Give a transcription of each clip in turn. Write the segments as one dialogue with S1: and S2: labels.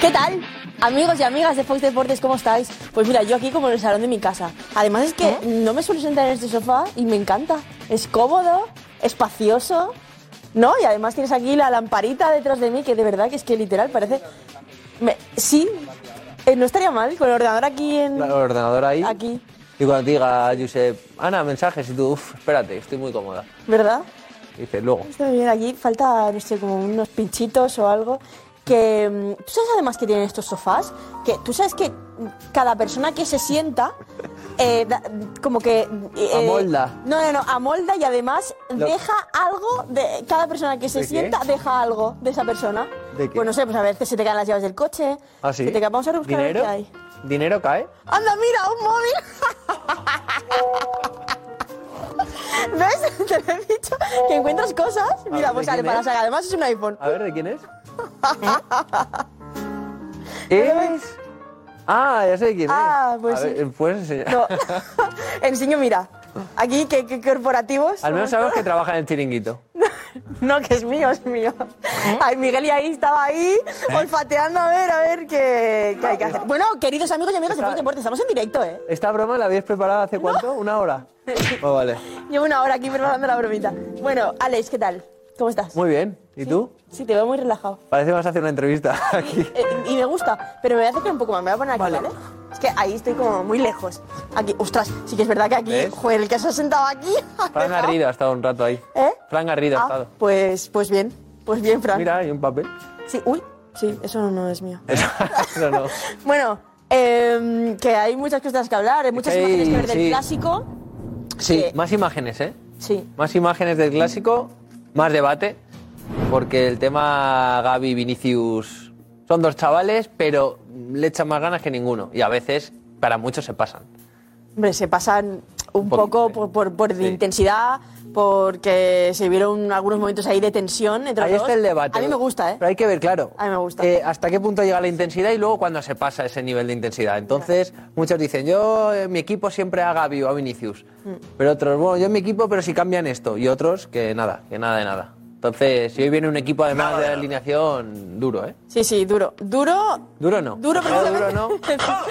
S1: ¿Qué tal? Amigos y amigas de Fox Deportes, ¿cómo estáis? Pues mira, yo aquí como en el salón de mi casa. Además es que no me suelo sentar en este sofá y me encanta. Es cómodo, espacioso, ¿no? Y además tienes aquí la lamparita detrás de mí, que de verdad que es que literal parece... Me- Sí, eh, no estaría mal con el ordenador aquí en...
S2: El ordenador ahí.
S1: Aquí,
S2: Y cuando te diga, Josep, Ana, mensajes, y tú, "Uf, espérate, estoy muy cómoda.
S1: ¿verdad?
S2: Y dices, luego.
S1: Está bien, aquí falta, no sé, como unos pinchitos o algo. Que, mm, ¿Tú sabes además que tienen estos sofás? Que tú sabes que mm, cada persona que se sienta, eh, da- como que... eh,
S2: Amolda.
S1: No, no, no, amolda y además
S2: Lo-
S1: deja algo de... Cada persona que se
S2: ¿De qué?
S1: sienta deja algo de esa persona.
S2: ¿De qué?
S1: Pues no sé, pues a veces se te caen las llaves del coche.
S2: ¿Ah, sí?
S1: se te caen- Vamos a buscar a ver
S2: ¿Dinero?
S1: qué hay.
S2: ¿Dinero cae?
S1: ¡Anda, mira, un móvil! ¿Ves? Te lo he dicho. Que encuentras cosas.
S2: ver,
S1: Mira,
S2: ¿de
S1: pues
S2: quién
S1: sale para
S2: es?
S1: sacar. Además es un iPhone.
S2: A ver, ¿de quién es? es... Ah, ya sé de quién es.
S1: Ah, pues
S2: A
S1: sí.
S2: ver, eh, ¿Puedes enseñar?
S1: No. Enseño, mira. Aquí, que, que corporativos.
S2: Al menos sabemos que trabaja en el chiringuito.
S1: No, que es mío, es mío.
S2: ¿Eh?
S1: Ay, Miguel y ahí estaba ahí, olfateando a ver, a ver qué, qué hay que hacer. Bueno, queridos amigos y amigas de Fox Deportes, estamos en directo, ¿eh?
S2: ¿Esta broma la habías preparado hace cuánto? ¿Una hora? Oh, vale.
S1: Llevo una hora aquí preparando la bromita. Bueno, Alex, ¿qué tal? ¿Cómo estás?
S2: Muy bien. ¿Y tú?
S1: Sí, te veo muy relajado.
S2: Parece que vas a hacer una entrevista aquí.
S1: Eh, y me gusta, pero me voy a acercar un poco más, me voy a poner aquí,
S2: Vale.
S1: ¿vale? Es que ahí estoy como muy lejos. Aquí, ostras, sí que es verdad que aquí,
S2: ¿Ves?
S1: joder, el que se ha sentado aquí. ha
S2: Fran
S1: dejado-
S2: Garrido ha estado un rato ahí.
S1: ¿Eh?
S2: Fran Garrido ha
S1: Ah,
S2: estado.
S1: Pues, pues bien, pues bien, Fran.
S2: Mira, hay un papel.
S1: Sí, uy, sí, eso no es mío.
S2: Eso, eso no.
S1: Bueno, em, que hay muchas cosas que hablar, hay muchas
S2: Sí,
S1: imágenes que ver del
S2: sí.
S1: clásico.
S2: Sí,
S1: Sí.
S2: más imágenes, ¿eh?
S1: Sí.
S2: Más imágenes del clásico, más debate, porque el tema Gaby Vinicius son dos chavales, pero le echan más ganas que ninguno. Y a veces, para muchos, se pasan.
S1: Hombre, se pasan un poco por,
S2: poquito,
S1: por, por
S2: Sí.
S1: intensidad, porque se vieron algunos momentos ahí de tensión entre
S2: Ahí
S1: los
S2: está
S1: dos.
S2: el debate.
S1: A mí me gusta, ¿eh?
S2: Pero hay que ver, claro.
S1: A mí me gusta.
S2: eh, hasta qué punto llega la intensidad y luego cuando se pasa ese nivel de intensidad. Entonces, muchos dicen, yo, eh, mi equipo siempre a Gaby o a Vinicius.
S3: Mm.
S2: Pero otros, bueno, yo en mi equipo, pero si cambian esto. Y otros, que nada, que nada de nada. Entonces, si hoy viene un equipo además de alineación duro, ¿eh?
S1: Sí, sí, duro. Duro.
S2: Duro no.
S1: Duro,
S2: No,
S1: precisamente.
S2: duro no.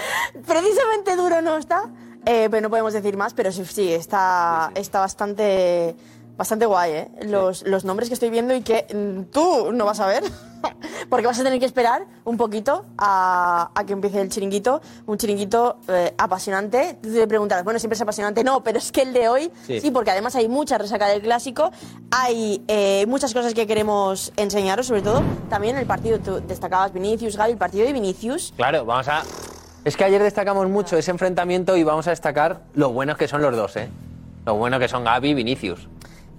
S1: precisamente duro no está. Eh, pero no podemos decir más, pero sí, sí, está, está bastante, bastante guay, ¿eh? Los, los nombres que estoy viendo y que mm, tú no vas a ver. Porque vas a tener que esperar un poquito a, a que empiece el chiringuito. Un chiringuito eh, apasionante. Tú te preguntarás, bueno, siempre es apasionante. No, pero es que el de hoy,
S2: Sí.
S1: sí, porque además hay mucha resaca del clásico. Hay eh, muchas cosas que queremos enseñaros, sobre todo también el partido. Tú destacabas Vinicius, Gaby, el partido de Vinicius.
S2: Claro, vamos a. Es que ayer destacamos mucho ese enfrentamiento y vamos a destacar lo buenos que son los dos, ¿eh? Lo bueno que son Gaby y Vinicius.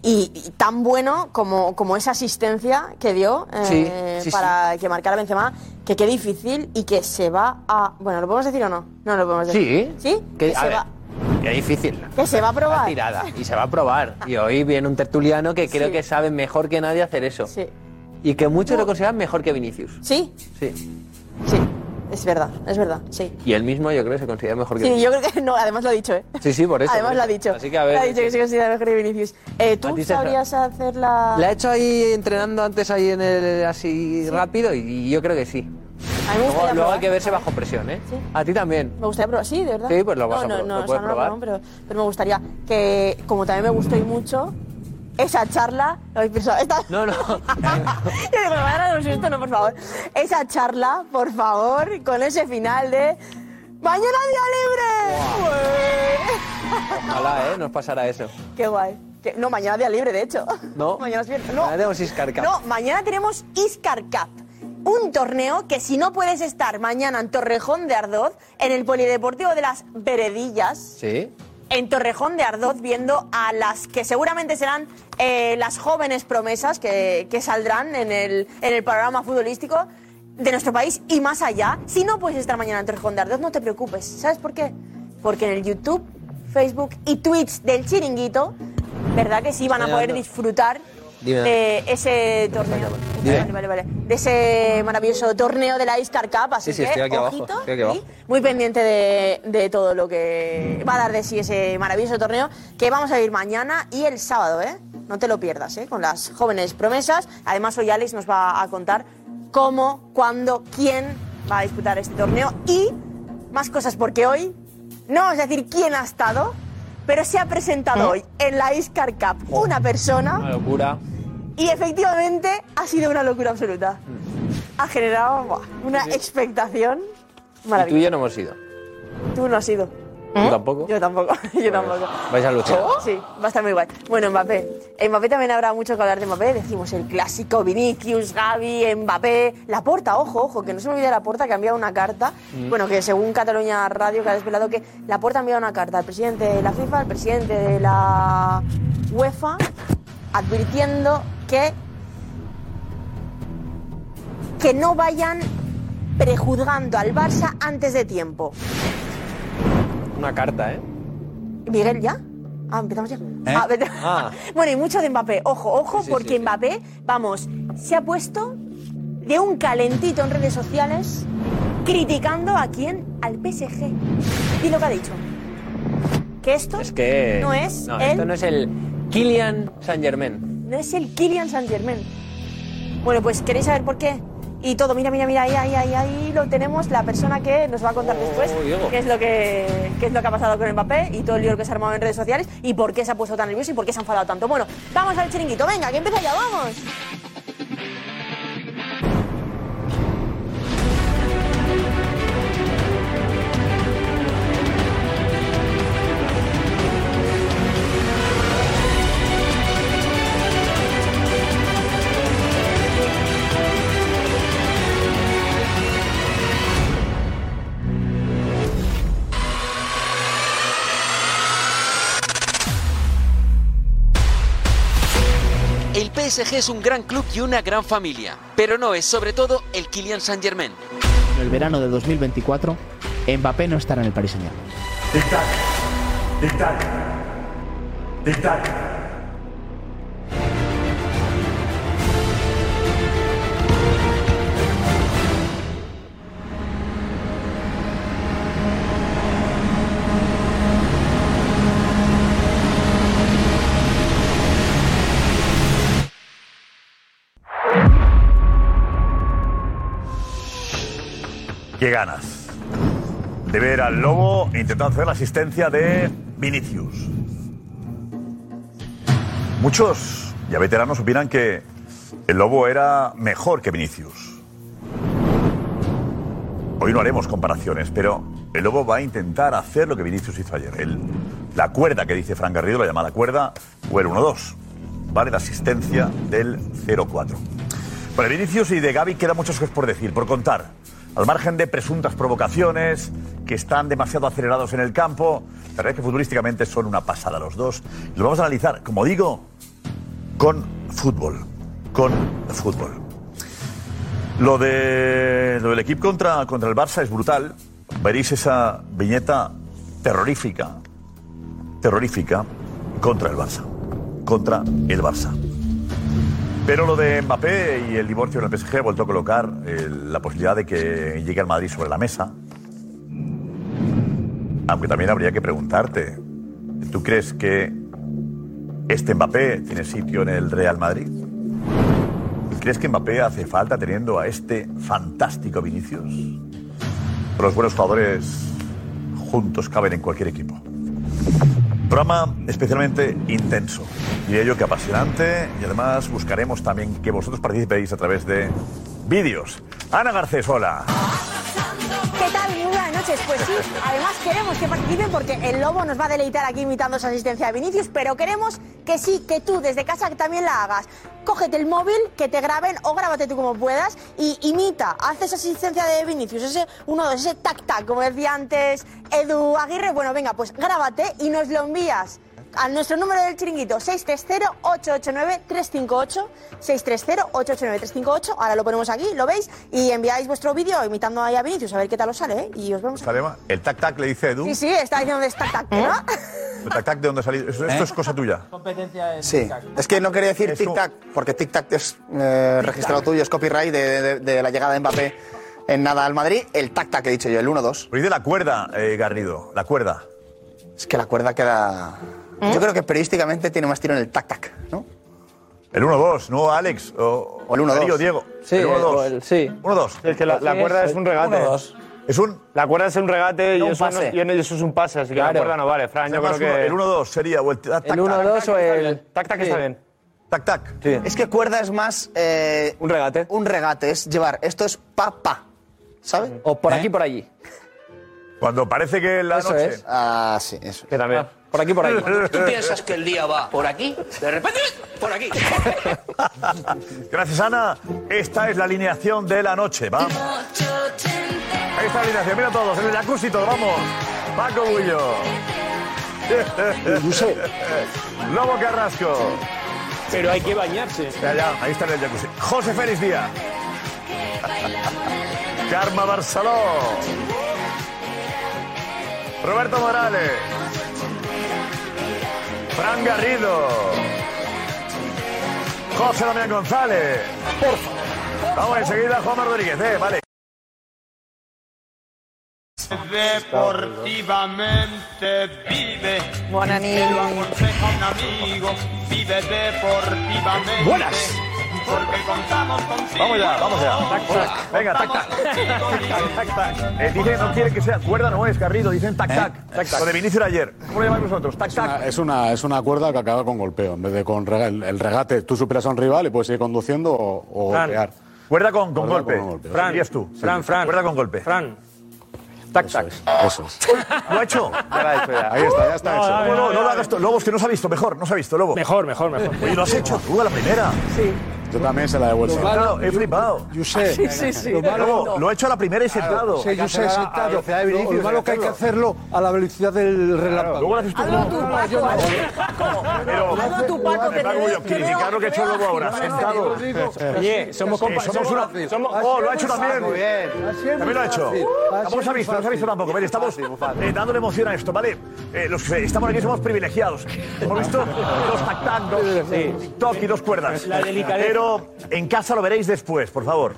S1: Y, y tan bueno como, como esa asistencia que dio eh,
S2: Sí, sí,
S1: para que marcara Benzema, que qué difícil y que se va a... Bueno, ¿lo podemos decir o no? No lo podemos decir. ¿Sí?
S2: Que,
S1: Que,
S2: a
S1: se,
S2: ver,
S1: va,
S2: qué difícil.
S1: que se va a
S2: La
S1: probar.
S2: tirada. Y se va a probar. Y hoy viene un tertuliano que creo
S1: Sí.
S2: que sabe mejor que nadie hacer eso.
S1: Sí.
S2: Y que muchos lo consideran mejor que Vinicius.
S1: ¿Sí?
S2: Sí.
S1: Sí. Es verdad, es verdad, sí.
S2: Y él mismo yo creo que se considera mejor que
S1: Sí,
S2: Vinicius.
S1: yo creo que no, además lo ha dicho, ¿eh?
S2: Sí, sí, por eso.
S1: Además
S2: por
S1: lo ha
S2: eso.
S1: dicho.
S2: Así que a ver.
S1: Ha dicho que se considera mejor que Vinicius. Eh,
S2: A
S1: ¿Tú
S2: ti se-
S1: sabrías hacer la...?
S2: La he hecho ahí entrenando antes ahí en el así rápido y- y yo creo que sí.
S1: A mí me
S2: Luego,
S1: gustaría
S2: luego
S1: probar.
S2: hay que verse bajo presión, ¿eh?
S1: Sí.
S2: A ti también.
S1: Me gustaría probar, sí, de verdad.
S2: Sí, pues lo vas
S1: no,
S2: a
S1: no, no,
S2: pro- lo
S1: o sea,
S2: puedes
S1: no
S2: probar.
S1: probado, pero, pero me gustaría que, como también me gustó y mucho, esa charla. Ay, pensaba, esta-
S2: No, no.
S1: Yo digo, me va a dar un susto, no, por favor. Esa charla, por favor, con ese final de. ¡Mañana día libre! Ué.
S2: Ojalá, ¿eh? Nos pasará eso.
S1: ¡Qué guay! Que- no, mañana día libre, de hecho.
S2: No.
S1: Mañana es viernes. No.
S2: Mañana tenemos Iscar Cup.
S1: No, mañana tenemos Iscar Cup. Un torneo que si no puedes estar mañana en Torrejón de Ardoz, en el Polideportivo de las Veredillas,
S2: Sí.
S1: en Torrejón de Ardoz viendo a las que seguramente serán eh, las jóvenes promesas que, que saldrán en el, en el panorama futbolístico de nuestro país y más allá. Si no puedes estar mañana en Torrejón de Ardoz, no te preocupes. ¿Sabes por qué? Porque en el YouTube, Facebook y Twitch del chiringuito, ¿verdad que sí van a poder disfrutar
S4: Dime.
S1: de ese torneo?
S4: Dime.
S1: Vale, vale, vale. De ese maravilloso torneo de la Iscar Cup. Así
S4: Sí, sí,
S1: que,
S4: estoy aquí abajo.
S1: ¿eh? ojito,
S4: Estoy aquí abajo.
S1: muy pendiente de, de todo lo que va a dar de sí ese maravilloso torneo que vamos a ir mañana y el sábado, ¿eh? No te lo pierdas, ¿eh? Con las jóvenes promesas. Además, hoy Alex nos va a contar cómo, cuándo, quién va a disputar este torneo y más cosas porque hoy no vamos a decir quién ha estado, pero se ha presentado hoy en la Iscar Cup una persona
S5: Una locura.
S1: y efectivamente ha sido una locura absoluta. Ha generado buah, una expectación
S5: Y tú y
S1: maravillosa.
S5: yo no hemos ido.
S1: Tú no has ido.
S5: Tú tampoco.
S1: ¿Eh? Yo tampoco, yo tampoco.
S5: Vais a luchar.
S1: Sí, va a estar muy guay. Bueno, Mbappé. Mbappé también habrá mucho que hablar de Mbappé. Decimos el clásico, Vinicius, Gaby, Mbappé. La Porta, ojo, ojo, que no se me olvide la Porta que ha enviado una carta.
S6: Mm.
S1: Bueno, que según Cataluña Radio que ha desvelado que la Porta ha enviado una carta al presidente de la FIFA, al presidente de la UEFA, advirtiendo que que no vayan prejuzgando al Barça antes de tiempo.
S5: Una carta, ¿eh?
S1: Miguel, ¿ya? Ah, empezamos ya.
S5: ¿Eh?
S1: Ah, vete-
S5: Ah.
S1: Bueno, y mucho de Mbappé. Ojo, ojo,
S5: Sí, sí,
S1: porque
S5: sí, sí.
S1: Mbappé, vamos, se ha puesto de un calentito en redes sociales criticando a quién? Al PSG. Y lo que ha dicho. Que esto
S5: Es que.
S1: no es
S5: No,
S1: el
S5: esto no es el Kylian Saint Germain.
S1: no es el Kylian Saint Germain. Bueno, pues queréis saber por qué. Y todo, mira, mira, mira, ahí, ahí, ahí, ahí lo tenemos, la persona que nos va a
S5: Oh,
S1: contar después
S7: Diego.
S1: qué es, lo que, qué es lo que ha pasado con Mbappé y todo el lío que se ha armado en redes sociales y por qué se ha puesto tan nervioso y por qué se ha enfadado tanto. Bueno, vamos al chiringuito, venga, que empieza ya, vamos.
S8: El PSG es un gran club y una gran familia, pero no es sobre todo el Kylian Saint Germain.
S9: En el verano de 2024, Mbappé no estará en el Paris Saint-Germain.
S10: Tic-tac. Tic-tac. ¿Qué ganas? De ver al Lobo intentando hacer la asistencia de Vinicius. Muchos ya veteranos opinan que el Lobo era mejor que Vinicius. Hoy no haremos comparaciones, pero el Lobo va a intentar hacer lo que Vinicius hizo ayer. El- la cuerda que dice Fran Garrido, la llamada cuerda, o el 1-2. Vale, la asistencia del 0-4. Bueno, de Vinicius y de Gaby queda muchas cosas por decir, por contar. Al margen de presuntas provocaciones, que están demasiado acelerados en el campo, la verdad es que futbolísticamente son una pasada los dos. Y lo vamos a analizar, como digo, con fútbol. Con fútbol. Lo, de, lo del equipo contra, contra el Barça es brutal. Veréis esa viñeta terrorífica, terrorífica, contra el Barça. Contra el Barça. Pero lo de Mbappé y el divorcio en el PSG ha vuelto a colocar eh, la posibilidad de que llegue al Madrid sobre la mesa. Aunque también habría que preguntarte, ¿tú crees que este Mbappé tiene sitio en el Real Madrid? ¿Crees que Mbappé hace falta teniendo a este fantástico Vinicius? Los buenos jugadores juntos caben en cualquier equipo. Programa especialmente intenso, diría yo que apasionante, y además buscaremos también que vosotros participéis a través de vídeos. Ana Garcés, hola.
S1: ¿Qué tal? Muy buenas noches. noches, pues sí. Además queremos que participen porque el Lobo nos va a deleitar aquí imitando su asistencia a Vinicius, pero queremos que sí, que tú desde casa también la hagas. Cógete el móvil, que te graben o grábate tú como puedas y imita, haces asistencia de Vinicius, ese uno, dos, ese tac-tac, como decía antes Edu Aguirre. Bueno, venga, pues grábate y nos lo envías. A nuestro número del chiringuito, 630-889-358. 630-889-358. Ahora lo ponemos aquí, lo veis, y enviáis vuestro vídeo imitando ahí a Vinicius, a ver qué tal os sale, ¿eh? Y os vemos.
S10: ¿Sale mal? El tac-tac le dice Edu.
S1: Sí, sí, está diciendo de tac-tac, ¿no?
S10: ¿El tac-tac de dónde ha salido? Eso- Esto,
S11: ¿Eh?
S10: es cosa tuya.
S7: Competencia es.
S11: Sí, es que no quería decir
S10: Eso-
S11: tic-tac, porque tic-tac es eh, registrado tuyo, es copyright de, de- de la llegada de Mbappé en nada al Madrid. El tac-tac he dicho yo, el 1-2.
S10: Pero y de la cuerda, eh, Garrido. La cuerda.
S11: Es que la cuerda queda.
S12: ¿Eh?
S11: Yo creo que periodísticamente tiene más tiro en el tac-tac, ¿no?
S10: El 1-2, ¿no, Alex? O,
S11: O el 1-2.
S10: Darío, Diego.
S12: Sí,
S10: el 1-2.
S12: o el- sí.
S10: 1-2.
S6: Es que la, la cuerda es un regate.
S12: Uno, dos.
S10: Es un.
S6: La cuerda es un regate y,
S12: No, un
S6: eso, no,
S12: pase.
S6: y eso es un pase, así Pues que
S12: Claro.
S6: la cuerda no vale, Fran. Yo creo
S10: además, uno-
S6: que.
S10: El 1-2 sería. O el tac-tac.
S12: El 1-2 o el.
S6: Tac-tac
S12: Sí.
S6: está bien.
S10: Tac-tac.
S11: Es que cuerda es más. eh,
S12: Un regate.
S11: Un regate, es llevar. Esto es pa-pa, ¿sabes?
S12: O por
S11: ¿Eh?
S12: aquí, por allí.
S10: Cuando parece que la
S12: Eso
S10: noche.
S12: es.
S11: Ah, sí, eso.
S6: Que también.
S12: Por aquí, por allí.
S13: ¿Tú piensas que el día va por aquí? De repente, por aquí.
S10: Gracias, Ana. Esta es la alineación de la noche. Vamos. Esta es la alineación. Mira todos. En el jacuzzi todos. Vamos. Paco Bullo. Lobo Carrasco.
S7: Pero hay que bañarse.
S10: Ya, ya. Ahí está en el jacuzzi. José Félix Díaz. Karma Barceló. Roberto Morales. Fran Garrido. José Damián González. Vamos enseguida, Juan Rodríguez. Eh, vale.
S7: Deportivamente vive. Te lo aconseja un amigo. Vive deportivamente.
S10: Buenas.
S7: Porque contamos contigo.
S10: Vamos ya, vamos ya. Venga, tac, tac. Tac, tac. Eh, dicen, no quieren que sea cuerda, no es, Garrido. Dicen tac, tac. tac, tac. Lo de Vinicius ayer. ¿Cómo lo llamáis vosotros? Tac, tac.
S3: ¿Eh? Es una, es una cuerda que acaba con golpeo. En vez de con rega- el, el regate, tú superas a un rival y puedes ir conduciendo o, o
S10: Fran.
S3: golpear.
S10: Cuerda con, con
S3: Cuerda
S10: golpe.
S3: con golpe.
S10: Fran, dirías tú.
S3: Fran,
S7: Fran.
S10: Cuerda con golpe.
S7: Fran,
S3: Eso es. Eso es.
S10: ¿Lo ha hecho?
S3: Ahí está, ya está hecho.
S10: No, no, no lo hagas tú. Lobos, que no se ha visto. Mejor, no se ha visto, Lobo.
S7: mejor, mejor, mejor.
S10: Oye, lo has hecho tú a la primera.
S3: Yo también se la he devuelto.
S10: Claro, he flipado.
S14: Yo sé.
S10: Lobo, lo ha hecho a la primera y sentado.
S14: Sí, yo sé, sentado. Lo, lo malo que hay que hacerlo a la velocidad del relámpago.
S10: Luego lo haces tú.
S1: Hazlo tú, Paco.
S10: Pero,
S1: Hazlo tú, Paco, que te
S10: Paco,
S1: veo-
S10: yo,
S1: que veo
S10: criticar lo que ha hecho
S1: ágil,
S10: Lobo ahora,
S1: no, no,
S10: sentado.
S7: Oye, somos
S10: Eh, somos una. somos- oh, lo ha hecho también. También lo ha hecho. Tampoco se ha visto, no se ha visto tampoco. Ven, estamos eh, dándole emoción a esto, ¿vale? Eh, los que estamos aquí somos privilegiados. Hemos visto los tactando, TikTok y dos cuerdas. Pero en casa lo veréis después, por favor.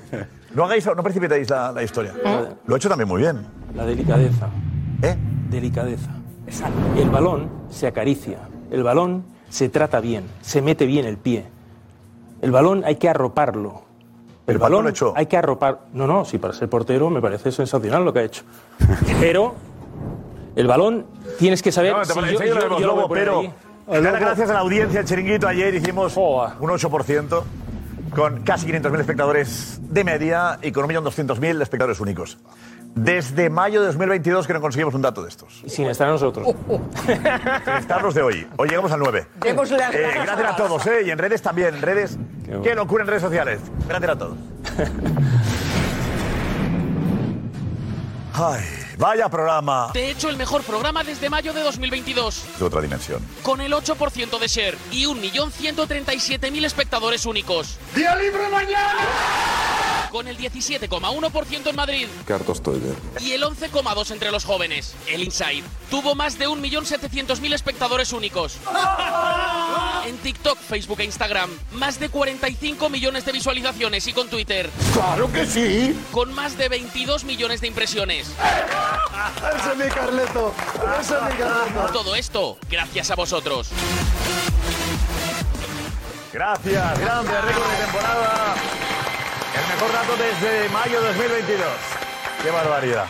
S10: No hagáis, no precipitéis la, la historia. Lo ha hecho también muy bien.
S7: La delicadeza,
S10: ¿Eh?
S7: delicadeza. El balón se acaricia, el balón se trata bien, se mete bien el pie. El balón hay que arroparlo.
S10: Pero
S7: El
S10: Paco
S7: balón
S10: lo ha hecho.
S7: hay que arropar. No, no, sí, para ser portero me parece sensacional lo que ha hecho. Pero el balón tienes que saber.
S10: No, te
S7: si
S10: parece
S7: yo-
S10: que lo
S7: yo-
S10: vemos,
S7: yo lo voy a
S10: Lobo,
S7: poner
S10: pero
S7: ahí.
S10: dar las gracias a la audiencia del Chiringuito. Ayer hicimos
S7: Joa.
S10: un 8%, con casi 500.000 espectadores de media y con 1.200.000 espectadores únicos. Desde mayo de 2022 que no conseguimos un dato de estos.
S7: Y sin estar nosotros.
S10: Estarlos de hoy. Hoy llegamos al 9. Eh, gracias a todos, ¿eh? Y en redes también. En redes. Qué,
S7: bueno.
S10: locura en redes sociales. Gracias a todos. Ay, vaya programa.
S13: De hecho, el mejor programa desde mayo de 2022,
S10: De otra dimensión.
S13: con el 8% de share y 1.137.000 espectadores únicos.
S7: ¡Día libre mañana!
S13: Con el 17,1% en Madrid
S3: Qué harto estoy de
S13: y el 11,2% entre los jóvenes. El Inside tuvo más de 1.700.000 espectadores únicos. En TikTok, Facebook e Instagram, más de 45 millones de visualizaciones y con Twitter,
S10: ¡Claro que sí!
S13: con más de 22 millones de impresiones.
S10: ¡Ese es mi Carleto! ¡Ese es mi Carleto!
S13: Todo esto gracias a vosotros.
S10: Gracias, grande récord de temporada. El mejor dato desde mayo de 2022. Qué barbaridad.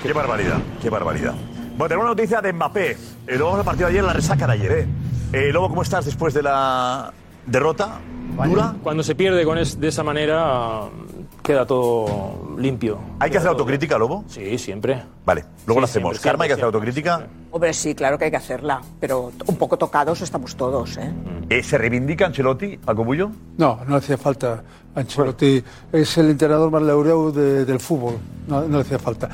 S10: Qué barbaridad, qué barbaridad. Bueno, tenemos una noticia de Mbappé. Eh, lo vamos a partido ayer, la resaca de ayer, ¿eh? Eh, Lobo, ¿cómo estás después de la, derrota dura.
S7: Cuando se pierde con es- de esa manera, mm, queda todo limpio.
S10: ¿Hay que hacer autocrítica, Lobo?
S7: Sí, siempre.
S10: Vale, luego lo hacemos.
S7: siempre,
S10: Karma, hay que hacer
S7: siempre,
S10: autocrítica.
S15: Hombre, sí, claro que hay que hacerla, pero un poco tocados estamos todos, ¿eh?
S10: Eh, ¿Se reivindica Ancelotti, Paco Bullo?
S14: No, no hacía falta. Ancelotti es el entrenador más laureado de- del fútbol. No, no le hacía falta.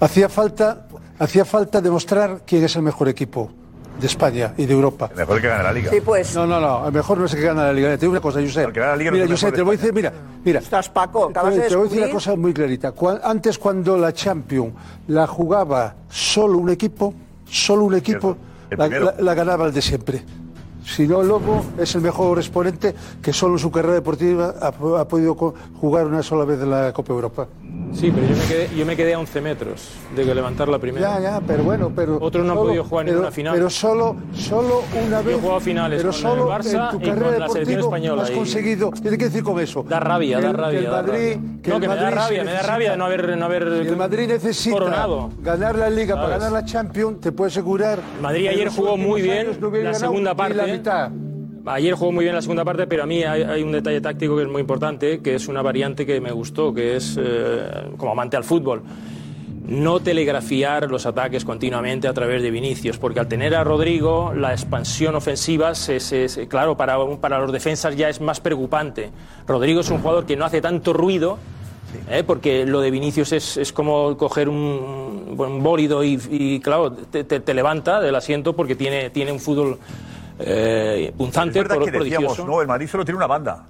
S14: Hacía falta, hacía falta demostrar quién es el mejor equipo de España y de Europa.
S10: Mejor que gane la liga.
S14: pues. No, no, no. Mejor no es el que gana la liga. Te digo una cosa, Josep.
S10: la liga no
S14: mira,
S10: es el
S14: Josep,
S10: mejor
S14: te lo voy a decir, mira, mira.
S15: Estás Paco,
S14: Te
S15: acabas
S14: voy
S15: de
S14: a decir
S15: descubrir.
S14: una cosa muy clarita. Cuan- antes, cuando la Champions la jugaba solo un equipo, solo un equipo,
S10: El
S14: la,
S10: primero.
S14: la- la ganaba el de siempre. Si no, Lobo es el mejor exponente que solo en su carrera deportiva ha, po- ha podido co- jugar una sola vez en la Copa Europa.
S7: Sí, pero yo me quedé, yo me quedé a 11 metros de que levantar la primera.
S14: Ya, ya, pero bueno, pero.
S7: Otros no han
S14: solo-
S7: podido jugar
S14: pero-
S7: ninguna final.
S14: Pero solo, solo una vez.
S7: Yo he jugado finales
S14: pero
S7: con el
S14: solo
S7: Barça
S14: en tu carrera
S7: y con la selección
S14: deportiva
S7: española
S14: Has
S7: y-
S14: conseguido. Tiene que decir con eso. Da
S7: rabia, da rabia,
S14: Que el
S7: da
S14: Madrid.
S7: rabia.
S14: Que
S7: No,
S14: el
S7: que me da
S14: Madrid
S7: rabia, me da
S14: necesita-
S7: rabia de no haber- no haber
S14: Si el Madrid necesita
S7: coronado.
S14: ganar la Liga para
S7: ¿Sabes?
S14: ganar la Champions, te puedo asegurar.
S7: El Madrid
S14: que en
S7: ayer
S14: los
S7: jugó muy
S14: últimos
S7: bien
S14: años no hubiera
S7: la
S14: ganado
S7: segunda
S14: ni
S7: parte.
S14: la
S7: ¿eh?
S14: mitad.
S7: Ayer jugó muy bien la segunda parte, pero a mí hay, hay un detalle táctico que es muy importante, que es una variante que me gustó, que es eh, como amante al fútbol. No telegrafiar los ataques continuamente a través de Vinicius, porque al tener a Rodrigo, la expansión ofensiva, se, se- se- claro, para, un- para los defensas ya es más preocupante. Rodrigo es un jugador que no hace tanto ruido, ¿eh? porque lo de Vinicius es, es como coger un, un bólido y, y, claro, te, te- te levanta del asiento porque tiene, tiene un fútbol eh, punzante,
S10: Es verdad
S7: pro-
S10: que decíamos,
S7: prodigioso.
S10: no, el Madrid solo tiene una banda.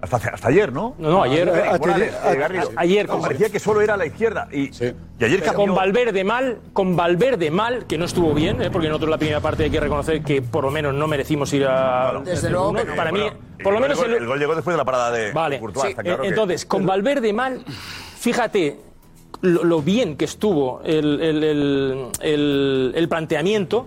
S10: Hasta, hace- hasta ayer, ¿no?
S7: No, no, ayer-
S10: Bueno,
S7: a-
S10: Morales,
S7: a-
S10: eh, Garrido.
S7: a- ayer,
S10: No,
S7: con-
S10: parecía que solo era la izquierda. Y, y ayer
S7: Pero
S10: cambió.
S7: con Valverde mal, con Valverde mal, que no estuvo bien, ¿eh? porque nosotros la primera parte hay que reconocer que por lo menos no merecimos ir a...
S10: Desde luego que no.
S7: Para mí,
S10: Bueno,
S7: por lo
S10: el
S7: menos...
S10: gol- el gol llegó después de la parada de
S7: Vale.
S10: Courtois,
S7: Sí.
S10: está claro
S7: Eh,
S10: que-
S7: Entonces, con Valverde mal, fíjate lo, lo bien que estuvo el, el- el- el- el planteamiento,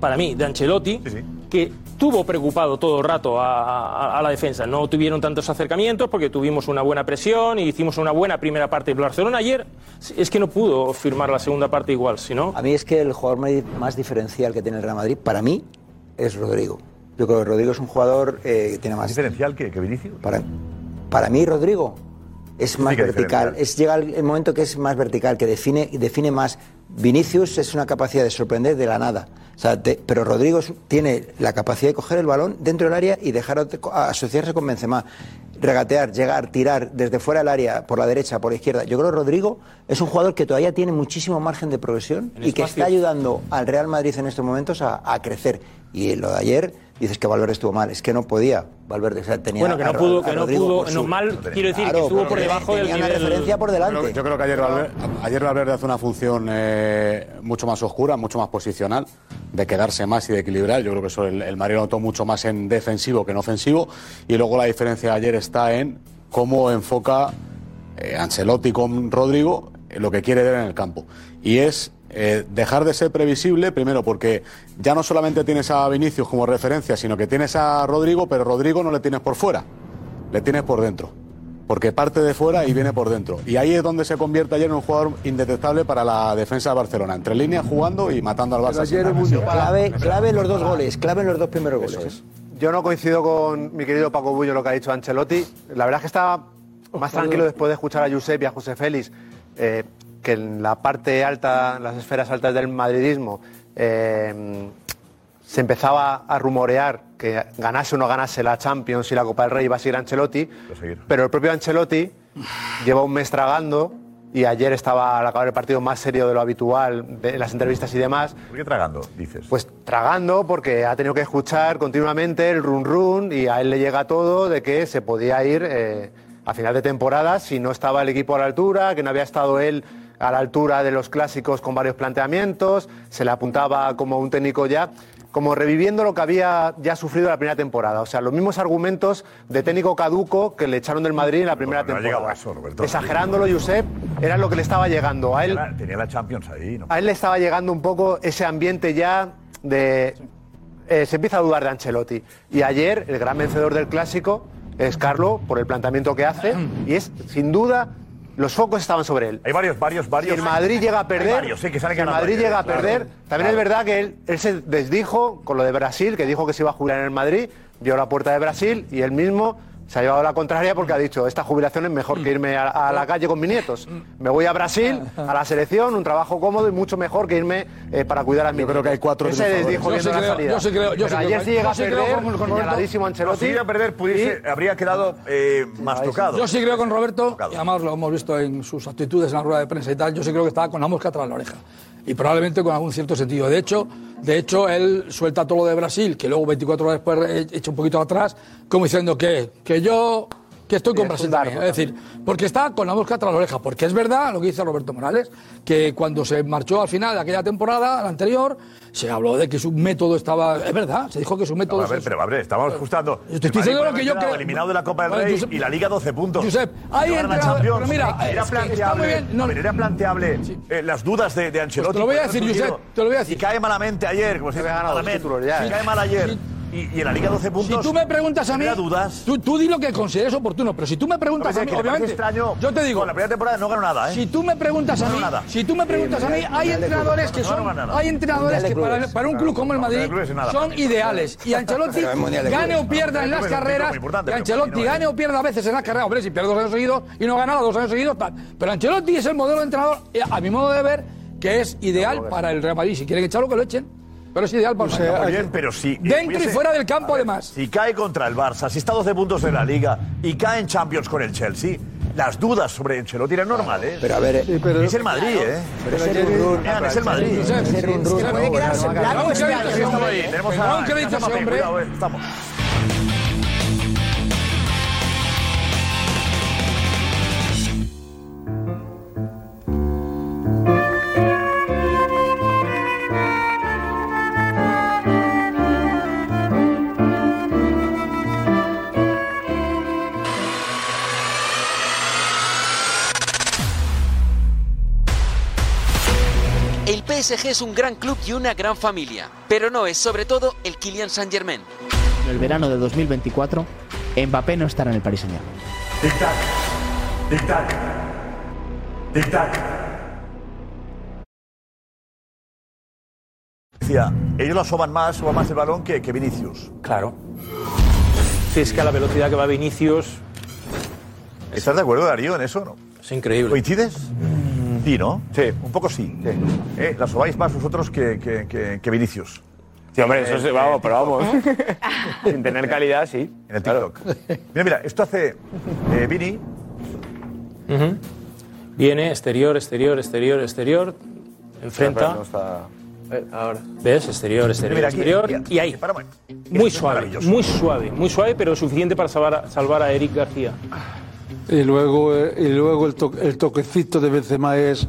S7: para mí, de Ancelotti, que tuvo preocupado todo el rato a, a- a la defensa. No tuvieron tantos acercamientos porque tuvimos una buena presión y hicimos una buena primera parte. Pero Barcelona ayer es que no pudo firmar la segunda parte igual, si no...
S16: A mí es que el jugador ma- más diferencial que tiene el Real Madrid, para mí, es Rodrigo. Yo creo que Rodrigo es un jugador eh, que tiene más...
S10: ¿Diferencial que, Vinicius?
S16: Para, para mí, Rodrigo es más
S10: que
S16: vertical.
S10: diferencial.
S16: Es, llega el el momento que es más vertical, que define, define más. Vinicius es una capacidad de sorprender de la nada. O sea, te- pero Rodrigo es- tiene la capacidad de coger el balón dentro del área y dejar a- a- asociarse con Benzema. Regatear, llegar, tirar desde fuera del área, por la derecha, por la izquierda. Yo creo que Rodrigo es un jugador que todavía tiene muchísimo margen de progresión y que está
S7: espacios.
S16: ayudando al Real Madrid en estos momentos a, a crecer. Y lo de ayer, dices que Valverde estuvo mal, es que no podía. Valverde o sea, tenía
S7: Bueno, que no
S16: a-
S7: pudo,
S16: a
S7: que no
S16: Rodrigo
S7: pudo,
S16: por
S7: no
S16: su-
S7: mal, quiero decir que
S16: Claro,
S7: estuvo
S16: pero
S7: por
S16: que
S7: debajo del
S16: tenía una
S7: nivel.
S16: referencia por delante.
S3: Yo creo- yo creo que ayer Valverde, ayer Valverde hace una función eh, mucho más oscura, mucho más posicional, de quedarse más y de equilibrar. Yo creo que eso el, el Madrid lo notó mucho más en defensivo que en ofensivo. Y luego la diferencia de ayer está en cómo enfoca eh, Ancelotti con Rodrigo eh, lo que quiere ver en el campo. Y es eh, dejar de ser previsible, primero porque ya no solamente tienes a Vinicius como referencia, sino que tienes a Rodrigo, pero Rodrigo no le tienes por fuera, le tienes por dentro. Porque parte de fuera y viene por dentro. Y ahí es donde se convierte ayer en un jugador indetectable para la defensa de Barcelona. Entre líneas jugando y matando al Barça. sin ganas.
S16: clave, clave los dos goles, clave los dos primeros goles.
S17: Yo no coincido con mi querido Paco Bullo lo que ha dicho Ancelotti. La verdad es que estaba más tranquilo después de escuchar a Josep y a José Félix, eh, que en la parte alta, en las esferas altas del madridismo, eh, se empezaba a rumorear que ganase o no ganase la Champions y la Copa del Rey iba a seguir Ancelotti, pero el propio Ancelotti lleva un mes tragando y ayer estaba al acabar el partido más serio de lo habitual de- en las entrevistas y demás.
S10: ¿Por qué tragando, dices?
S17: Pues tragando porque ha tenido que escuchar continuamente el run run y a él le llega todo de que se podía ir eh, a final de temporada si no estaba el equipo a la altura, que no había estado él a la altura de los clásicos con varios planteamientos, se le apuntaba como un técnico ya, como reviviendo lo que había ya sufrido la primera temporada. O sea, los mismos argumentos de técnico caduco que le echaron del Madrid en la primera
S10: no ha
S17: temporada.
S10: llegado a eso, Roberto.
S17: Exagerándolo, Josep, era lo que le estaba llegando. A él
S10: Tenía la- Tenía la Champions ahí, ¿no?
S17: a él le estaba llegando un poco ese ambiente ya de... eh, se empieza a dudar de Ancelotti. Y ayer el gran vencedor del clásico es Carlo por el planteamiento que hace. Y es, sin duda, los focos estaban sobre él.
S10: Hay varios, varios, varios.
S17: Si el Madrid llega a perder,
S10: Hay varios, sí, que salen
S17: si el
S10: ganando
S17: Madrid
S10: ayer,
S17: llega a
S10: claro.
S17: perder, también
S10: Claro.
S17: es verdad que él, él se desdijo con lo de Brasil, que dijo que se iba a jubilar en el Madrid, dio la puerta de Brasil y él mismo se ha llevado la contraria porque ha
S10: Mm.
S17: dicho, esta jubilación es mejor que irme a, a la calle con mis nietos.
S10: Mm.
S17: Me voy a Brasil, a la selección, un trabajo cómodo y mucho mejor que irme eh, para cuidar a mis Yo creo que hay cuatro Ese les dijo
S10: triunfadores.
S17: viendo
S10: Yo
S17: la
S10: sí creo,
S17: salida.
S10: yo sí creo, yo
S17: Pero
S10: sí creo.
S17: ayer si llega
S10: Yo
S17: a
S10: sí creo
S17: perder,
S10: con- con Roberto.
S17: señaladísimo Ancelotti.
S10: Si llega a perder, pudiese- habría quedado eh, más tocado.
S18: Yo sí creo con Roberto, y además lo hemos visto en sus actitudes en la rueda de prensa y tal, yo sí creo que estaba con la mosca tras la oreja. Y probablemente con algún cierto sentido. De hecho, de hecho, él suelta todo lo de Brasil, que luego 24 horas después eh, echa un poquito atrás, como diciendo que, que yo que estoy con Brasil también. Es decir, porque está con la mosca tras la oreja. Porque es verdad lo que dice Roberto Morales, que cuando se marchó al final de aquella temporada, la anterior, se habló de que su método estaba. Es verdad, se dijo que su método.
S10: a ver,
S18: es-
S10: pero a ver, estábamos ajustando.
S18: Yo te estoy diciendo lo que yo creo.
S10: Eliminado de la Copa del
S18: Vale,
S10: Rey
S18: Josep-
S10: y la Liga 12 puntos.
S18: Josep, ahí
S10: Y ahora la
S18: entra-
S10: Champions.
S18: pero mira,
S10: era
S18: es que está muy
S10: planteable,
S18: bien, no-
S10: a ver, era planteable eh, las dudas de, de Ancelotti.
S18: Pues te lo voy a
S10: que
S18: decir,
S10: han surgido.
S18: Josep, te lo voy a decir.
S10: Y cae malamente ayer, como se dice, malamente.
S17: ¿eh?
S10: Y ¿eh? cae mal ayer. Y, y en la Liga 12 puntos.
S18: Si tú me preguntas a mí,
S10: genera dudas.
S18: Tú, tú di lo que consideres oportuno, pero si tú me preguntas
S10: Lo
S18: a mí,
S10: que pasa es que me
S18: obviamente,
S10: parece extraño,
S18: yo te digo,
S10: con la primera temporada no ganó nada, ¿eh?
S18: Si tú me preguntas
S10: No
S18: a
S10: ganó
S18: mí,
S10: nada.
S18: si tú me preguntas
S10: Eh,
S18: a mí,
S10: mundial
S18: hay
S10: de
S18: entrenadores que
S10: clubes. No, no
S18: son,
S10: ganó nada.
S18: hay entrenadores
S10: Mundial de
S18: que para,
S10: clubes.
S18: para un club como el
S10: Mundial de
S18: Madrid
S10: clubes es nada.
S18: son ideales y Ancelotti
S10: Pero el Mundial de
S18: gane
S10: clubes.
S18: o pierda en
S10: Mundial de
S18: las
S10: clubes es un título
S18: carreras,
S10: muy importante,
S18: que
S10: pero
S18: Ancelotti
S10: imagino, ¿eh?
S18: gane o pierda a veces en las carreras, hombre, si pierde dos años seguidos y no gana dos años seguidos, tal. Pero Ancelotti es el modelo de entrenador eh, a mi modo de ver que es ideal para el Real Madrid, si quieren echarlo que lo echen, pero es ideal para el Real
S10: Está muy
S18: Madrid.
S10: bien, pero si. eh,
S18: Dentro y
S10: hubiese-
S18: fuera del campo,
S10: A ver,
S18: además.
S10: Si cae contra el Barça, si está a 12 puntos de la Liga y cae en Champions con el Chelsea, las dudas sobre Ancelotti eran normales.
S16: Pero a ver, eh,
S10: es el Madrid, ¿eh?
S16: Pero es el run-run.
S10: Vean, es el Madrid.
S16: Sí, sí, sí. Es el run-run. Puede quedarse en blanco,
S10: Vamos,
S16: este
S10: que
S16: año.
S10: estamos ahí.
S16: Hombre, eh.
S10: Tenemos
S16: Perdón,
S10: a-
S16: que le he dicho
S10: a Mbappé.
S16: ese hombre.
S10: Cuidado, eh, Estamos.
S8: El PSG es un gran club y una gran familia, pero no es sobre todo el Kylian Saint-Germain.
S9: En el verano de 2024, Mbappé no estará en el Paris Saint-Germain.
S10: Tic-tac. Tic-tac. Tic-tac. Decía, ellos lo asoman más, asoman más el balón que, que Vinicius.
S12: Claro. Si es que a la velocidad que va Vinicius.
S10: ¿Estás de acuerdo, Darío, en eso? No?
S12: Es increíble. Mm.
S10: ¿Coincides? Sí, ¿no? Sí. Un poco sí. Eh, la sobáis más vosotros que, que, que, que Vinicius.
S12: Sí, hombre, eso sí, vamos, pero vamos. Sin tener calidad, sí.
S10: En el TikTok. Mira, mira, esto hace eh, Vini.
S7: Ujú. Viene exterior, exterior, exterior, exterior. Enfrenta.
S5: Ahora.
S7: ¿Ves? Exterior, exterior,
S5: Mira, aquí,
S7: exterior.
S5: aquí,
S7: y ahí. Muy suave, muy suave, muy suave, pero suficiente para salvar a, salvar a Eric García.
S14: Y luego, eh, y luego el, to- el toquecito de Benzema es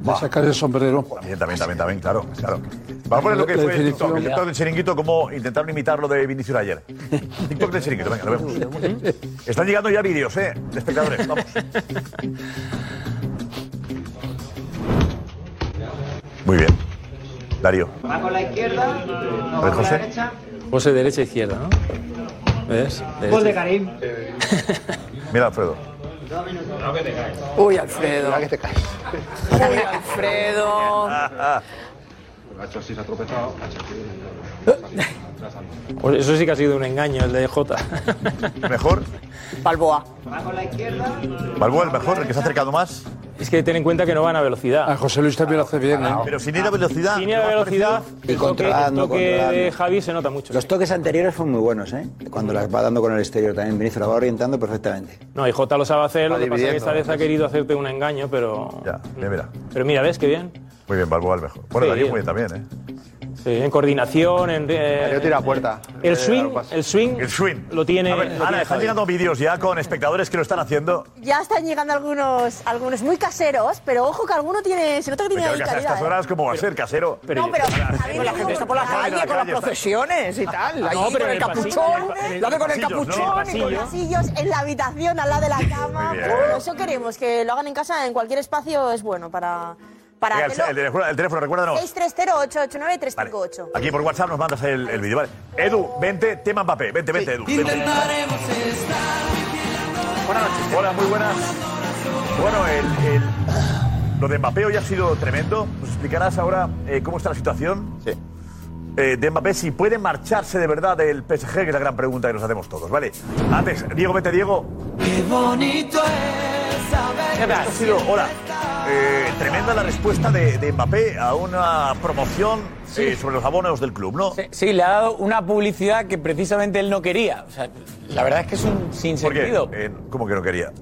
S14: de sacar el sombrero.
S10: También, también, también, también, claro, claro. Vamos a poner lo que
S14: La
S10: fue el
S14: definición.
S10: TikTok, el TikTok del chiringuito, como intentaron imitar lo de Vinicius ayer. TikTok del chiringuito, venga, lo vemos. Están llegando ya vídeos, ¿eh? De espectadores, vamos. Muy bien. Darío.
S19: Va con la izquierda, no va con la
S7: José.
S19: derecha.
S7: Pose derecha izquierda, ¿no? ¿Ves?
S19: Gol de
S7: Derecha.
S19: Karim.
S10: Mira, Alfredo.
S19: Uy, Alfredo.
S10: que te caes.
S19: Uy, Alfredo.
S20: se ha tropezado.
S7: Pues eso sí que ha sido un engaño, el de Jota.
S10: ¿Mejor?
S7: Balboa.
S19: Va con la izquierda.
S10: Balboa, el mejor, el que se ha acercado más.
S7: Es que ten en cuenta que no van a velocidad.
S14: José Luis también lo hace bien, ¿eh?
S10: Pero sin ir a velocidad.
S7: Sin ir a velocidad,
S16: Y
S7: el toque, el
S16: controlando,
S7: toque de
S16: controlando.
S7: Javi se nota mucho.
S16: Los toques anteriores fueron muy buenos, ¿eh? Cuando las va dando con el exterior también, Vinicius la va orientando perfectamente.
S7: No, y Jota lo sabe hacer, lo que pasa es que
S16: dividiendo,
S7: esta vez ha
S16: ¿no?
S7: querido hacerte un engaño, pero.
S10: Ya, mira, mira.
S7: Pero mira, ¿ves qué bien?
S10: Muy bien, Balboa, el mejor. Bueno,
S7: Sí.
S10: Darío muy bien también, ¿eh?
S7: Sí, en coordinación, en. Yo
S10: tira a puerta.
S11: Eh,
S7: El swing, el swing. El swing. Lo tiene.
S10: A ver,
S7: lo
S10: Ana,
S7: tiene
S10: están
S7: Javi.
S10: llegando vídeos ya con espectadores que lo están haciendo.
S4: Ya están llegando algunos, algunos muy caseros, pero ojo que alguno tiene, se nota que tiene
S10: Pero
S4: ahí
S10: que a
S4: calidad.
S10: estas horas, ¿cómo va a ser, casero? eh,
S4: No, pero
S15: La gente está por la calle con las procesiones y tal.
S10: Ah, no,
S15: Allí
S10: pero
S15: con
S10: en
S15: el
S10: el pasillo,
S15: capuchón, ¿eh?
S10: en el
S15: lo hace con el
S10: pasillo, ¿no?
S15: capuchón y
S4: en
S15: con
S4: los
S15: las-
S4: pasillos, en la habitación, al lado de la cama.
S10: Muy bien.
S4: Bueno, eso queremos, que lo hagan en casa, en cualquier espacio es bueno para... para
S10: Venga,
S4: hacerlo.
S10: el, el teléfono, el teléfono, recuérdanos.
S4: 630-889-358.
S10: Aquí por WhatsApp nos mandas el, el vídeo, vale. Edu, vente, tema Mbappé. Vente, vente, Edu. vente. Buenas noches. Hola, muy buenas. Bueno, el, el- lo de Mbappé hoy ha sido tremendo. Nos explicarás ahora eh, cómo está la situación. Sí. eh, de Mbappé si puede marcharse de verdad del PSG, que es la gran pregunta que nos hacemos todos, ¿vale? Antes, Diego, vete, Diego.
S19: Qué bonito es saber.
S10: Esto ha sido, hola, eh, tremenda la respuesta de, de Mbappé a una promoción eh, sobre los abonos del club, ¿no?
S21: Sí, le ha dado una publicidad que precisamente él no quería. O sea, la verdad es que es un sinsentido.
S10: ¿Cómo que no quería?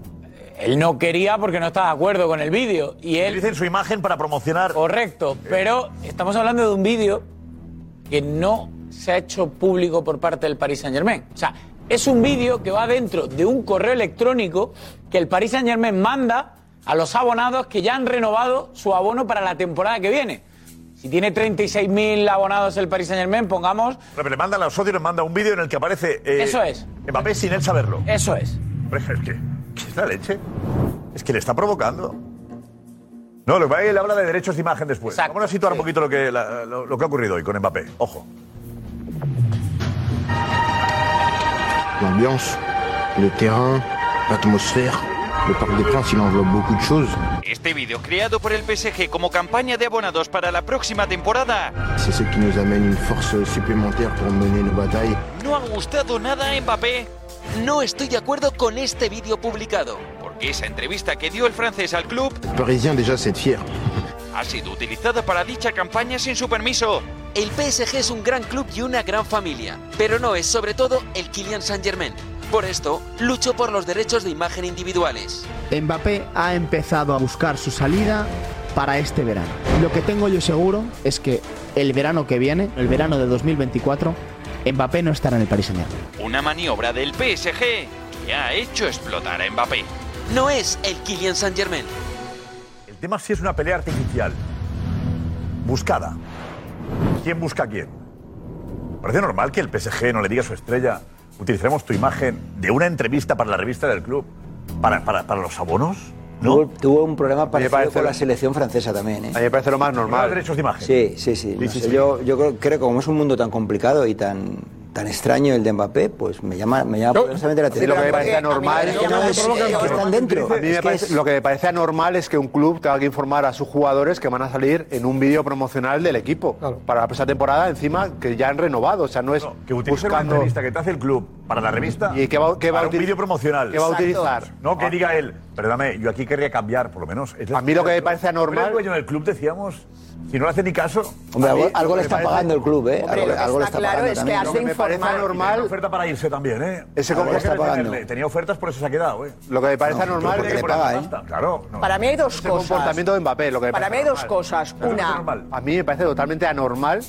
S21: Él no quería porque no estaba de acuerdo con el vídeo. Y él.
S10: Dicen su imagen para promocionar. eh,
S21: Correcto, pero estamos hablando de un vídeo que no se ha hecho público por parte del Paris Saint Germain. O sea, es un vídeo que va dentro de un correo electrónico que el Paris Saint Germain manda a los abonados que ya han renovado su abono para la temporada que viene. Si tiene 36.000 abonados el Paris Saint Germain, pongamos.
S10: Pero le manda a los socios, le manda un vídeo en el que aparece. eh,
S21: Eso es.
S10: Mbappé sin él saberlo.
S21: Eso es.
S10: Pero es que, que es la leche. Es que le está provocando. No, lo que pasa es que él habla de derechos de imagen después. Vamos a situar un poquito lo que, la- lo, lo que ha ocurrido hoy con Mbappé. Ojo.
S22: L'ambiance, le terrain, l'atmosphère. Le Parc des Princes, il enveloppe beaucoup de choses.
S8: Este vídeo, creado por el PSG como campaña de abonados para la próxima temporada,
S22: C'est ce qui nous amène une force supplémentaire pour mener nos batailles.
S8: no ha gustado nada a Mbappé. No estoy de acuerdo con este vídeo publicado, porque esa entrevista que dio el francés al club
S22: Les Parisiens, déjà, c'est fier.
S8: ha sido utilizada para dicha campaña sin su permiso. El PSG es un gran club y una gran familia, pero no es sobre todo el Kylian Saint-Germain. Por esto, luchó por los derechos de imagen individuales.
S9: Mbappé ha empezado a buscar su salida para este verano. Lo que tengo yo seguro es que el verano que viene, el verano de 2024, Mbappé no estará en el Paris Saint-Germain.
S8: Una maniobra del PSG que ha hecho explotar a Mbappé. No es el Kylian Saint-Germain.
S10: El tema sí es una pelea artificial. Buscada. ¿Quién busca a quién? Parece normal que el PSG no le diga a su estrella, utilicemos tu imagen de una entrevista para la revista del club, para, para, para los abonos.
S16: Tuvo, tuvo un problema parecido
S10: parece-
S16: con la selección francesa también. ¿eh?
S10: A mí me parece lo más normal. Los derechos de imagen.
S16: Sí, sí, sí. no sé, Yo, yo creo, creo que como es un mundo tan complicado y tan, tan extraño el de Mbappé, pues me llama, me llama poderosamente la
S17: A mí
S16: atención.
S17: lo que me parece anormal
S16: Es que no es- es que están dentro.
S17: A mí me
S16: Es que
S17: parece-
S16: es-
S17: lo que me parece anormal es que un club tenga que informar a sus jugadores que van a salir en un vídeo promocional del equipo para la próxima temporada, encima que ya han renovado, o sea, no es
S10: Que utilicen una entrevista que te hace el club para la revista.
S17: ¿Y qué va, qué va
S10: para
S17: a
S10: un
S17: util-
S10: vídeo promocional.
S17: qué va a utilizar? Ah.
S10: No, que diga él, perdóname, yo aquí querría cambiar, por lo menos. Es la-
S17: A mí lo que me parece anormal-
S10: ¿No era el dueño del club, decíamos. Si no le hace ni caso.
S16: Hombre,
S10: A mí
S16: algo- algo le
S10: me
S16: está
S10: parece-
S16: pagando el club, ¿eh? Hombre, Algo- lo que algo le está está claro pagando es que también. hace
S10: Lo me parece
S16: informar.
S10: anormal. Tenía oferta para irse también, ¿eh?
S17: Ese
S10: Algo
S17: contrato
S10: que
S17: está
S10: tenerle.
S17: pagando.
S10: Tenía ofertas, por eso se ha quedado, ¿eh?
S17: Lo que me parece
S10: No,
S17: anormal
S10: porque
S17: es que
S10: por
S17: le
S10: la
S17: paga, ¿eh?
S10: pasta, Claro. no.
S15: Para mí hay dos
S17: Es el
S15: cosas.
S17: comportamiento de Mbappé. Lo que me
S15: Para
S17: parece
S15: mí hay dos
S17: normal.
S15: cosas.
S17: Pero no es
S15: Una, Pues
S17: normal. A mí me parece totalmente anormal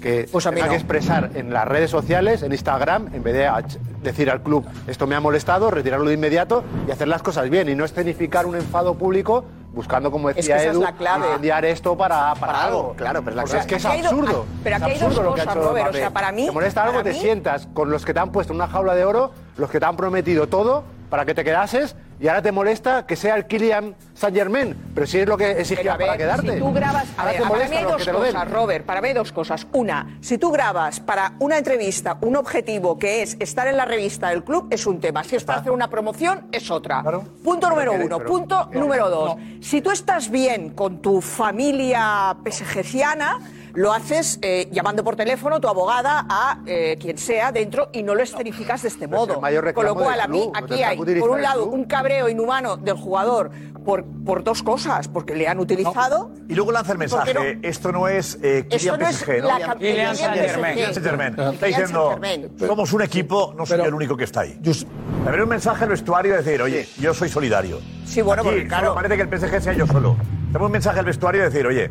S17: que
S15: a mí
S17: tenga
S15: no.
S17: que expresar en las redes sociales, en Instagram, en vez de a- decir al club esto me ha molestado, retirarlo de inmediato y hacer las cosas bien y no escenificar un enfado público buscando, como
S15: Es que
S17: decía
S15: esa es
S17: Edu,
S15: la clave.
S17: incendiar esto para, para, algo. Claro, pero
S15: la
S17: es,
S15: clave.
S17: que es
S15: Aquí hay dos-
S17: absurdo.
S15: ah, pero
S17: Es
S15: aquí hay dos
S17: absurdo lo que ha
S15: cosas,
S17: hecho
S15: Robert, o
S17: Mbappé.
S15: sea, para mí-
S17: Te molesta algo,
S15: para
S17: te
S15: mí-
S17: sientas con los que te han puesto en una jaula de oro, los que te han prometido todo para que te quedases y ahora te molesta que sea el Kylian Saint Germain. Pero si es lo que
S15: Pero
S17: exigía
S15: a ver,
S17: para quedarte.
S15: Si tú grabas, a
S17: Ahora
S15: ver, para
S17: te
S15: mí
S17: molesta
S15: hay
S17: los
S15: dos
S17: que te lo den.
S15: cosas, Robert, para mí hay dos cosas. Una, si tú grabas para una entrevista un objetivo que es estar en la revista del club, es un tema. Si es para hacer una promoción, es otra. Punto número
S19: Pero que-
S15: uno.
S19: pero-
S15: Punto número dos. Si tú estás bien con tu familia pesejeciana, lo haces eh, llamando por teléfono a tu abogada a eh, quien sea dentro y no lo escenificas de este modo.
S17: mayor
S15: Con lo
S17: reclamo
S15: cual,
S17: del
S15: a mí
S17: club,
S15: aquí
S17: tendrá
S15: hay,
S17: que utilizar
S15: por un
S17: el
S15: lado,
S17: club.
S15: un cabreo inhumano del jugador por, por dos cosas, porque le han utilizado.
S10: Y luego lanza el mensaje,
S15: Porque
S10: esto no es eh,
S15: Esto
S10: Kylian
S15: no es
S10: PSG, ¿no?
S15: la cap- Kylian Kylian Saint-Germain.
S10: Kylian Saint-Germain.
S15: Kylian
S10: Está diciendo,
S15: Saint-Germain.
S10: somos un equipo, no soy el único que está ahí. También un mensaje al vestuario de decir, oye, yo soy solidario.
S15: Sí, bueno,
S10: Aquí
S15: porque, claro.
S10: solo parece que el PSG sea yo solo. Damos un mensaje al vestuario de decir, oye,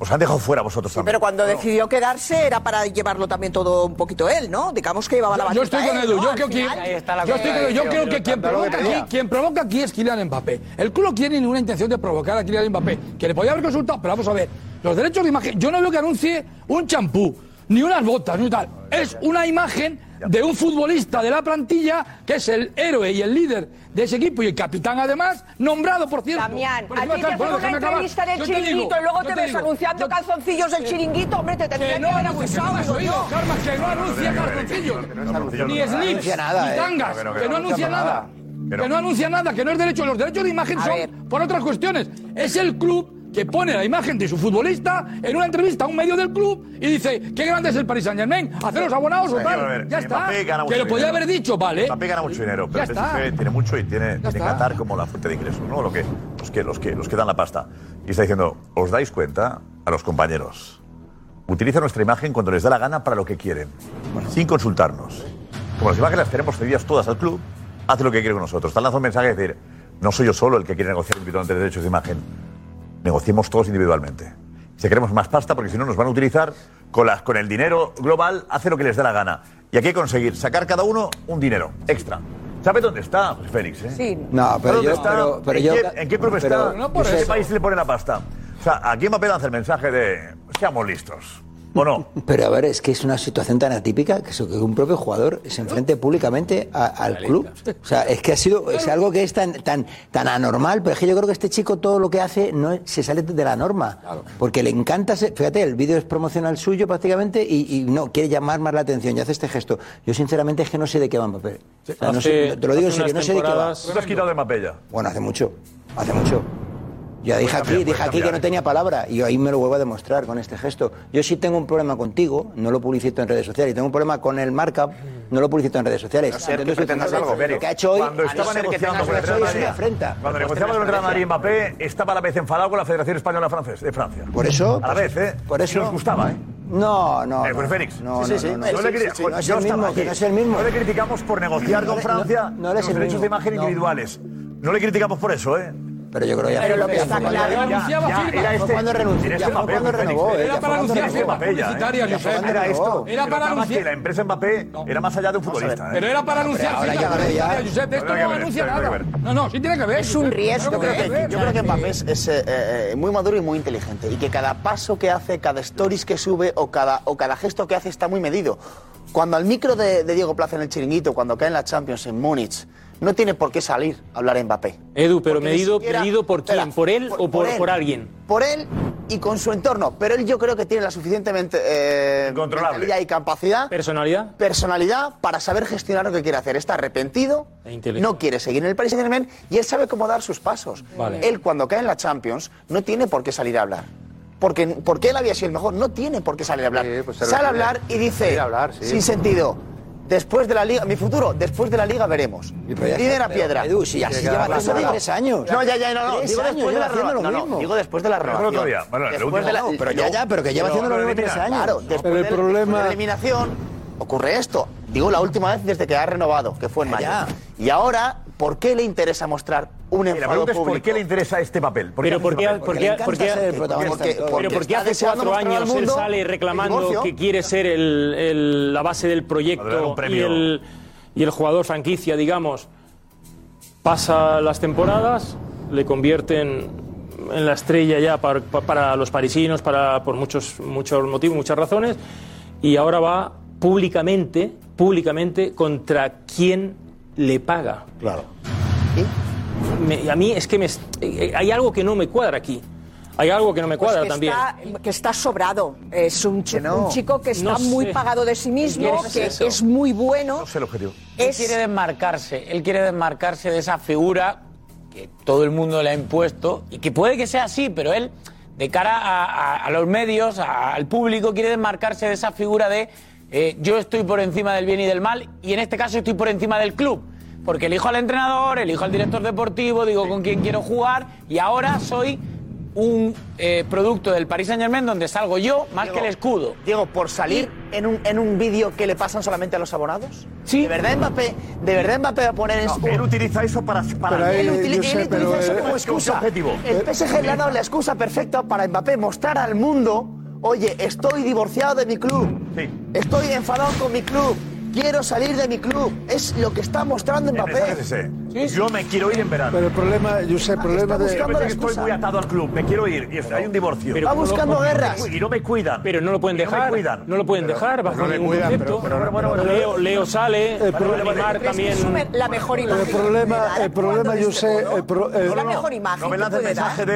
S10: os han dejado fuera vosotros también.
S15: Pero cuando decidió quedarse era para llevarlo también todo un poquito él, ¿no? Digamos que llevaba la
S18: Yo, yo
S15: batuta
S18: estoy con
S15: él,
S18: Edu.
S15: ¿no?
S18: Yo
S15: Al
S18: creo que,
S15: final.
S18: yo estoy con Edu, yo creo que quien provoca, aquí, quien provoca aquí es Kylian Mbappé. El club no tiene ninguna intención de provocar a Kylian Mbappé. Que le podía haber consultado, pero vamos a ver. Los derechos de imagen. Yo no veo que anuncie un champú, ni unas botas, ni tal. Es una imagen de un futbolista de la plantilla que es el héroe y el líder de ese equipo y el capitán además, nombrado por cierto.
S4: Damián,
S18: Por
S4: a ti
S18: encima
S4: te
S18: de-
S4: hacen
S18: bueno,
S4: una
S18: déjame acabar.
S4: entrevista del
S18: Yo te digo,
S4: chiringuito y luego
S18: yo
S4: te
S18: te
S4: ves
S18: digo,
S4: anunciando calzoncillos del chiringuito, hombre, te tendría
S18: Que
S4: que
S18: no
S4: haber
S18: anuncia, que
S4: abusado,
S18: no has
S4: digo
S18: oído,
S4: yo.
S18: Karma, que no anuncia calzoncillos. Ni
S10: No
S18: slips,
S10: anuncia
S18: ni
S10: nada, eh.
S18: tangas,
S10: Pero que
S18: que
S10: no
S18: no anuncia
S10: anuncia
S18: nada.
S10: nada. Pero-
S18: Que no anuncia nada, que no es derecho. Los derechos de imagen son por otras cuestiones. Es el club que pone la imagen de su futbolista en una entrevista a un medio del club y dice, qué grande es el Paris Saint Germain, haceros abonados o
S10: Sí, a ver,
S18: tal. Ya está.
S10: Mbappé gana mucho
S18: Que lo podía
S10: dinero.
S18: haber dicho, vale.
S10: Mbappé gana mucho dinero, pero
S18: Ya
S10: el
S18: está.
S10: PSG tiene mucho y tiene, tiene
S18: está.
S10: Qatar como la fuente de ingresos, ¿no? Lo que, los, que, los, que, los que dan la pasta. Y está diciendo, ¿os dais cuenta a los compañeros? Utiliza nuestra imagen cuando les da la gana para lo que quieren, sin consultarnos. Como las imágenes las tenemos cedidas todas al club, hace lo que quiere con nosotros. Están lanzando un mensaje de decir, no soy yo solo el que quiere negociar individualmente derechos de imagen. Negociemos todos individualmente. Si queremos más pasta, porque si no nos van a utilizar con, las, con el dinero global, hace lo que les da la gana. Y aquí hay que conseguir sacar cada uno un dinero extra. ¿Sabe dónde está José Félix? eh?
S15: Sí.
S16: No, pero
S10: ¿Dónde
S16: yo-
S10: está?
S16: pero- pero
S10: ¿En,
S16: yo-
S10: qué, en qué club
S16: pero-
S10: está?
S16: no por
S10: ¿En qué
S16: eso.
S10: país le pone la pasta? O sea, aquí Mbappé lanza el mensaje de seamos listos. ¿O no?
S16: Pero a ver, es que es una situación tan atípica que eso- que un propio jugador se enfrente públicamente a- al club. O sea, es que ha sido es algo que es tan, tan, tan anormal, pero es que yo creo que este chico todo lo que hace no es- se sale de la norma. Porque le encanta, ser- fíjate, el vídeo es promocional suyo prácticamente y, y no quiere llamar más la atención y hace este gesto. Yo sinceramente es que no sé de qué va Mbappé. O sea, no sé- te lo digo en serio, no sé de qué va.
S10: ¿Cuándo te has quitado de Mbappé ya?
S16: Bueno, hace mucho, hace mucho. Ya dije aquí, dije aquí que no tenía palabra y ahí me lo vuelvo a demostrar con este gesto. Yo sí tengo un problema contigo, no lo publicito en redes sociales, y tengo un problema con el markup, no lo publicito en redes sociales.
S10: A no ser que
S16: Entonces,
S10: pretendas
S16: entonces,
S10: algo,
S16: Lo que ha hecho hoy,
S10: Cuando
S16: a no
S10: estaba
S16: ser que
S10: negociando
S16: tengas
S10: con el
S16: razón,
S10: Real
S16: es
S10: Madrid,
S16: una afrenta.
S10: cuando
S16: Pues
S10: negociaba con el Real Madrid Mbappé, estaba a la vez enfadado con la Federación Española de la Francia. De Francia.
S16: Por eso-
S10: A la vez, ¿eh?
S16: por eso-
S10: Y nos gustaba, ¿eh?
S16: No, no.
S10: Eh, pues
S16: no,
S10: Félix.
S16: No,
S10: Sí,
S16: no,
S10: sí, sí.
S16: no, no.
S10: No le cri-
S16: No es
S10: yo
S16: el
S10: estaba
S16: mismo,
S10: aquí.
S16: que no es el mismo.
S10: No le criticamos por negociar
S16: No
S10: con
S16: le- no-
S10: Francia
S16: no le es
S10: los
S16: el
S10: derechos
S16: mismo.
S10: de imagen
S16: No.
S10: individuales. No le criticamos por eso, ¿eh?
S16: Pero yo creo ya
S10: Pero
S16: fue
S10: lo
S16: cuando-
S10: que está
S16: cuando-
S10: claro-
S16: ya-
S10: Anunciaba
S16: ya
S10: firma.
S16: era
S10: Fue
S16: este-
S10: cuando renunció,
S16: era este
S10: ya fue
S16: Mbappé,
S10: cuando
S16: fue
S10: renovó,
S16: Félix.
S10: eh,
S16: Era
S10: ya fue
S16: para
S10: cuando
S16: anunciar
S10: renovó.
S16: firmas
S10: Mbappé ya, ¿eh?
S16: publicitarias,
S10: Ya fue cuando
S16: Josep.
S10: Era esto.
S16: Era
S10: Pero
S16: para
S10: nada más que
S16: anunciar-
S10: La empresa Mbappé era más allá de un futbolista. ¿eh?
S18: Pero era para
S10: No, hombre,
S18: anunciar
S10: ahora
S18: ficha
S10: ya-
S18: de
S10: ya-
S18: Valencia, Josep, esto
S10: Habrá que
S18: no
S10: ver,
S18: anuncia
S10: habrá que
S18: nada.
S10: ver.
S18: No, no, sí tiene que ver.
S11: Es un
S18: Josep,
S11: riesgo. ¿eh? Yo
S18: claro
S11: creo
S18: que
S11: que,
S18: ver, claro
S11: yo creo que
S18: que
S11: Mbappé
S18: ver.
S11: es, es, eh, eh, muy maduro y muy inteligente. Y que cada paso que hace, cada stories que sube o cada, o cada gesto que hace está muy medido. Cuando al micro de, de Diego Plaza en el chiringuito, cuando cae en la Champions en Múnich, no tiene por qué salir a hablar Mbappé.
S7: Edu, pero
S11: Porque ni
S7: medido,
S11: siquiera-
S7: medido por quién,
S11: espera,
S7: por él o por,
S11: él. Eh,
S7: por alguien.
S11: Por él y con su entorno. Pero él yo creo que tiene la suficientemente eh, mentalidad y capacidad.
S7: Personalidad.
S11: Personalidad para saber gestionar lo que quiere hacer. Está arrepentido,
S7: E inteligente.
S11: no quiere seguir en el Paris Saint Germain y él sabe cómo dar sus pasos.
S7: Vale.
S11: Él cuando cae en la Champions no tiene por qué salir a hablar. Porque, porque él había sido el mejor, no tiene por qué salir a hablar.
S16: pues
S17: se
S11: Sale a
S17: refiere-
S11: hablar y dice,
S17: salir a hablar, sí.
S11: sin sentido, después de la liga, mi futuro, después de la liga veremos.
S16: pero pues ya
S11: Primera
S16: está,
S11: piedra.
S16: Edu, si ya
S11: Tiene
S16: se
S11: que
S16: lleva
S11: dar la
S16: haciendo
S11: cara.
S16: tres años.
S11: No, ya, ya, no, no.
S16: Tres
S11: Digo
S16: años lleva
S11: después de la
S16: haciendo lo
S11: renovación. No,
S16: mismo.
S11: no, digo después de la
S16: Pero
S11: renovación.
S16: otro día. Bueno, el
S11: después
S16: último
S11: de la,
S16: no, pero ya, ya, pero que lleva haciendo lo mismo tres años.
S11: Claro, después
S16: Pero el
S11: de- después
S16: problema-
S11: de la eliminación ocurre esto. Digo la última vez desde que ha renovado, que fue en mayo.
S10: Ah, Ya.
S11: Y ahora, ¿por qué le interesa mostrar un
S10: Y la
S11: enfado
S10: pregunta es
S11: público?
S10: por qué le interesa este papel.
S11: Pero ¿por qué-
S10: hace este
S11: por
S10: papel?
S11: qué- Le encanta por qué- ser el protagonista de todo.
S10: porque
S11: Pero
S7: ¿Por qué
S11: Está
S7: hace
S11: deseando
S7: cuatro
S11: mostrar al
S7: años él
S11: mundo
S7: sale
S11: el
S7: reclamando
S11: divorcio.
S7: que quiere ser el- el- la base del
S10: Va a dar
S7: proyecto
S10: un
S7: y
S10: premio.
S7: el, y el jugador franquicia, digamos, pasa las temporadas, le convierten en la estrella ya par- pa- para, los parisinos, para, por muchos, muchos motivos, muchas razones, y ahora va públicamente, públicamente contra quien le paga.
S17: Claro.
S7: Me- a mí es que me, es- eh, eh, hay algo que no me cuadra aquí. Hay algo que no me
S15: Pues
S7: cuadra
S15: que
S7: también.
S15: Está, que está sobrado. Es un, chi-
S7: no.
S15: un chico que está
S7: No
S15: muy
S7: sé.
S15: pagado de sí mismo,
S21: ¿Quieres
S15: que
S21: eso?
S15: es muy bueno.
S10: el objetivo.
S21: Él quiere desmarcarse, él quiere desmarcarse de esa figura que todo el mundo le ha impuesto y que puede que sea así, pero él, de cara a, a- a los medios, a- al público, quiere desmarcarse de esa figura de eh, yo estoy por encima del bien y del mal y en este caso estoy por encima del club. Porque elijo al entrenador, elijo al director deportivo, digo con quién quiero jugar y ahora soy un eh, producto del Paris Saint Germain donde salgo yo más que el escudo.
S11: Diego, por salir en un, en un vídeo que le pasan solamente a los abonados?
S21: Sí.
S11: ¿De verdad Mbappé, de verdad Mbappé va a poner en su...
S10: Él utiliza eso para... Este
S11: Pero
S10: para
S11: él,
S10: Él
S11: utili-
S10: utiliza
S11: él utiliza eso como excusa. El PSG le ha dado la excusa perfecta para Mbappé mostrar al mundo, oye, estoy divorciado de mi club, estoy enfadado con mi club, quiero salir de mi club. Es lo que está mostrando Mbappé.
S10: Yo me quiero ir en verano.
S14: Pero el problema, yo
S7: Ah,
S14: sé, el problema
S10: Está
S14: de.
S10: buscando la excusa. Estoy muy atado al club, me quiero ir. Y hay un divorcio.
S7: Pero como no-
S10: Y no me cuidan.
S7: Pero no lo pueden
S10: Y no me
S7: dejar. No,
S10: cuidan.
S7: lo pueden
S10: Pero-
S7: dejar
S10: pero
S7: bajo
S10: no le
S7: ningún
S10: cuidan,
S7: concepto.
S10: pero- pero- pero-
S7: Leo, Leo sale,
S14: El problema-
S7: Neymar también.
S15: La mejor imagen.
S14: El problema, el problema, yo sé. el pro- el-
S15: La este mejor imagen.
S10: No me
S15: que
S10: lance el
S15: puede dar.
S10: mensaje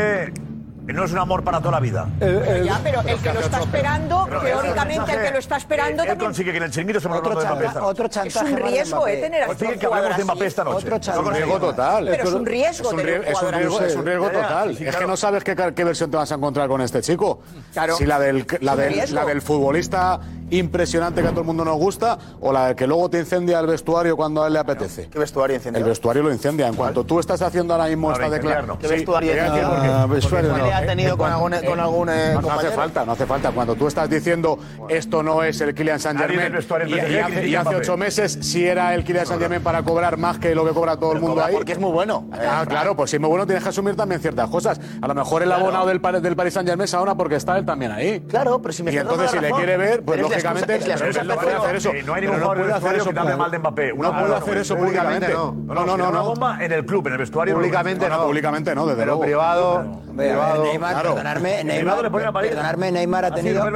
S10: de No es un amor para toda la vida.
S15: Eh, Ya, pero el que lo está esperando,
S10: Pero
S15: teóricamente
S10: ese eh,
S15: el que lo está esperando
S10: Él
S15: también
S10: consigue que en el chiringuito se hablando de Mbappé esta noche.
S15: otro chantaje Es un más de riesgo, Mbappé. eh, tener a
S10: Consigue
S15: estos
S10: que hablemos de
S15: jugadores
S10: Mbappé esta
S15: así.
S10: noche.
S15: Otro
S10: No
S15: chantaje.
S3: un
S10: consigue
S3: riesgo
S10: nada.
S3: total.
S15: Pero es un riesgo
S3: Es un
S15: tener
S3: riesgo, es un
S15: jugadores
S3: riesgo-
S15: así.
S3: es un riesgo
S15: Ya, ya.
S3: total.
S15: Sí,
S3: Es que no sabes qué, qué versión te vas a encontrar con este chico.
S15: Claro.
S3: Si la del, la,
S15: Es un
S3: del,
S15: riesgo.
S3: la del futbolista impresionante que a todo el mundo nos gusta o la del que luego te incendia el vestuario cuando a él le apetece. ¿Qué
S11: vestuario incendia?
S3: El vestuario lo incendia. En cuanto tú estás haciendo ahora mismo esta declaración.
S11: ¿Qué vestuario tiene? Ah, vestuario no. ha tenido con algún- con algún, eh,
S3: no, no hace
S11: compañero?
S3: falta, no hace falta. Cuando tú estás diciendo esto no es el Kylian San
S10: Nadie
S3: Germain
S10: del vestuario
S3: y,
S10: del
S3: y
S10: PSG
S3: hace, y
S10: critica a
S3: hace
S10: Mbappé.
S3: ocho meses si era el Kylian San Germain para cobrar más que lo que cobra todo el mundo
S10: cobra
S3: ahí.
S10: porque
S11: es muy bueno.
S3: Ah, claro, pues si es muy bueno tienes que asumir también ciertas cosas. A lo mejor el
S11: Claro.
S3: abonado del, Par- del Paris Saint Germain es ahora porque está él también ahí.
S11: Claro, pero si me
S3: Y
S11: estás
S3: entonces si
S11: dando
S3: le
S11: la
S3: quiere
S11: razón,
S3: ver, pues
S11: pero es la
S3: lógicamente
S11: excusa- es
S3: pero
S11: la
S3: él
S11: excusa
S3: no puede
S11: perfecta.
S3: hacer eso.
S11: Sí, no
S3: Pero
S11: hay ningún
S3: no
S11: jugador
S3: puede
S11: del
S3: hacer
S11: vestuario
S3: eso
S11: que hable mal de
S10: Mbappé.
S3: No puede hacer eso públicamente.
S10: No,
S3: No, no, no,
S10: Una
S3: no.
S10: bomba en el club, en el vestuario.
S3: Públicamente no. Públicamente no, desde
S17: Pero
S3: luego.
S17: privado,
S16: Hombre, a ver, Neymar, perdonarme, Neymar, perdonarme, Neymar ha tenido,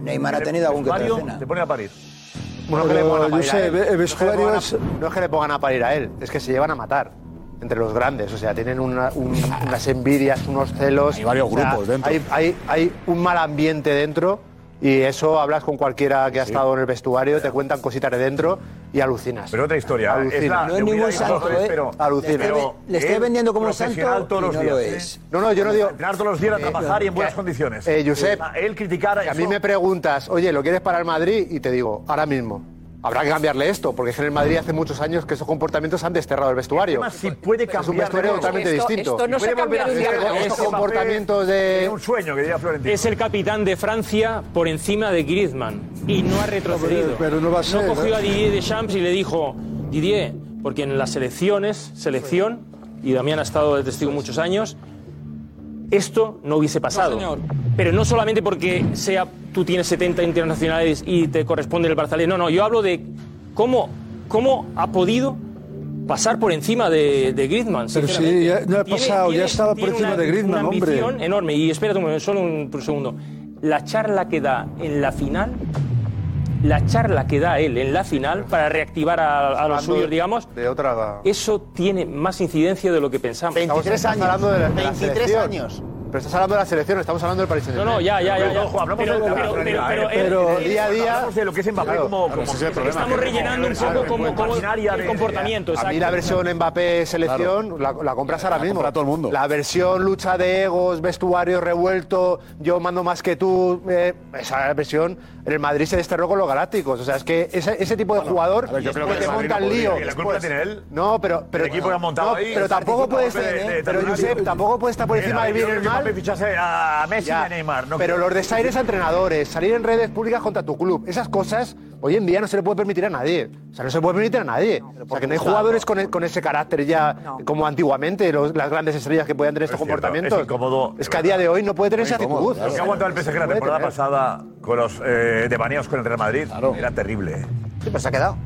S16: Neymar ha tenido algún que otra escena.
S10: Te ponen a parir.
S17: No es que le pongan a
S14: Pero,
S17: parir
S14: Josep, el
S17: a él. No es que le
S14: vestuario
S17: pongan a-
S14: es-
S17: No es que le pongan a parir a él, es que se llevan a matar. Entre los grandes, o sea, tienen una- un- unas envidias, unos celos.
S3: Hay varios
S17: o sea,
S3: grupos dentro.
S17: Hay, hay- hay un mal ambiente dentro y eso hablas con cualquiera que ha estado en el vestuario, te cuentan cositas de dentro y alucinas. Pero
S10: otra historia.
S16: no es ningún santo, ¿eh? le
S17: alucinas.
S16: estoy, ve- le estoy vendiendo como un santo
S10: profesional todos
S16: y
S10: los
S16: no
S10: días,
S16: lo
S10: ¿eh?
S16: es.
S17: No, no, yo no digo.
S10: Entrenar todos los días a trabajar y en buenas condiciones.
S17: Eh, Josep,
S10: Ah, Él criticar
S17: que a mí me preguntas, oye, ¿lo quieres para el Madrid? Y te digo, ahora mismo. Habrá que cambiarle esto, porque es que en el Madrid hace muchos años que esos comportamientos han desterrado el vestuario.
S10: Además, si puede cambiar.
S17: es un vestuario totalmente distinto.
S7: no
S17: Si
S7: se
S17: puede volver
S7: cambia
S17: a
S7: de un día
S17: hacer este
S7: para
S17: estos
S7: otro.
S17: comportamientos de.
S10: Un sueño, que diría Florentino.
S7: Es el capitán de Francia por encima de Griezmann y no ha retrocedido.
S14: Pero- pero no va a ser,
S7: cogió
S14: ¿eh?
S7: a Didier Deschamps y le dijo, Didier, porque en las selecciones, selección, y Damián ha estado de testigo muchos años, esto no hubiese pasado. Pero no solamente porque sea tú tienes 70 internacionales y te corresponde el Barzalés. No, no, yo hablo de cómo, cómo ha podido pasar por encima de, de Griezmann.
S14: Pero sí,
S7: sinceramente.
S14: ya- no ha
S7: Tiene-
S14: pasado, ya
S7: tiene-
S14: estaba por
S7: tiene
S14: encima
S7: una-
S14: de Griezmann,
S7: una
S14: hombre.
S7: ambición enorme. Y espérate un momento, solo un, un segundo. La charla que da en la final, la charla que da él en la final para reactivar a, a los
S17: Hablando
S7: suyos, digamos,
S17: De otra.
S7: eso tiene más incidencia de lo que pensamos.
S17: Estamos hablando de la- de la selección.
S7: años.
S17: Pero estás hablando de la selección, estamos hablando del Paris
S7: No,
S17: Saint-Germain.
S7: no, ya, ya, ya. ya.
S10: Ojo, hablamos
S7: Pero-
S10: de la
S7: pero- pero-
S10: realidad, ¿eh?
S7: pero-
S10: Pero
S7: él-
S10: día a día- Hablamos de lo que es Mbappé como- como-
S3: ese es el problema.
S7: Estamos rellenando un poco como, como
S10: Maquinaria de-
S7: el comportamiento.
S17: A mí
S7: exacto.
S17: la versión Mbappé selección la, la compras ahora mismo.
S3: compra todo el mundo.
S17: La versión lucha de egos, vestuario revuelto, yo mando más que tú. eh, esa versión en el Madrid se desterró con los galácticos. O sea, es que ese, ese tipo de jugador
S10: a ver, yo creo
S17: que
S10: que
S17: te
S10: el Madrid
S17: monta
S10: no
S17: el lío.
S10: podría, que la culpa
S17: después.
S10: la tiene él.
S17: No, pero. pero
S10: El equipo que ha montado
S17: no,
S10: ahí.
S17: Pero tampoco
S10: Participa,
S17: puede
S10: hombre,
S17: estar.
S10: de- de
S17: Pero
S10: terrorismo.
S17: Josep, tampoco puede estar por
S10: Mira,
S17: encima del
S10: yo
S17: bien y
S10: creo
S17: el
S10: que
S17: mal.
S10: Mbappé fichase a Messi y
S17: Ya,
S10: a Neymar, no
S17: pero
S10: creo.
S17: los desaires a entrenadores, salir en redes públicas contra tu club, esas cosas hoy en día no se le puede permitir a nadie. O sea, no se puede permitir a nadie. o sea, que no hay jugadores con, con ese carácter ya como antiguamente, los- las grandes estrellas que podían tener estos comportamientos.
S10: es incómodo,
S17: Es que a día de hoy no puede tener esa actitud.
S10: Lo que ha aguantado el PSG la
S17: Puede
S10: temporada
S17: tener.
S10: pasada con los eh, devaneos con el Real Madrid era terrible.
S11: Sí, pero se ha quedado.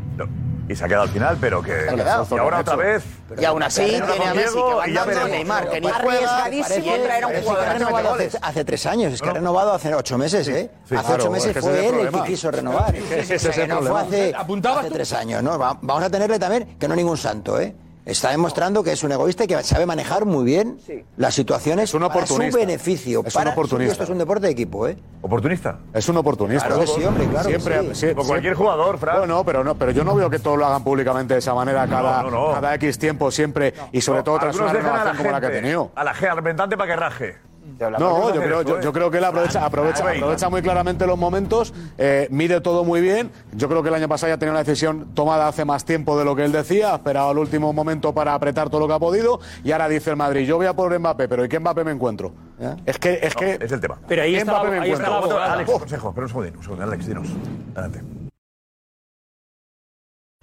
S10: Y se ha quedado al final, pero que.
S11: Se ha quedado.
S10: Y ahora otra vez.
S11: Y aún así
S10: Pero
S11: tiene a Messi,
S10: Diego,
S11: que
S10: y ya
S11: va andando,
S10: veremos.
S11: Neymar, que ni juega.
S15: arriesgadísimo traer a un
S16: Parece
S15: jugador
S16: que
S15: que no mete
S16: ha renovado
S15: goles.
S16: hace, hace tres años, es que ha renovado hace ocho meses, ¿eh?
S15: sí,
S16: hace
S15: claro,
S16: ocho
S15: es
S16: meses
S15: que ese es el
S16: fue él el que
S15: problema.
S16: quiso renovar.
S15: Ese es
S16: O sea,
S15: el
S16: que no fue
S15: problema.
S16: hace,
S15: ¿Apuntabas
S16: hace
S15: tú?
S16: tres años, ¿no? Va- Vamos a tenerle también que no es ningún santo, ¿eh? Está demostrando que es un egoísta y que sabe manejar muy bien las situaciones
S3: Es un
S16: para su
S3: oportunista.
S16: beneficio.
S3: Es un
S16: para su-
S3: oportunista.
S16: Esto es un deporte de equipo, ¿eh?
S10: ¿Oportunista?
S3: Es un oportunista.
S16: Claro que sí, hombre, claro que
S3: Siempre,
S16: sí.
S3: sí,
S16: Como
S3: sí.
S16: cualquier jugador, Fran.
S3: Bueno, pero, no, pero yo no veo que todos lo hagan públicamente de esa manera cada,
S10: no, no.
S3: cada X tiempo, siempre, y sobre todo tras una
S10: Algunos dejan a la
S3: renovación como
S10: gente,
S3: la que ha tenido.
S10: a la gente, al representante para que raje.
S3: No, yo creo, yo, yo creo que él aprovecha, aprovecha,
S10: Ahí,
S3: aprovecha muy claramente los momentos, eh, mide todo muy bien. Yo creo que el año pasado ya tenía una decisión tomada hace más tiempo de lo que él decía, ha esperado al último momento para apretar todo lo que ha podido y ahora dice el Madrid, yo voy a por Mbappé, pero ¿y qué Mbappé me encuentro? ¿Eh? Es que... Es, que
S10: es el tema.
S3: Pero ahí
S10: ¿Qué
S3: está la-
S10: Mbappé me
S3: ahí está
S10: encuentro?
S3: la
S10: Otro-
S3: abogada.
S10: Alex, un consejo, pero un segundín, un segundín, Alex, dinos. Adelante.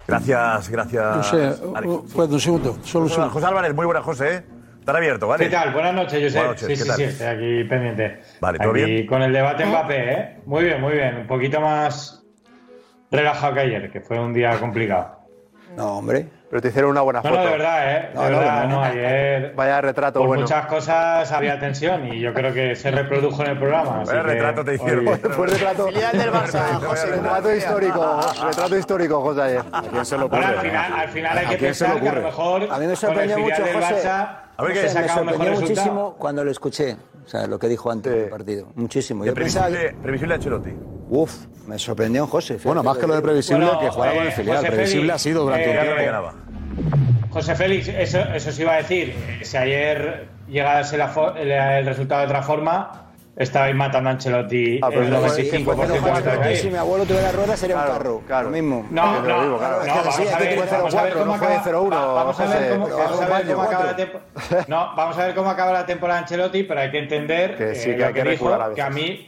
S10: Gracias, gracias.
S14: No sé,
S10: Alex.
S14: o- espérate un segundo, solo un
S10: José,
S14: segundo.
S10: José Álvarez, muy buena, José. ¿eh? Estar abierto, ¿vale?
S1: ¿Qué tal? Buenas noches, Josep.
S10: Buenas noches,
S1: sí,
S10: ¿qué
S1: sí,
S10: tal?
S1: sí,
S23: este.
S1: estoy aquí pendiente.
S10: Vale, ¿todo
S1: Aquí
S10: bien?
S1: Con el debate Mbappé, ¿eh? Muy bien, muy bien. Un poquito más relajado que ayer, que fue un día complicado.
S16: No, hombre.
S17: Pero te hicieron una buena
S1: No,
S17: foto.
S1: no, de verdad, ¿eh? De
S17: No, no,
S1: verdad,
S17: no.
S1: no, ayer.
S17: Vaya retrato,
S1: Por
S17: bueno.
S1: muchas cosas había tensión y yo creo que se reprodujo en el programa. así
S17: Vaya
S1: que
S17: retrato te hicieron.
S1: hoy-
S17: Fue retrato. Retrato histórico, retrato histórico, José. Ayer.
S1: Ahora, al final, al final hay
S17: ¿A
S1: que
S17: quién se
S1: pensar
S17: le
S1: que a lo
S17: ocurre?
S1: mejor
S17: A mí me
S1: con el
S17: sorprendió
S1: filial
S17: mucho,
S1: del
S17: José.
S1: Barça
S16: No sé, me sorprendió muchísimo cuando lo escuché, o sea, lo que dijo antes del partido. Muchísimo. Yo pensaba,
S10: Previsible, previsible Ancelotti.
S16: uff, me sorprendió en José. fíjate
S10: Bueno, más que lo de
S16: digo.
S10: previsible, Bueno, que jugaba
S23: Eh, José Félix, eh, José Félix, eso, eso se iba a decir. Eh, Si ayer llegase la fo- el, el resultado de otra forma, estabais matando a Ancelotti.
S16: Ah, pero
S23: el
S16: no,
S23: 95%
S16: si fuera
S23: de la
S16: Ancelotti,
S23: calle.
S16: si mi abuelo tuviera ruedas sería un carro. Lo mismo.
S23: No, no, no,
S16: Claro, es que
S23: no,
S16: decía
S23: vamos a
S16: que
S23: ver,
S16: fue
S23: vamos a ver
S16: 0-4,
S23: cómo
S16: no fue
S23: acaba-
S16: 0-1,
S23: va- vamos a ver
S16: José,
S23: cómo-
S16: pero
S23: vamos a ver
S16: cuatro,
S23: cómo acaba la
S16: cuatro.
S23: tempo- No, vamos a ver cómo acaba la temporada de Ancelotti, pero hay que entender
S17: Que sí,
S23: eh,
S17: que hay
S23: lo que
S17: que
S23: dijo,
S17: recular a
S23: que
S17: veces.
S23: a mí.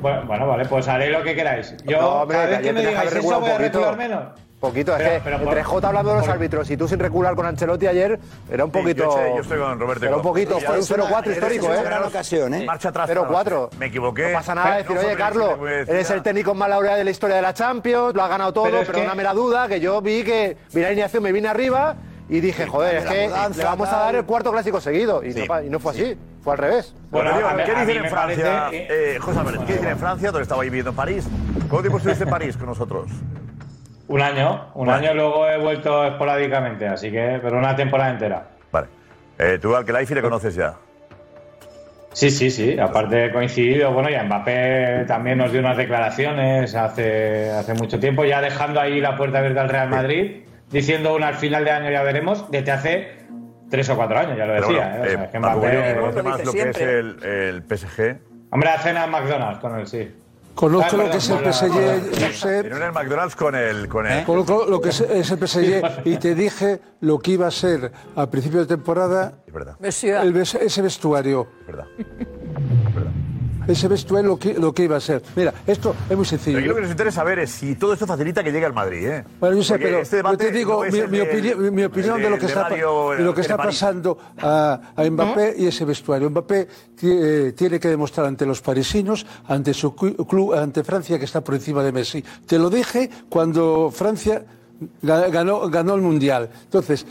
S23: Bueno, bueno, vale, pues haré lo que queráis. Yo,
S17: No, hombre,
S23: cada vez
S17: que
S23: que
S17: ayer
S23: me
S17: tenías que
S23: digáis
S17: haber
S23: eso, voy a
S17: regulado
S23: recular
S17: un
S23: menos.
S17: Poquito, es
S23: Pero-
S17: que
S23: pero por-
S17: entre Jota hablando de los
S23: por-
S17: árbitros y tú sin recular con Ancelotti ayer, era un
S10: Sí,
S17: poquito.
S10: yo estoy- yo estoy con Roberto.
S17: Era un poquito,
S10: Ya,
S17: fue un
S10: es una-
S17: 0-4
S10: eres
S17: histórico,
S10: una
S17: ¿eh?
S10: gran ocasión, ¿eh? Marcha atrás,
S17: 0-4.
S10: me equivoqué.
S17: No pasa nada
S10: No
S17: decir,
S10: fue
S17: oye,
S10: previsible,
S17: Carlos,
S10: voy a decir
S17: eres el
S10: nada".
S17: técnico más laureado de la historia de la Champions, lo has ganado todo,
S10: Pero es
S17: perdóname
S10: que-
S17: la duda, que yo vi que vi la alineación, me vine arriba y dije, joder, es
S10: la
S17: que
S10: mudanza,
S17: le vamos a dar
S10: tal.
S17: el cuarto clásico seguido. Y,
S10: Sí,
S17: no, pa- y no fue
S10: sí.
S17: así, fue al revés.
S10: Bueno,
S17: Pero,
S10: ¿qué
S17: a mí
S10: dicen
S17: me
S10: en Francia?
S17: parece
S10: Eh, José Álvarez, ¿qué dicen en Francia? ¿Dónde estaba viviendo en París? ¿Cuánto tiempo estuviste en París con nosotros?
S23: Un año, un
S10: Vale.
S23: año luego he vuelto esporádicamente, así que, pero una temporada entera.
S10: Vale. Eh, tú al Kelaifi le conoces ya.
S23: Sí, sí, sí, aparte he coincidido, bueno, y a Mbappé también nos dio unas declaraciones hace, hace mucho tiempo, ya dejando ahí la puerta abierta al Real Madrid, diciendo una al final de año ya veremos, desde hace tres o cuatro años, ya lo
S10: Pero
S23: decía.
S10: bueno,
S23: ¿eh? O
S10: eh,
S23: sea, es que
S10: Paco
S23: Mbappé-
S10: Gullo conoce más lo que es el, el PSG.
S23: Hombre, hacen a McDonald's con él, sí.
S14: Conozco
S23: Ah,
S14: lo
S23: perdón,
S14: que es el
S23: con la-
S14: PSG, Josep.
S10: En el McDonald's con el... Con el
S14: Conozco lo que es, es el PSG y te dije lo que iba a ser a principio de temporada el ves- ese vestuario. Ese vestuario lo que, lo que iba a ser. Mira, esto es muy sencillo.
S10: Pero aquí lo que nos interesa saber es si todo esto facilita que llegue al Madrid, ¿eh?
S14: Bueno, yo sé,
S10: Porque
S14: pero yo
S10: este debate
S14: te digo
S10: no es
S14: mi,
S10: el
S14: mi
S10: del-
S14: opinión, mi- mi opinión
S10: el
S14: de lo que
S10: de
S14: está, pa-
S10: Mario,
S14: de lo que
S10: el
S14: está
S10: París.
S14: pasando a, a Mbappé y ese vestuario. Mbappé ti- eh, tiene que demostrar ante los parisinos, ante su cu- club, ante Francia, que está por encima de Messi. Te lo dije cuando Francia ga- ganó, ganó el Mundial. Entonces,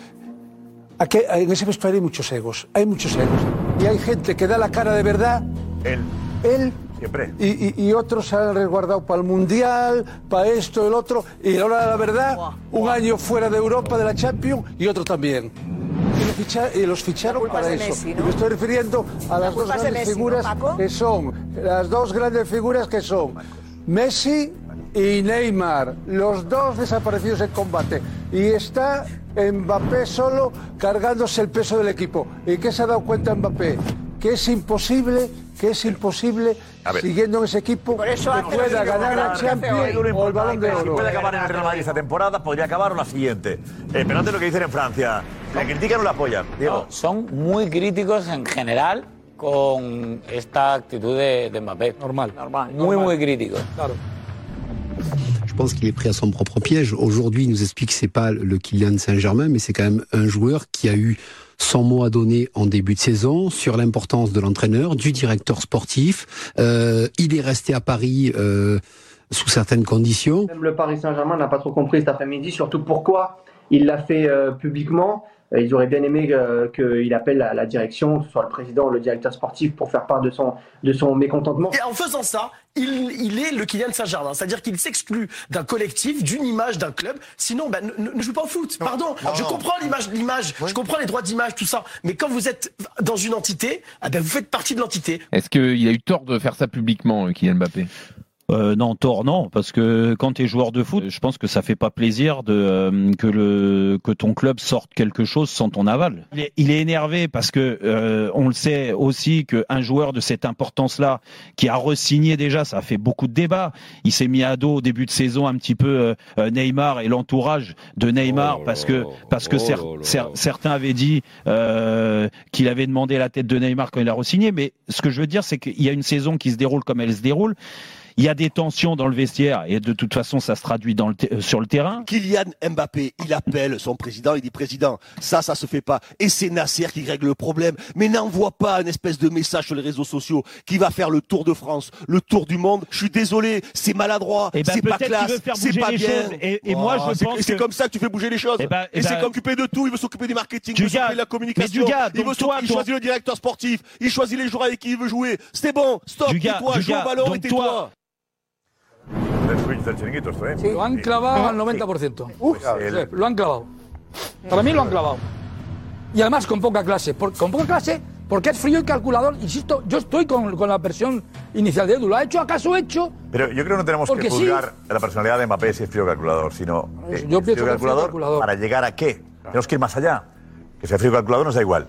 S14: aquí, en ese vestuario hay muchos egos, hay muchos egos. Y hay gente que da la cara de verdad.
S10: Él.
S14: Él.
S10: Siempre.
S14: Y, y- y otros se han resguardado para el Mundial, para esto, el otro. Y a la hora de la verdad, un año fuera de Europa de la Champions y otro también. Y, lo ficha- y los ficharon
S5: culpa es
S14: para
S5: de
S14: eso.
S5: Messi,
S14: Y
S5: ¿no?
S14: Me estoy refiriendo a las dos
S5: culpa es de
S14: grandes
S5: Messi, ¿no,
S14: figuras
S5: Paco?
S14: que son, las dos grandes figuras que son Messi y Neymar, los dos desaparecidos en combate. Y está Mbappé solo cargándose el peso del equipo. ¿Y qué se ha dado cuenta Mbappé? Que es imposible, que es imposible,
S10: A ver.
S14: siguiendo en ese equipo, que pueda ganar la Champions o el Balón de
S10: Si
S14: Oro.
S10: puede acabar en el Real Madrid esta temporada, podría acabar o la siguiente. Eh, pero antes lo que dicen en Francia, ¿la critican o la apoyan? Diego.
S21: No, son muy críticos en general con esta actitud de, de Mbappé. Normal. Muy, muy críticos.
S24: Je pense qu'il est pris à son propre piège. Aujourd'hui, il nous explique que c'est pas le Kylian Saint-Germain, mais c'est quand même un joueur qui a eu son mot à donner en début de saison sur l'importance de l'entraîneur, du directeur sportif. Euh, il est resté à Paris euh, sous certaines conditions.
S25: Même le Paris Saint-Germain n'a pas trop compris cet après-midi, surtout pourquoi il l'a fait euh, publiquement. Euh, Ils auraient bien aimé euh, qu'il appelle à la direction, que ce soit le président ou le directeur sportif, pour faire part de son, de son mécontentement.
S26: Et en faisant ça, il, il est le Kylian Saint-Germain. C'est-à-dire qu'il s'exclut d'un collectif, d'une image, d'un club. Sinon, ben, ne, ne- ne joue pas au foot. Pardon.
S27: Non,
S26: je
S27: non.
S26: comprends l'image, l'image. Je comprends les droits d'image, tout ça. Mais quand vous êtes dans une entité, ah ben, vous faites partie de l'entité.
S28: Est-ce qu'il a eu tort de faire ça publiquement, euh, Kylian Mbappé
S29: Euh, non, tort, non, parce que quand tu es joueur de foot, je pense que ça fait pas plaisir de, euh, que, le, que ton club sorte quelque chose sans ton aval. Il est, il est énervé parce que euh, on le sait aussi qu'un joueur de cette importance-là, qui a re-signé déjà, ça a fait beaucoup de débats. Il s'est mis à dos au début de saison un petit peu euh, Neymar et l'entourage de Neymar parce que, parce que
S28: oh
S29: cer-
S28: là là.
S29: cer- certains avaient dit euh, qu'il avait demandé la tête de Neymar quand il a re-signé, mais ce que je veux dire, c'est qu'il y a une saison qui se déroule comme elle se déroule. Il y a des tensions dans le vestiaire et de toute façon, ça se traduit dans le te- euh, sur le terrain.
S27: Hein Kylian Mbappé, il appelle son président, il dit président, ça, ça se fait pas. Et c'est Nasser qui règle le problème. Mais n'envoie pas un espèce de message sur les réseaux sociaux qui va faire le tour de France, le tour du monde. Je suis désolé, c'est maladroit,
S29: Eh ben,
S27: c'est pas
S29: peut-être
S27: classe,
S29: qu'il veut faire
S27: c'est
S29: bouger
S27: pas
S29: les
S27: bien. Oh,
S29: choses. Et- et moi, je
S27: c'est-
S29: pense
S27: et c'est
S29: que-
S27: comme ça que tu fais bouger les choses.
S29: Eh ben, eh
S27: et
S29: ben-
S27: c'est s'occuper de tout. Il veut s'occuper du marketing, il veut
S29: Du gars-
S27: s'occuper de la communication.
S29: mais du gars,
S27: il, veut
S29: donc
S27: s'occuper-
S29: toi,
S27: il
S29: ton-
S27: choisit le directeur sportif. Il choisit les joueurs avec qui il veut jouer. C'est bon, stop,
S29: Du gars,
S27: tais-toi,
S29: du
S27: joue au
S29: gars,
S27: ballon
S29: donc
S27: et tais-toi.
S29: toi,
S10: El switch del chiringuito, esto, ¿eh?
S18: Lo han clavado al 90%.
S10: Uf,
S18: Josep, Lo han clavado. Para mí lo han clavado. y además con poca clase. Por- con poca clase, porque es frío y calculador. Insisto, yo estoy con, con la versión inicial de Edu. ¿Lo ha hecho acaso hecho?
S10: Pero yo creo que no tenemos
S18: Porque
S10: que
S18: sí.
S10: juzgar la personalidad de Mbappé si es frío calculador, sino eh,
S18: yo pienso
S10: es
S18: que es
S10: frío
S18: frío
S10: calculador,
S18: calculador.
S10: para llegar a qué. Tenemos que ir más allá. Que sea frío calculador nos da igual.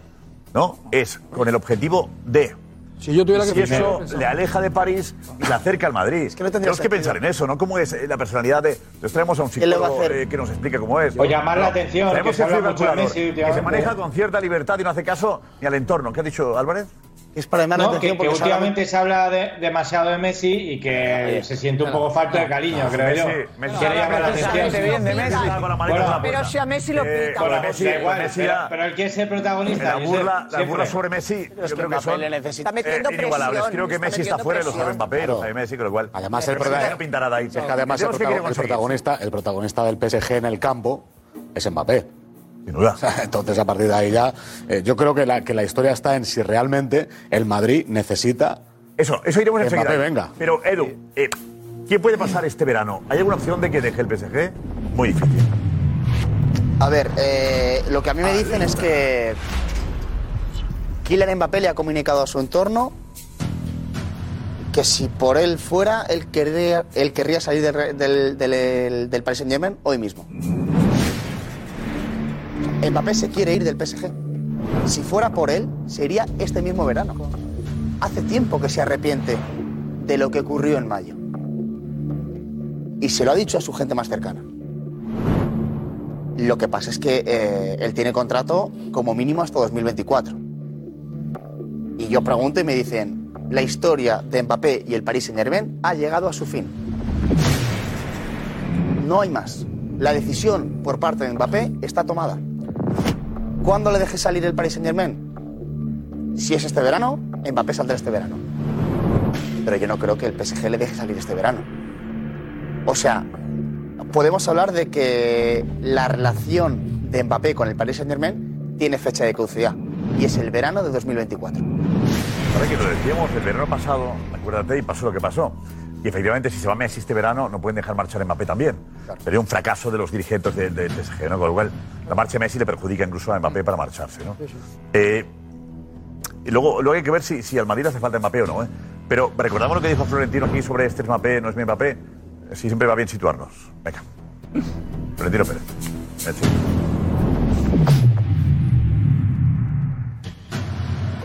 S10: ¿No? Es con el objetivo de.
S18: Si yo tuviera que pensar-
S10: eso
S18: pensar-
S10: le aleja de París y le acerca al Madrid. Tenemos que pensar en eso, ¿no? ¿Cómo es eh, la personalidad de. Nos traemos a un
S1: le va a
S10: psicólogo
S1: hacer?
S10: eh, que nos explique cómo es.
S1: O Pues llamar la atención,
S10: Tenemos
S1: que se
S10: que
S1: habla
S10: frío
S1: mucho de
S10: calculador,
S1: Messi
S10: que se
S1: últimamente.
S10: maneja con cierta libertad y no hace caso ni al entorno. ¿Qué ha dicho Álvarez?
S11: Es para
S1: No, que, que últimamente se habla de- demasiado de Messi y que se siente un poco falta de cariño,
S10: Ah,
S1: creo yo.
S10: Messi, Messi.
S1: Quiere llamar la
S10: Pero se
S1: atención.
S10: habla bien de Messi. Con la manita en la puerta.
S15: Pero si a Messi lo
S10: Eh,
S15: pinta.
S10: con la
S15: ahora.
S23: pues
S10: Messi,
S1: Da igual,
S10: Messi
S1: pero,
S10: ya-
S1: pero el que es el protagonista.
S10: La
S1: Josep,
S10: burla, la
S1: siempre.
S10: burla sobre Messi,
S1: Pero es que
S10: yo creo que
S1: Mbappé
S10: son
S1: le necesita.
S10: eh,
S1: metiendo presión,
S10: inigualables. Creo que
S1: está
S10: Messi está
S1: metiendo
S10: fuera y lo sabe
S1: presión.
S10: Mbappé, lo sabe Messi, con lo cual.
S3: Además, el,
S10: Pero
S3: prota-
S10: si no pintará de ahí.
S3: es que además el,
S10: Tenemos que
S3: prota-
S10: querer
S3: el
S10: conseguir.
S3: protagonista, el protagonista del PSG en el campo es Mbappé.
S10: Sin duda.
S3: Entonces, a partir de ahí ya, eh, yo creo que la, que la historia está en si realmente el Madrid necesita.
S10: Eso, eso iremos
S3: que
S10: enseguida.
S3: Mbappé venga.
S10: Pero Edu, eh, ¿qué puede pasar este verano? ¿Hay alguna opción de que deje el PSG? Muy difícil.
S11: A ver, eh, lo que a mí me dicen es que Kylian Mbappé le ha comunicado a su entorno que si por él fuera, él querría, él querría salir del, Re- del, del- del Paris Saint-Germain hoy mismo. Mbappé se quiere ir del PSG. Si fuera por él, sería este mismo verano. Hace tiempo que se arrepiente de lo que ocurrió en mayo. Y se lo ha dicho a su gente más cercana. Lo que pasa es que eh, él tiene contrato como mínimo hasta 2024. Y yo pregunto y me dicen, la historia de Mbappé y el Paris Saint-Germain ha llegado a su fin. No hay más. La decisión por parte de Mbappé está tomada. ¿Cuándo le deje salir el Paris Saint-Germain? Si es este verano, Mbappé saldrá este verano. Pero yo no creo que el PSG le deje salir este verano. O sea, podemos hablar de que la relación de Mbappé con el Paris Saint-Germain tiene fecha de caducidad y es el verano de 2024.
S10: Ahora que lo decíamos el verano pasado, acuérdate, y pasó lo que pasó. Y efectivamente, si se va Messi este verano, no pueden dejar marchar a Mbappé también. Sería un fracaso de los dirigentes del de, del PSG, ¿no? Con lo cual, la marcha de Messi le perjudica incluso a Mbappé para marcharse, ¿no? Eh, y luego, luego hay que ver si, si al Madrid le hace falta Mbappé o no, ¿eh? Pero recordamos lo que dijo Florentino aquí sobre este es Mbappé, no es mi Mbappé. Sí, siempre va bien situarnos. Venga. Florentino Pérez. Eh, Messi.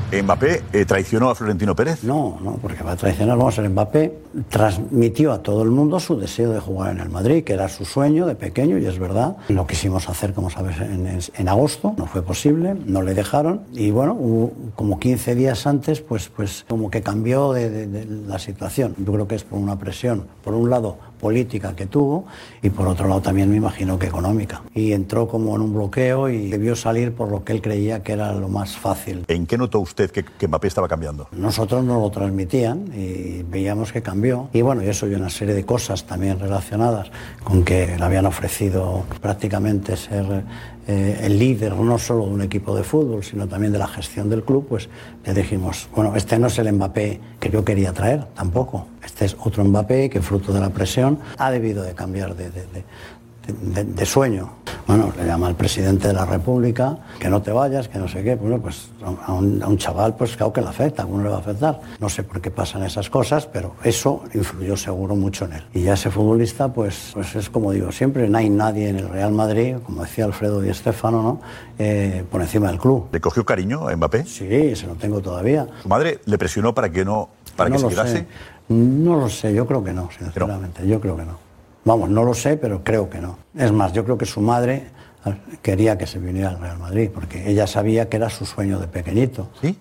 S10: ¿Mbappé eh, traicionó a Florentino Pérez?
S5: No, no, porque va a traicionar. Vamos, el Mbappé transmitió a todo el mundo su deseo de jugar en el Madrid, que era su sueño de pequeño, y es verdad. Lo quisimos hacer, como sabes, en, en- en agosto, no fue posible, no le dejaron. Y bueno, hubo como 15 días antes, pues, pues como que cambió de, de- de la situación. Yo creo que es por una presión, por un lado política que tuvo y por otro lado también me imagino que económica. Y entró como en un bloqueo y debió salir por lo que él creía que era lo más fácil.
S10: ¿En qué notó usted que, que Mbappé estaba cambiando?
S5: Nosotros nos lo transmitían y veíamos que cambió. Y bueno, y eso y una serie de cosas también relacionadas con que le habían ofrecido prácticamente ser eh, el líder no solo de un equipo de fútbol, sino también de la gestión del club, pues le dijimos, bueno, este no es el Mbappé que yo quería traer tampoco. Este es otro Mbappé que fruto de la presión ha debido de cambiar de- de- de, de, de sueño. Bueno, le llama al presidente de la República, que no te vayas, que no sé qué. Bueno, pues a un, a un chaval, pues claro que le afecta, a uno le va a afectar. No sé por qué pasan esas cosas, pero eso influyó seguro mucho en él. Y ya ese futbolista, pues, pues es como digo siempre, no hay nadie en el Real Madrid, como decía Alfredo Di Stéfano, ¿no? Eh, por encima del club.
S10: ¿Le cogió cariño a Mbappé?
S5: Sí, se lo tengo todavía.
S10: ¿Su madre le presionó para que no para
S5: No
S10: que se
S5: lo
S10: quedase?
S5: sé. No lo sé, yo creo que no, sinceramente, yo creo que no. Vamos, no lo sé, pero creo que no. Es más, yo creo que su madre ah, quería que se viniera al Real Madrid, porque ella sabía que era su sueño de pequeñito.
S10: ¿Sí?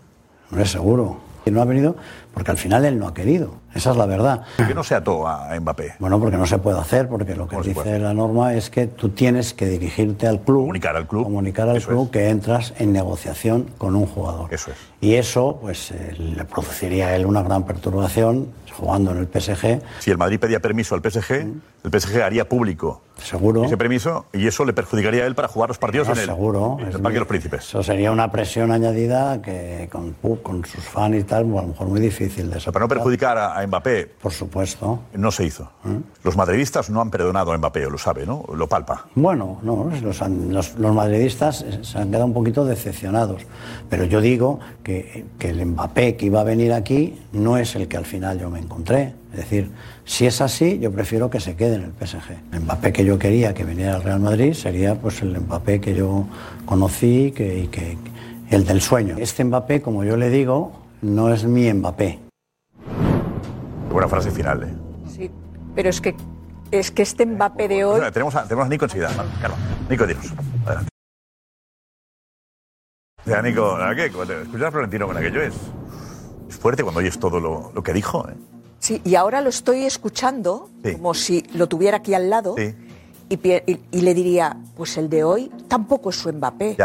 S5: Hombre, seguro. Y no ha venido porque al final él no ha querido. Esa es la verdad.
S10: ¿Por qué no se ató a Mbappé?
S5: Bueno, porque no se puede hacer, porque lo que dice la norma es que tú tienes que dirigirte al club. Comunicar al club. club que entras en negociación con un jugador. Eso es. Y eso, pues, eh, le produciría a él una gran perturbación jugando en el PSG.
S10: Si el Madrid pedía permiso al PSG, el PSG haría público
S5: Mm. Seguro.
S10: ese permiso y eso le perjudicaría a él para jugar los partidos
S5: No,
S10: en el,
S5: seguro.
S10: en
S5: Es
S10: el
S5: muy-
S10: Parque de los Príncipes.
S5: Eso sería una presión añadida que con, con sus fans y tal, pues, a lo mejor muy difícil de
S10: Para no perjudicar a, a a Mbappé.
S5: Por supuesto. ¿Eh?
S10: No se hizo. Los madridistas no han perdonado a Mbappé, lo sabe, ¿no? Lo palpa.
S5: Bueno, no, los, han- los- los madridistas eh, se han quedado un poquito decepcionados. Pero yo digo que, que el Mbappé que iba a venir aquí no es el que al final yo me encontré. Es decir, si es así, yo prefiero que se quede en el PSG. El Mbappé que yo quería que viniera al Real Madrid sería pues el Mbappé que yo conocí que, y que, el del sueño. Este Mbappé, como yo le digo, no es mi Mbappé.
S10: Buena frase final, ¿eh?
S15: Sí, pero es que, es que este Mbappé de hoy...
S10: Bueno, tenemos, a, tenemos a Nico enseguida. Calma. Nico, dinos. Adelante. Ya, Nico, ¿a qué? Cuando Escuchas a Florentino con aquello es. Es fuerte cuando oyes todo lo, lo que dijo, ¿eh?
S15: Sí, y ahora lo estoy escuchando
S10: Sí.
S15: como si lo tuviera aquí al lado y, pi- y- y le diría, pues el de hoy tampoco es su Mbappé.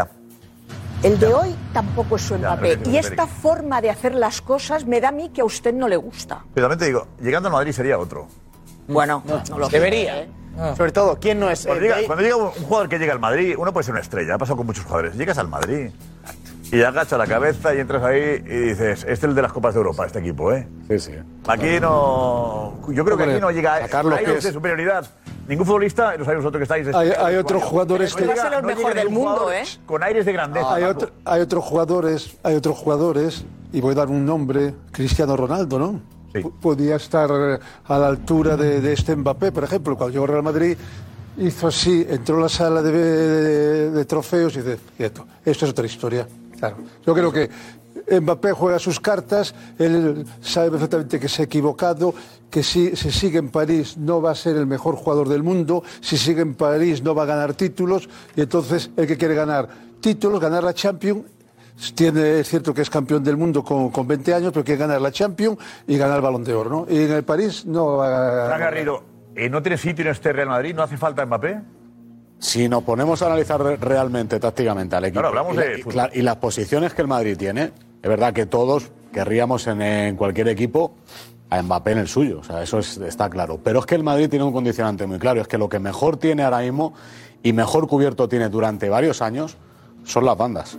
S15: El de hoy tampoco es su Mbappé.
S10: repito,
S15: y
S10: repito.
S15: esta forma de hacer las cosas me da a mí que a usted no le gusta.
S10: Pero también te digo, llegando a Madrid sería otro.
S15: Bueno,
S10: no
S15: lo sé. Debería,
S11: Sobre todo, ¿quién no es?
S10: Cuando
S11: eh,
S10: llega,
S11: Bale?
S10: cuando llega un un jugador que llega al Madrid, uno puede ser una estrella, ha pasado con muchos jugadores. Llegas al Madrid y agachas la cabeza y entras ahí y dices, este es el de las Copas de Europa, este equipo, ¿eh?
S3: Sí, sí.
S10: Aquí no... Yo creo que
S3: Hombre,
S10: aquí no llega...
S3: a Carlos,
S10: hay
S3: ¿qué
S10: dos de
S3: es?
S10: superioridad. Ningún futbolista, y lo sabéis vosotros que estáis...
S14: Hay- hay otros jugadores que-
S10: llega-
S14: Va a ser el mejor
S10: llega
S14: del
S10: ningún
S14: mundo,
S10: jugador
S14: ¿eh?
S10: Con aires de grandeza.
S14: Hay,
S10: Paco.
S14: otro- hay otros jugadores, hay otros jugadores, y voy a dar un nombre, Cristiano Ronaldo, ¿no? P- Podía estar eh, a la altura de, de este Mbappé, por ejemplo, cuando llegó al Real Madrid, hizo así, entró a la sala de, de- de trofeos y dice, quieto, esto es otra historia. Claro. Yo creo que Mbappé juega sus cartas, él sabe perfectamente que se ha equivocado, que si se sigue en París no va a ser el mejor jugador del mundo, si sigue en París no va a ganar títulos, y entonces el que quiere ganar títulos, ganar la Champions, tiene, es cierto que es campeón del mundo con, con 20 años, pero quiere ganar la Champions y ganar el Balón de Oro, ¿no? Y en el París no va a
S10: Fran Garrido, eh, ¿no tiene sitio en este Real Madrid? ¿No hace falta Mbappé?
S3: Si nos ponemos a analizar re- realmente, tácticamente al equipo
S10: Claro, hablamos
S3: y, la-
S10: de
S3: y,
S10: fútbol.
S3: cla- y las posiciones que el Madrid tiene, es verdad que todos querríamos en, en cualquier equipo a Mbappé en el suyo, o sea, eso es- está claro. Pero es que el Madrid tiene un condicionante muy claro, es que lo que mejor tiene ahora mismo y mejor cubierto tiene durante varios años son las bandas.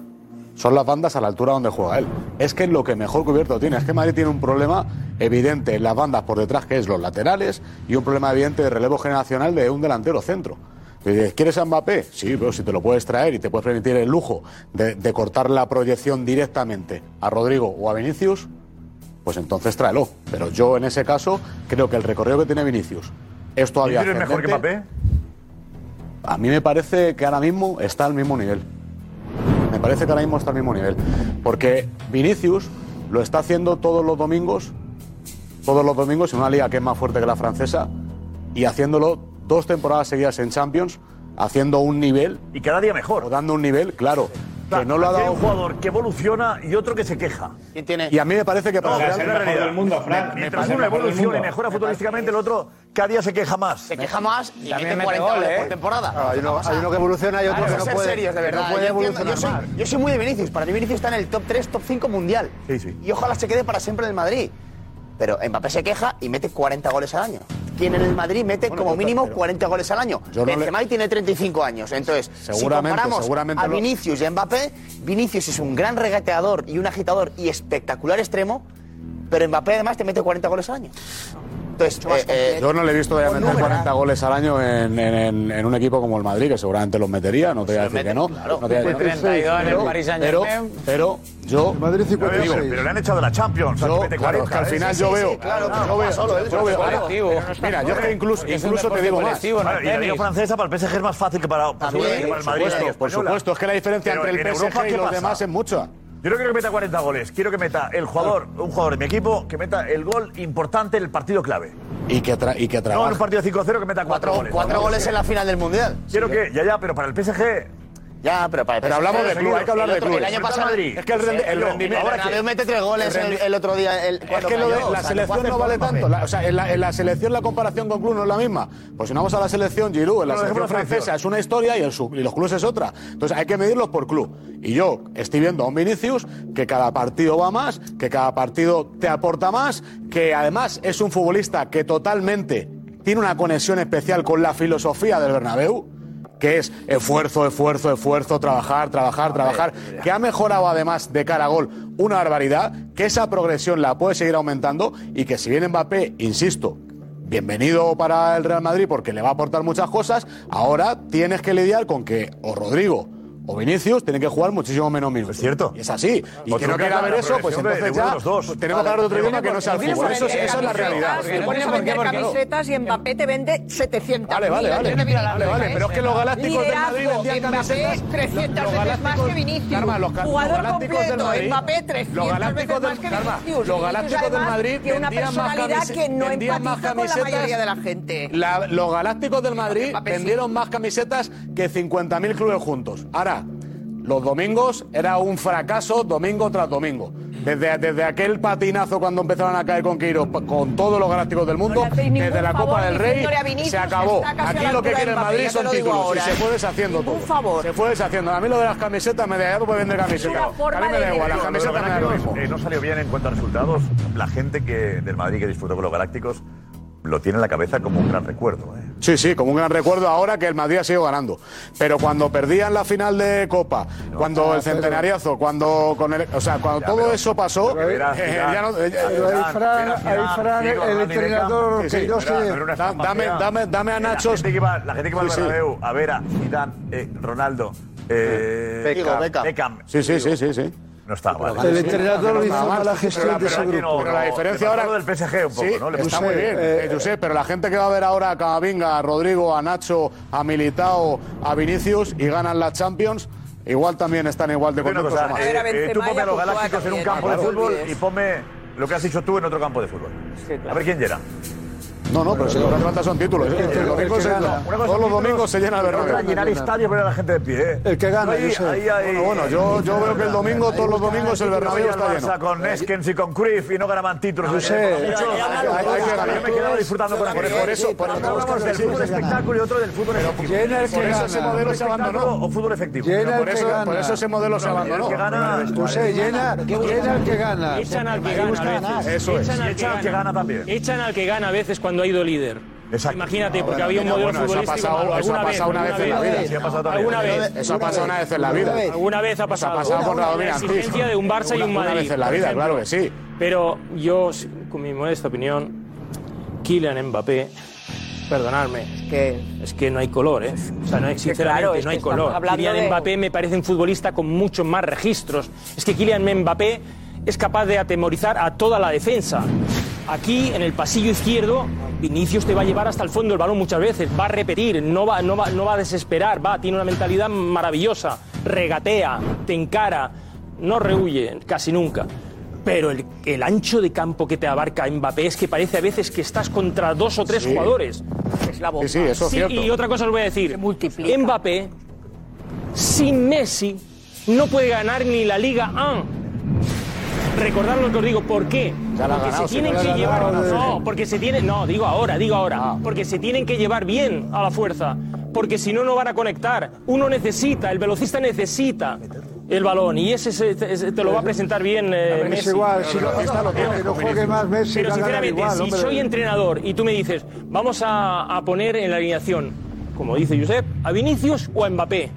S3: Son las bandas a la altura donde juega él. Es que es lo que mejor cubierto tiene. Es que Madrid tiene un problema evidente en las bandas por detrás, que es los laterales, y un problema evidente de relevo generacional de un delantero centro. Y dices, ¿Quieres a Mbappé? Sí, pero si te lo puedes traer y te puedes permitir el lujo de, de cortar la proyección directamente a Rodrigo o a Vinicius, pues entonces tráelo. Pero yo en ese caso creo que el recorrido que tiene Vinicius es todavía
S10: ¿Vinicius es mejor que
S3: ascendente. A mí me parece que ahora mismo está al mismo nivel. Me parece que ahora mismo está al mismo nivel. Porque Vinicius lo está haciendo todos los domingos, todos los domingos en una liga que es más fuerte que la francesa y haciéndolo dos temporadas seguidas en Champions, haciendo un nivel.
S10: Y cada día mejor.
S3: O dando un nivel, claro. Que no lo ha
S10: Aquí hay
S3: dado.
S10: un jugador que evoluciona y otro que se queja.
S3: Y a mí me parece que para el
S10: No,
S3: Real
S10: es la
S3: Madrid-
S10: realidad.
S3: Me- me
S10: Mientras
S3: parece
S10: uno
S3: el mejor del
S10: evoluciona y
S3: mundo.
S10: mejora futbolísticamente, el otro cada día se queja más. Se
S11: queja más y mete 40 goles
S10: ¿eh?
S11: por temporada.
S3: Ah,
S17: Claro, hay uno-
S11: Vamos a-
S17: hay uno que evoluciona y otro
S11: Vamos
S17: que
S11: a
S17: no
S11: ser
S17: puede-
S11: serios, de
S17: que no
S11: verdad.
S17: puede
S11: yo, entiendo- yo soy,
S17: evolucionar
S11: yo soy muy de Vinicius. Para mí Vinicius está en el top 3, top 5 mundial. Y ojalá se quede para siempre en el Madrid. Pero Mbappé se queja y mete 40 goles al año. Quien en el Madrid mete como mínimo 40 goles al año.
S3: Yo no le-
S11: Benzema tiene 35 años. Entonces, si
S3: Seguramente,
S11: comparamos
S3: seguramente
S11: a
S3: lo-
S11: Vinicius y a Mbappé, Vinicius es un gran regateador y un agitador y espectacular extremo, pero Mbappé además te mete 40 goles al año. Entonces, eh, eh,
S3: Yo no le he visto de
S11: con
S3: meter
S11: números.
S3: 40 goles al año en, en- en- en un equipo como el Madrid, que seguramente los metería, no te voy a
S10: los
S3: decir que
S10: mete,
S3: no.
S10: claro.
S3: no te voy a decir que no.
S10: 32 en el
S3: Pero-
S10: Paris
S3: pero,
S10: Saint-Germain.
S3: pero yo... Madrid
S10: Pero, pero le han echado de la Champions.
S3: Yo,
S10: al que mete
S3: claro,
S10: 40,
S3: es que al
S10: ¿eh?
S3: final yo veo- yo veo- yo veo- Mira, yo es que incluso-
S10: Porque es un
S3: incluso te
S10: deporte
S3: digo más.
S10: colectivo, no
S3: Claro,
S10: es
S3: y la liga
S10: tenis.
S3: francesa
S10: para el PSG es más fácil que para,
S3: También,
S10: para seguramente que para el
S3: por
S10: Madrid.
S3: supuesto,
S10: la
S3: por
S10: española.
S3: supuesto, es que la diferencia
S10: Pero
S3: entre el
S10: en
S3: PSG
S10: Europa,
S3: y
S10: ¿qué
S3: los
S10: pasa?
S3: demás es mucha.
S10: Yo no quiero que meta 40 goles, quiero que meta el jugador, un jugador de mi equipo, que meta el gol importante en el partido clave.
S3: Y que, tra- y que
S10: No
S3: trabaja.
S10: en un partido 5-0 que meta 4 goles.
S11: cuatro goles en la final del Mundial.
S10: Quiero que, ya, ya, pero para el PSG.
S11: Ya, pero para el
S3: Pero hablamos de club, hay que hablar de club.
S11: El año pasado
S3: Es que el, rendi- el rendimiento.
S11: Ahora
S3: ahora que-
S11: mete tres goles
S3: el
S11: el,
S3: rendi-
S11: el otro día. El,
S3: Es
S11: cuando
S3: que lo de-
S11: cayó, o
S3: la
S11: sea,
S3: selección
S11: cuatro
S3: no vale
S11: goles,
S3: tanto. La- o sea, en la, en la selección la comparación con club no es la misma. Pues si no vamos a la selección, Giroud, en la selección
S10: No, dejemos la selección.
S3: francesa es una historia y, el sub- y los clubes es otra. Entonces hay que medirlos por club. Y yo estoy viendo a un Vinicius que cada partido va más, que cada partido te aporta más, que además es un futbolista que totalmente tiene una conexión especial con la filosofía del Bernabéu que es esfuerzo, esfuerzo, esfuerzo, trabajar, trabajar, trabajar, que ha mejorado además de cara a gol una barbaridad, que esa progresión la puede seguir aumentando y que si bien Mbappé, insisto, bienvenido para el Real Madrid porque le va a aportar muchas cosas, ahora tienes que lidiar con que o Rodrigo o Vinicius tienen que jugar muchísimo menos minutos. Es cierto. Y es así. Y
S10: O
S3: que no
S10: trucar
S3: quiera
S10: la
S3: ver eso, pues
S10: progresión de-
S3: entonces
S10: de uno de
S3: ya
S10: los dos.
S3: tenemos que hablar de otro idioma que no sea el fútbol. Eso, es- esa es la realidad.
S15: Te pones a vender camisetas y Mbappé te vende 700.
S3: Vale, vale, vale. Vale, vale, pero es que los galácticos del Madrid vendían
S15: ¿eh?
S3: camisetas.
S15: Mbappé 300
S3: Los
S15: veces más que
S3: galácticos-
S15: Vinicius.
S3: Karma, los ca-
S15: Jugador
S3: los galácticos del
S15: completo,
S3: Madrid-
S15: Mbappé 300
S3: los galácticos
S15: veces más que
S3: del- Karma,
S15: Vinicius.
S3: los galácticos del
S15: además,
S3: Madrid
S15: tiene una
S3: vendían más
S15: personalidad
S3: camise-
S15: que no
S3: vendían más
S15: empatiza con la
S3: camisetas.
S15: mayoría de la gente.
S3: La- los Galácticos del Madrid
S15: Mbappé sí.
S3: vendieron más camisetas que 50.000 clubes juntos. Ahora, los domingos era un fracaso domingo tras domingo. Desde, desde aquel patinazo cuando empezaron a caer con Queiroz, pa- con todos los Galácticos del mundo, desde la
S15: favor
S3: Copa del Rey,
S15: diciéndole a Vinicius
S3: se
S15: que
S3: acabó.
S15: está casi a
S3: Aquí
S15: la
S3: lo que
S15: altura
S3: quiere
S15: de
S3: el
S15: Mbappé,
S3: Madrid
S15: ya te
S3: son
S15: lo digo
S3: títulos
S15: ahora,
S3: y se
S15: ¿eh?
S3: fue deshaciendo todo. Se fue deshaciendo. A mí lo de las camisetas me da igual, puede vender camisetas. A mí me da igual, las camisetas me da lo mismo.
S10: Eh, no salió bien en cuanto a resultados. La gente que del Madrid que disfrutó con los Galácticos lo tiene en la cabeza como un gran recuerdo. ¿eh?
S3: Sí, sí, como un gran recuerdo ahora que el Madrid ha sido ganando. Pero cuando perdían la final de Copa, cuando
S10: Ah,
S3: el
S10: pero-
S3: centenariazo, cuando con el, o sea, cuando
S10: Ya,
S3: todo
S10: pero-
S3: eso pasó,
S10: pero verás,
S3: eh,
S10: Zidane,
S3: ya no- eh,
S10: pero ahí Fran-
S3: verás,
S10: ahí
S3: Zidane,
S10: Fran,
S3: Zidane,
S10: el
S3: Zidane,
S10: entrenador
S3: Beckham.
S10: que yo
S3: verás,
S10: sé.
S3: pero una
S10: Da-
S3: estampa
S10: dame-
S3: fea.
S10: dame- dame
S3: La
S10: a Nachos.
S3: gente que va-
S10: La gente que va
S3: Sí,
S10: al
S3: sí.
S10: Bernabéu a ver a Zidane, eh, Ronaldo, eh,
S3: Beckham. Sí, sí, sí, sí, sí.
S10: No está mal.
S3: El entrenador hizo mala gestión
S10: pero la-
S3: de ese
S10: pero aquí
S3: grupo.
S10: no-
S3: Pero la
S10: no,
S3: diferencia
S10: le
S3: ahora-
S10: pasó lo del PSG un poco,
S3: Sí,
S10: ¿no? Le
S3: está
S10: pasó
S3: muy
S10: lo del-
S3: bien, eh, Josep, pero la gente que va a ver ahora a Camavinga, a Rodrigo, a Nacho, a Militao, a Vinicius y ganan la Champions, igual también están igual de
S10: Te digo una
S3: contentos
S10: cosa,
S3: o más.
S10: eh, eh, tú ponme a los galácticos en un campo de fútbol y ponme lo que has dicho tú en otro campo de fútbol. A ver quién llena.
S3: No, no, pero si lo que hace falta son títulos. eh. El domingo se- Todos los domingos se llena el
S10: Para llenar
S3: Bernabéu.
S10: estadios, poner a la gente de pie. ¿eh?
S3: El que gana,
S10: Ahí-
S3: Josep.
S10: ahí hay-
S3: Bueno, bueno, yo- yo veo que el domingo, todos los domingos, el Bernabéu
S10: Yo voy
S3: está
S10: al
S3: lleno.
S10: Barça con Neskens y con Cruyff y no ganaban títulos.
S3: No
S10: Eh,
S3: sé,
S10: eh,
S3: hay-
S10: mucho.
S3: hay- hay- hay que
S10: Yo
S3: ganar.
S10: me quedaba disfrutando con la
S3: Por- por eso- por-
S10: Hablamos
S3: hablamos
S10: del
S3: de-
S10: fútbol espectáculo y otro del fútbol efectivo.
S3: llena el que
S10: Por eso
S3: gana.
S10: ese modelo se abandonó. O fútbol efectivo. Pero
S3: por, eso, por eso ese modelo se abandonó.
S10: que gana-
S3: José, llena, llena el que gana.
S7: Echan al que
S3: Ahí
S7: gana
S3: busca
S7: a
S3: ganar.
S7: veces.
S3: Eso es.
S7: Echan
S3: Y echan al que gana también.
S7: Echan al que gana a veces cuando ha ido líder. Imagínate,
S3: Ah,
S7: porque
S3: bueno,
S7: había un
S3: mira,
S7: modelo
S3: bueno, eso ha
S7: futbolístico.
S3: pasado-
S7: malo.
S3: eso ha
S7: Alguna
S3: pasado una vez en la
S7: alguna
S3: vida.
S7: vez.
S3: Sí, ha pasado también.
S7: Alguna
S3: Eso
S7: vez.
S3: ha pasado una vez en la vida.
S7: Alguna vez ha
S3: Eso ha
S7: pasado.
S3: pasado con Radomir
S7: La
S3: Antic.
S7: exigencia de un Barça y un
S3: Una- una
S7: Madrid.
S3: vez en la
S7: por
S3: vida,
S7: ejemplo.
S3: claro que sí.
S7: Pero yo, con mi modesta opinión, Kylian Mbappé, perdonadme, es
S15: que,
S7: no hay color, ¿eh? O sea, no hay,
S15: Es que
S7: sinceramente,
S15: claro, es
S7: no
S15: que
S7: hay
S15: estamos
S7: color.
S15: hablando
S7: Kylian
S15: de-
S7: Mbappé me parece un futbolista con muchos más registros. Es que Kylian Mbappé es capaz de atemorizar a toda la defensa. Aquí, en el pasillo izquierdo, Vinicius te va a llevar hasta el fondo el balón muchas veces, va a repetir, no va, no va, no va a desesperar, va, tiene una mentalidad maravillosa, regatea, te encara, no rehuye casi nunca. Pero el, el ancho de campo que te abarca Mbappé es que parece a veces que estás contra dos o tres
S3: Sí.
S7: jugadores.
S15: Es la
S3: bomba. Sí, sí, eso es cierto.
S7: Y otra cosa os voy a decir. Mbappé, sin Messi, no puede ganar ni la Liga 1. Recordad lo que os digo, ¿por qué?
S3: Ya la ha
S7: Porque
S3: ganado,
S7: se
S3: si no
S7: tienen
S3: la
S7: que
S3: ha
S7: llevar.
S3: ganado, Ah.
S7: No,
S3: eh.
S7: porque se tienen. No, digo ahora, digo ahora. Porque se tienen que llevar bien a la fuerza. Porque si no, no van a conectar. Uno necesita, el velocista necesita el balón. Y ese, se- ese te lo va a presentar bien eh,
S14: es
S7: Messi.
S14: igual, si lo- que no juegue más Messi,
S7: Pero
S14: va a ganar
S7: sinceramente,
S14: igual,
S7: si
S14: hombre.
S7: soy entrenador y tú me dices, vamos a, a poner en la alineación, como dice Josep, a Vinicius o a Mbappé.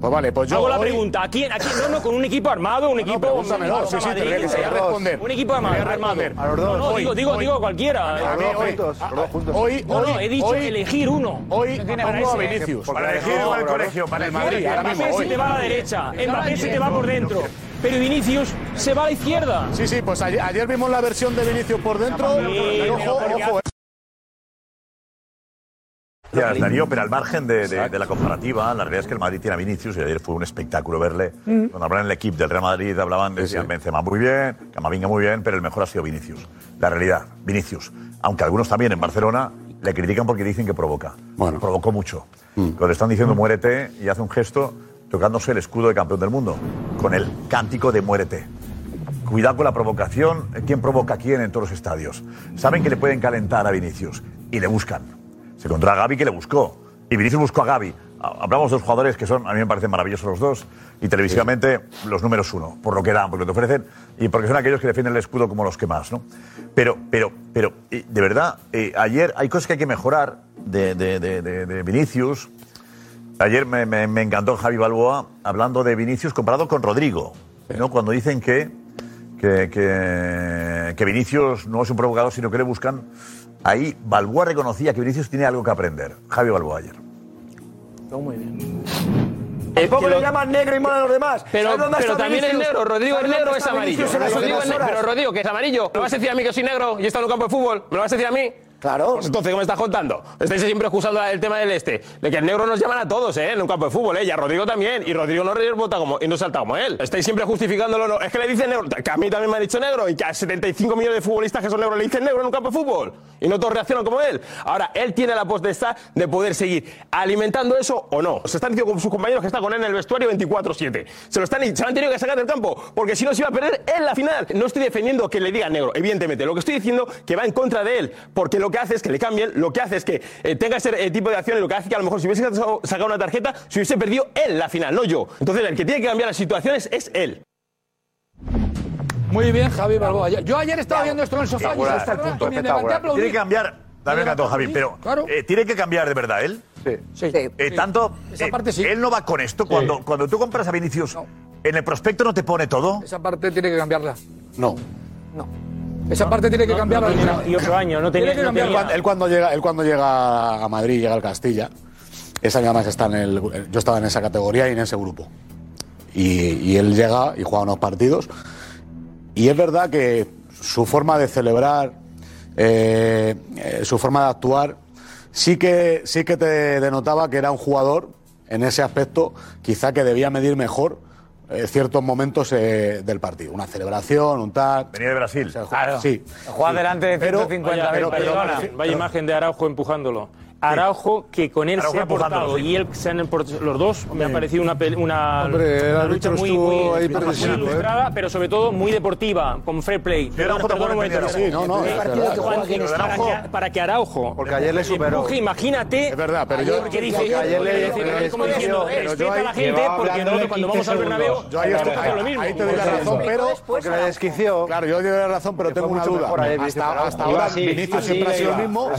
S3: Pues vale, pues yo
S7: Hago la
S3: hoy-
S7: pregunta, ¿a quién? ¿A quién? No, no, con un equipo armado, un equipo...
S3: pregúntamelo,
S7: un equipo
S3: sí, sí,
S7: Madrid,
S3: te voy a-
S7: que sea.
S3: te voy a responder.
S7: Un equipo armado.
S3: Te voy a responder.
S7: armado. No, no, digo, digo, digo cualquiera. eh.
S3: A mí hoy- ah, Hoy,
S7: No, no,
S3: hoy-
S7: he dicho
S3: hoy-
S7: elegir uno.
S3: Hoy pongo a Vinicius.
S7: Para elegir
S3: No,
S7: al
S3: no,
S7: colegio,
S3: no,
S7: para
S3: el
S7: elegir.
S3: Madrid, ahora mismo.
S7: Mbappé se
S3: hoy.
S7: te va a la derecha, Mbappé se te va por dentro, pero Vinicius se va a la izquierda.
S3: Sí, sí, pues ayer, ayer vimos la versión de Vinicius por dentro. y ojo, ojo, eh.
S10: Ya, Darío, pero al margen de, de- de la comparativa, la realidad es que el Madrid tiene a Vinicius y ayer fue un espectáculo verle.
S9: Mm.
S10: Cuando hablaban en el equipo del Real Madrid, hablaban, decían Benzema muy bien, Camavinga muy bien, pero el mejor ha sido Vinicius. La realidad, Vinicius. Aunque algunos también en Barcelona le critican porque dicen que provoca. Provocó mucho. Cuando le están diciendo muérete y hace un gesto tocándose el escudo de campeón del mundo con el cántico de muérete. Cuidado con la provocación, quién provoca a quién en todos los estadios. Saben que le pueden calentar a Vinicius y le buscan. Se encontró a Gaby que le buscó. Y Vinicius buscó a Gaby. Ha- Hablamos de dos jugadores que son, a mí me parecen maravillosos los dos. Y televisivamente, los números uno. Por lo que dan, por lo que te ofrecen. Y porque son aquellos que defienden el escudo como los que más, ¿no? Pero, pero, pero, eh, de verdad, eh, ayer hay cosas que hay que mejorar de, de- de- de- de Vinicius Ayer me, me- me encantó Javi Balboa hablando de Vinicius comparado con Rodrigo. ¿no? Cuando dicen que, que, que- que Vinicius no es un provocador, sino que le buscan. Ahí Balboa reconocía que Vinicius tiene algo que aprender. Javi Balboa ayer.
S28: Todo muy bien.
S4: Tampoco le llaman negro y mal a los demás.
S28: Pero-
S4: ¿Sabes dónde
S28: pero
S4: está
S28: también es
S4: Vinicius?
S28: negro, Rodrigo
S4: ¿Sabes
S28: es negro,
S4: dónde
S28: es
S4: está
S28: amarillo.
S4: Vinicius en las
S28: Rodrigo es
S4: últimas
S28: negro,
S4: horas?
S28: pero Rodrigo, que es amarillo, ¿me vas a decir a mí que soy negro y he estado en un campo de fútbol? ¿Me lo vas a decir a mí? Claro. Pues entonces, ¿qué me estás contando? Estáis siempre excusando el tema del este. De que el negro nos llaman a todos, ¿eh? En un campo de fútbol, ¿eh? Y a Rodrigo también. Y Rodrigo no rebota como, y no salta como él. Estáis siempre justificándolo. no, Es que le dicen negro. Que a mí también me han dicho negro. Y que a 75 millones de futbolistas que son negros le dicen negro en un campo de fútbol. Y no todos reaccionan como él. Ahora, él tiene la potestad de poder seguir alimentando eso o no. Se están diciendo con sus compañeros que está con él en el vestuario 24-7. Se lo, están, se lo han tenido que sacar del campo. Porque si no, se iba a perder en la final. No estoy defendiendo que le diga negro, evidentemente. Lo que estoy diciendo que va en contra de él. Porque lo que hace es que le cambien, lo que hace es que eh, tenga ese eh, tipo de acción y lo que hace que a lo mejor si hubiese sacado sacado una tarjeta, se hubiese perdido él la final, no yo. Entonces, el que tiene que cambiar las situaciones es él.
S18: Muy bien, Javi Balboa. Yo ayer estaba viendo esto en el sofá y
S10: Espectacular.
S18: hasta el punto. Me levanté a
S10: Espectacular.
S18: aplaudir.
S10: Tiene que cambiar. Dame encantó, Javi, pero eh, tiene que cambiar de verdad él.
S18: Sí.
S10: Eh, Tanto. eh, Él no va con esto. Cuando, cuando tú compras a Vinicius, ¿en el prospecto no te pone todo?
S18: Esa parte tiene que cambiarla.
S10: No.
S18: Esa parte tiene que cambiarla.
S3: y otro año, no
S18: tenía- Tiene que no cambiar.
S3: Él, cuando, él cuando llega, él cuando llega a Madrid, llega al Castilla, ese año además está en el, yo estaba en esa categoría y en ese grupo. Y, y él llega y juega unos partidos. Y es verdad que su forma de celebrar, eh, eh, su forma de actuar, sí que, sí que te denotaba que era un jugador en ese aspecto, quizá que debía medir mejor eh, ciertos momentos eh, del partido. Una celebración, un tal.
S10: Venía de Brasil.
S28: Claro.
S3: Sí.
S28: Juega delante de
S3: Pero-
S28: 150
S3: pero- pero-
S28: personas.
S3: pero-
S28: Vaya
S7: imagen de Araujo empujándolo. Araujo que con él
S28: Araujo
S7: se ha
S28: empujándolo,
S7: portado
S28: sí.
S7: y él se han portado los dos me ha parecido una pel- una,
S14: Hombre, el
S7: una
S14: árbitro estuvo ahí
S7: muy
S14: perdido, ¿eh?
S7: ilustrada, pero sobre todo muy deportiva con fair play.
S14: Araujo
S7: Perdona
S14: tampoco
S7: un momento,
S14: entendía
S7: Araujo.
S14: nada. Sí, no, no,
S7: Eh,
S14: es verdad.
S7: Juan,
S14: Juan,
S7: que-
S14: lo de
S7: para
S14: Araujo-
S7: que- Para que Araujo
S14: Porque ayer le superó.
S7: empuje, imagínate.
S3: Es verdad, pero yo-
S7: que dice,
S3: porque ayer le-
S7: "Oye,
S3: pero
S7: como
S3: es que
S7: diciendo,
S3: yo- pero yo
S7: respeta a la
S3: ahí-
S7: gente
S3: llevaba
S7: porque
S3: hablándole
S7: nosotros cuando vamos
S3: 15
S7: al Bernabéu
S3: segundos. Yo ahí estoy-
S7: hacemos lo
S3: ahí-
S7: mismo.
S3: ahí te doy la
S7: Porque
S3: razón,
S7: eso.
S3: pero- Porque le desquició. Claro, yo doy la razón, pero tengo una duda. Hasta, hasta ahora Vinicius siempre ha sido el mismo.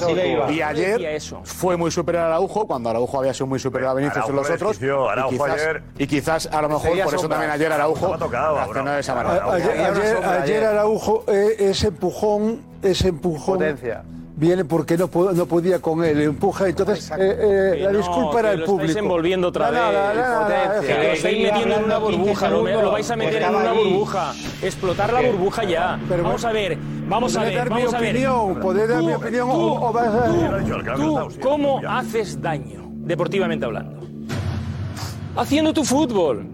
S3: Y ayer fue muy superior a Araujo, cuando Araujo había sido muy superior a Vinicius
S10: Araujo
S3: en los
S10: le
S3: otros.
S10: desquició,
S3: y,
S10: Araujo
S3: quizás,
S10: ayer.
S3: y quizás a lo mejor
S10: Seguía
S3: por eso
S10: sombras.
S3: también ayer Araujo reaccionó de esa manera.
S14: Ayer,
S3: Había una
S14: ayer-
S3: sombra
S14: ayer
S3: ayer.
S14: Araujo, eh, ese empujón, ese empujón.
S3: Potencia.
S14: Viene porque no, po- no podía con él, empuja. Entonces, eh, eh, la
S7: Que no,
S14: disculpa era
S7: que
S14: el
S7: lo
S14: público.
S7: estáis envolviendo otra
S14: Nada,
S7: vez.
S14: nada, nada, nada,
S7: Potencia. Que lo estáis
S14: Seguía
S7: metiendo en una
S14: hablando
S7: burbuja. Lo,
S14: 15
S7: lo vais a meter en
S14: segundos.
S7: una burbuja. Explotar la burbuja ya. vamos a ver. Vamos a
S14: Podré
S7: ver.
S14: dar mi
S7: vamos a ver.
S14: opinión, podré dar
S7: Tú-
S14: mi opinión
S7: tú-
S14: o- o vas a-
S7: tú-
S14: Sí, lo ha dicho, el cambio
S7: tú,
S14: está ausente,
S7: ¿cómo haces daño, deportivamente hablando? Haciendo tu fútbol.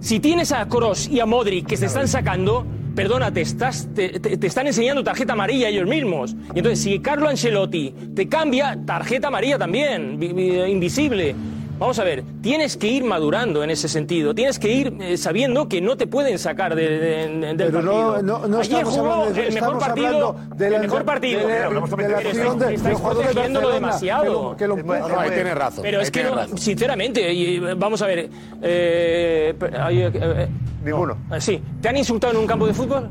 S7: Si tienes a Kroos y a Modric que se están sacando, perdona, te, estás, te, te- te están enseñando tarjeta amarilla ellos mismos. Y entonces, si Carlo Ancelotti te cambia, tarjeta amarilla también, vi- vi- invisible. Vamos a ver, tienes que ir madurando en ese sentido. Tienes que ir eh, sabiendo que no te pueden sacar de- de- de- del
S14: Pero no,
S7: partido.
S14: no, no
S7: Ayer
S14: estamos
S7: jugó
S14: hablando de
S7: el mejor
S14: estamos
S7: partido.
S14: hablando de
S7: El
S14: la-
S7: mejor partido.
S14: de la- de la acción de-
S7: Estáis-
S14: del
S7: Estáis
S14: jugador de
S7: protegiéndolo
S14: Barcelona,
S7: demasiado.
S14: que lo- que lo- No, no, ahí tienes razón,
S7: Pero
S14: ahí
S7: es que,
S14: tienes
S7: no-
S14: razón.
S7: sinceramente, y, eh, vamos a ver. eh, pe- hay, eh, eh,
S3: Ninguno.
S7: eh, sí, ¿te han insultado en un campo de fútbol?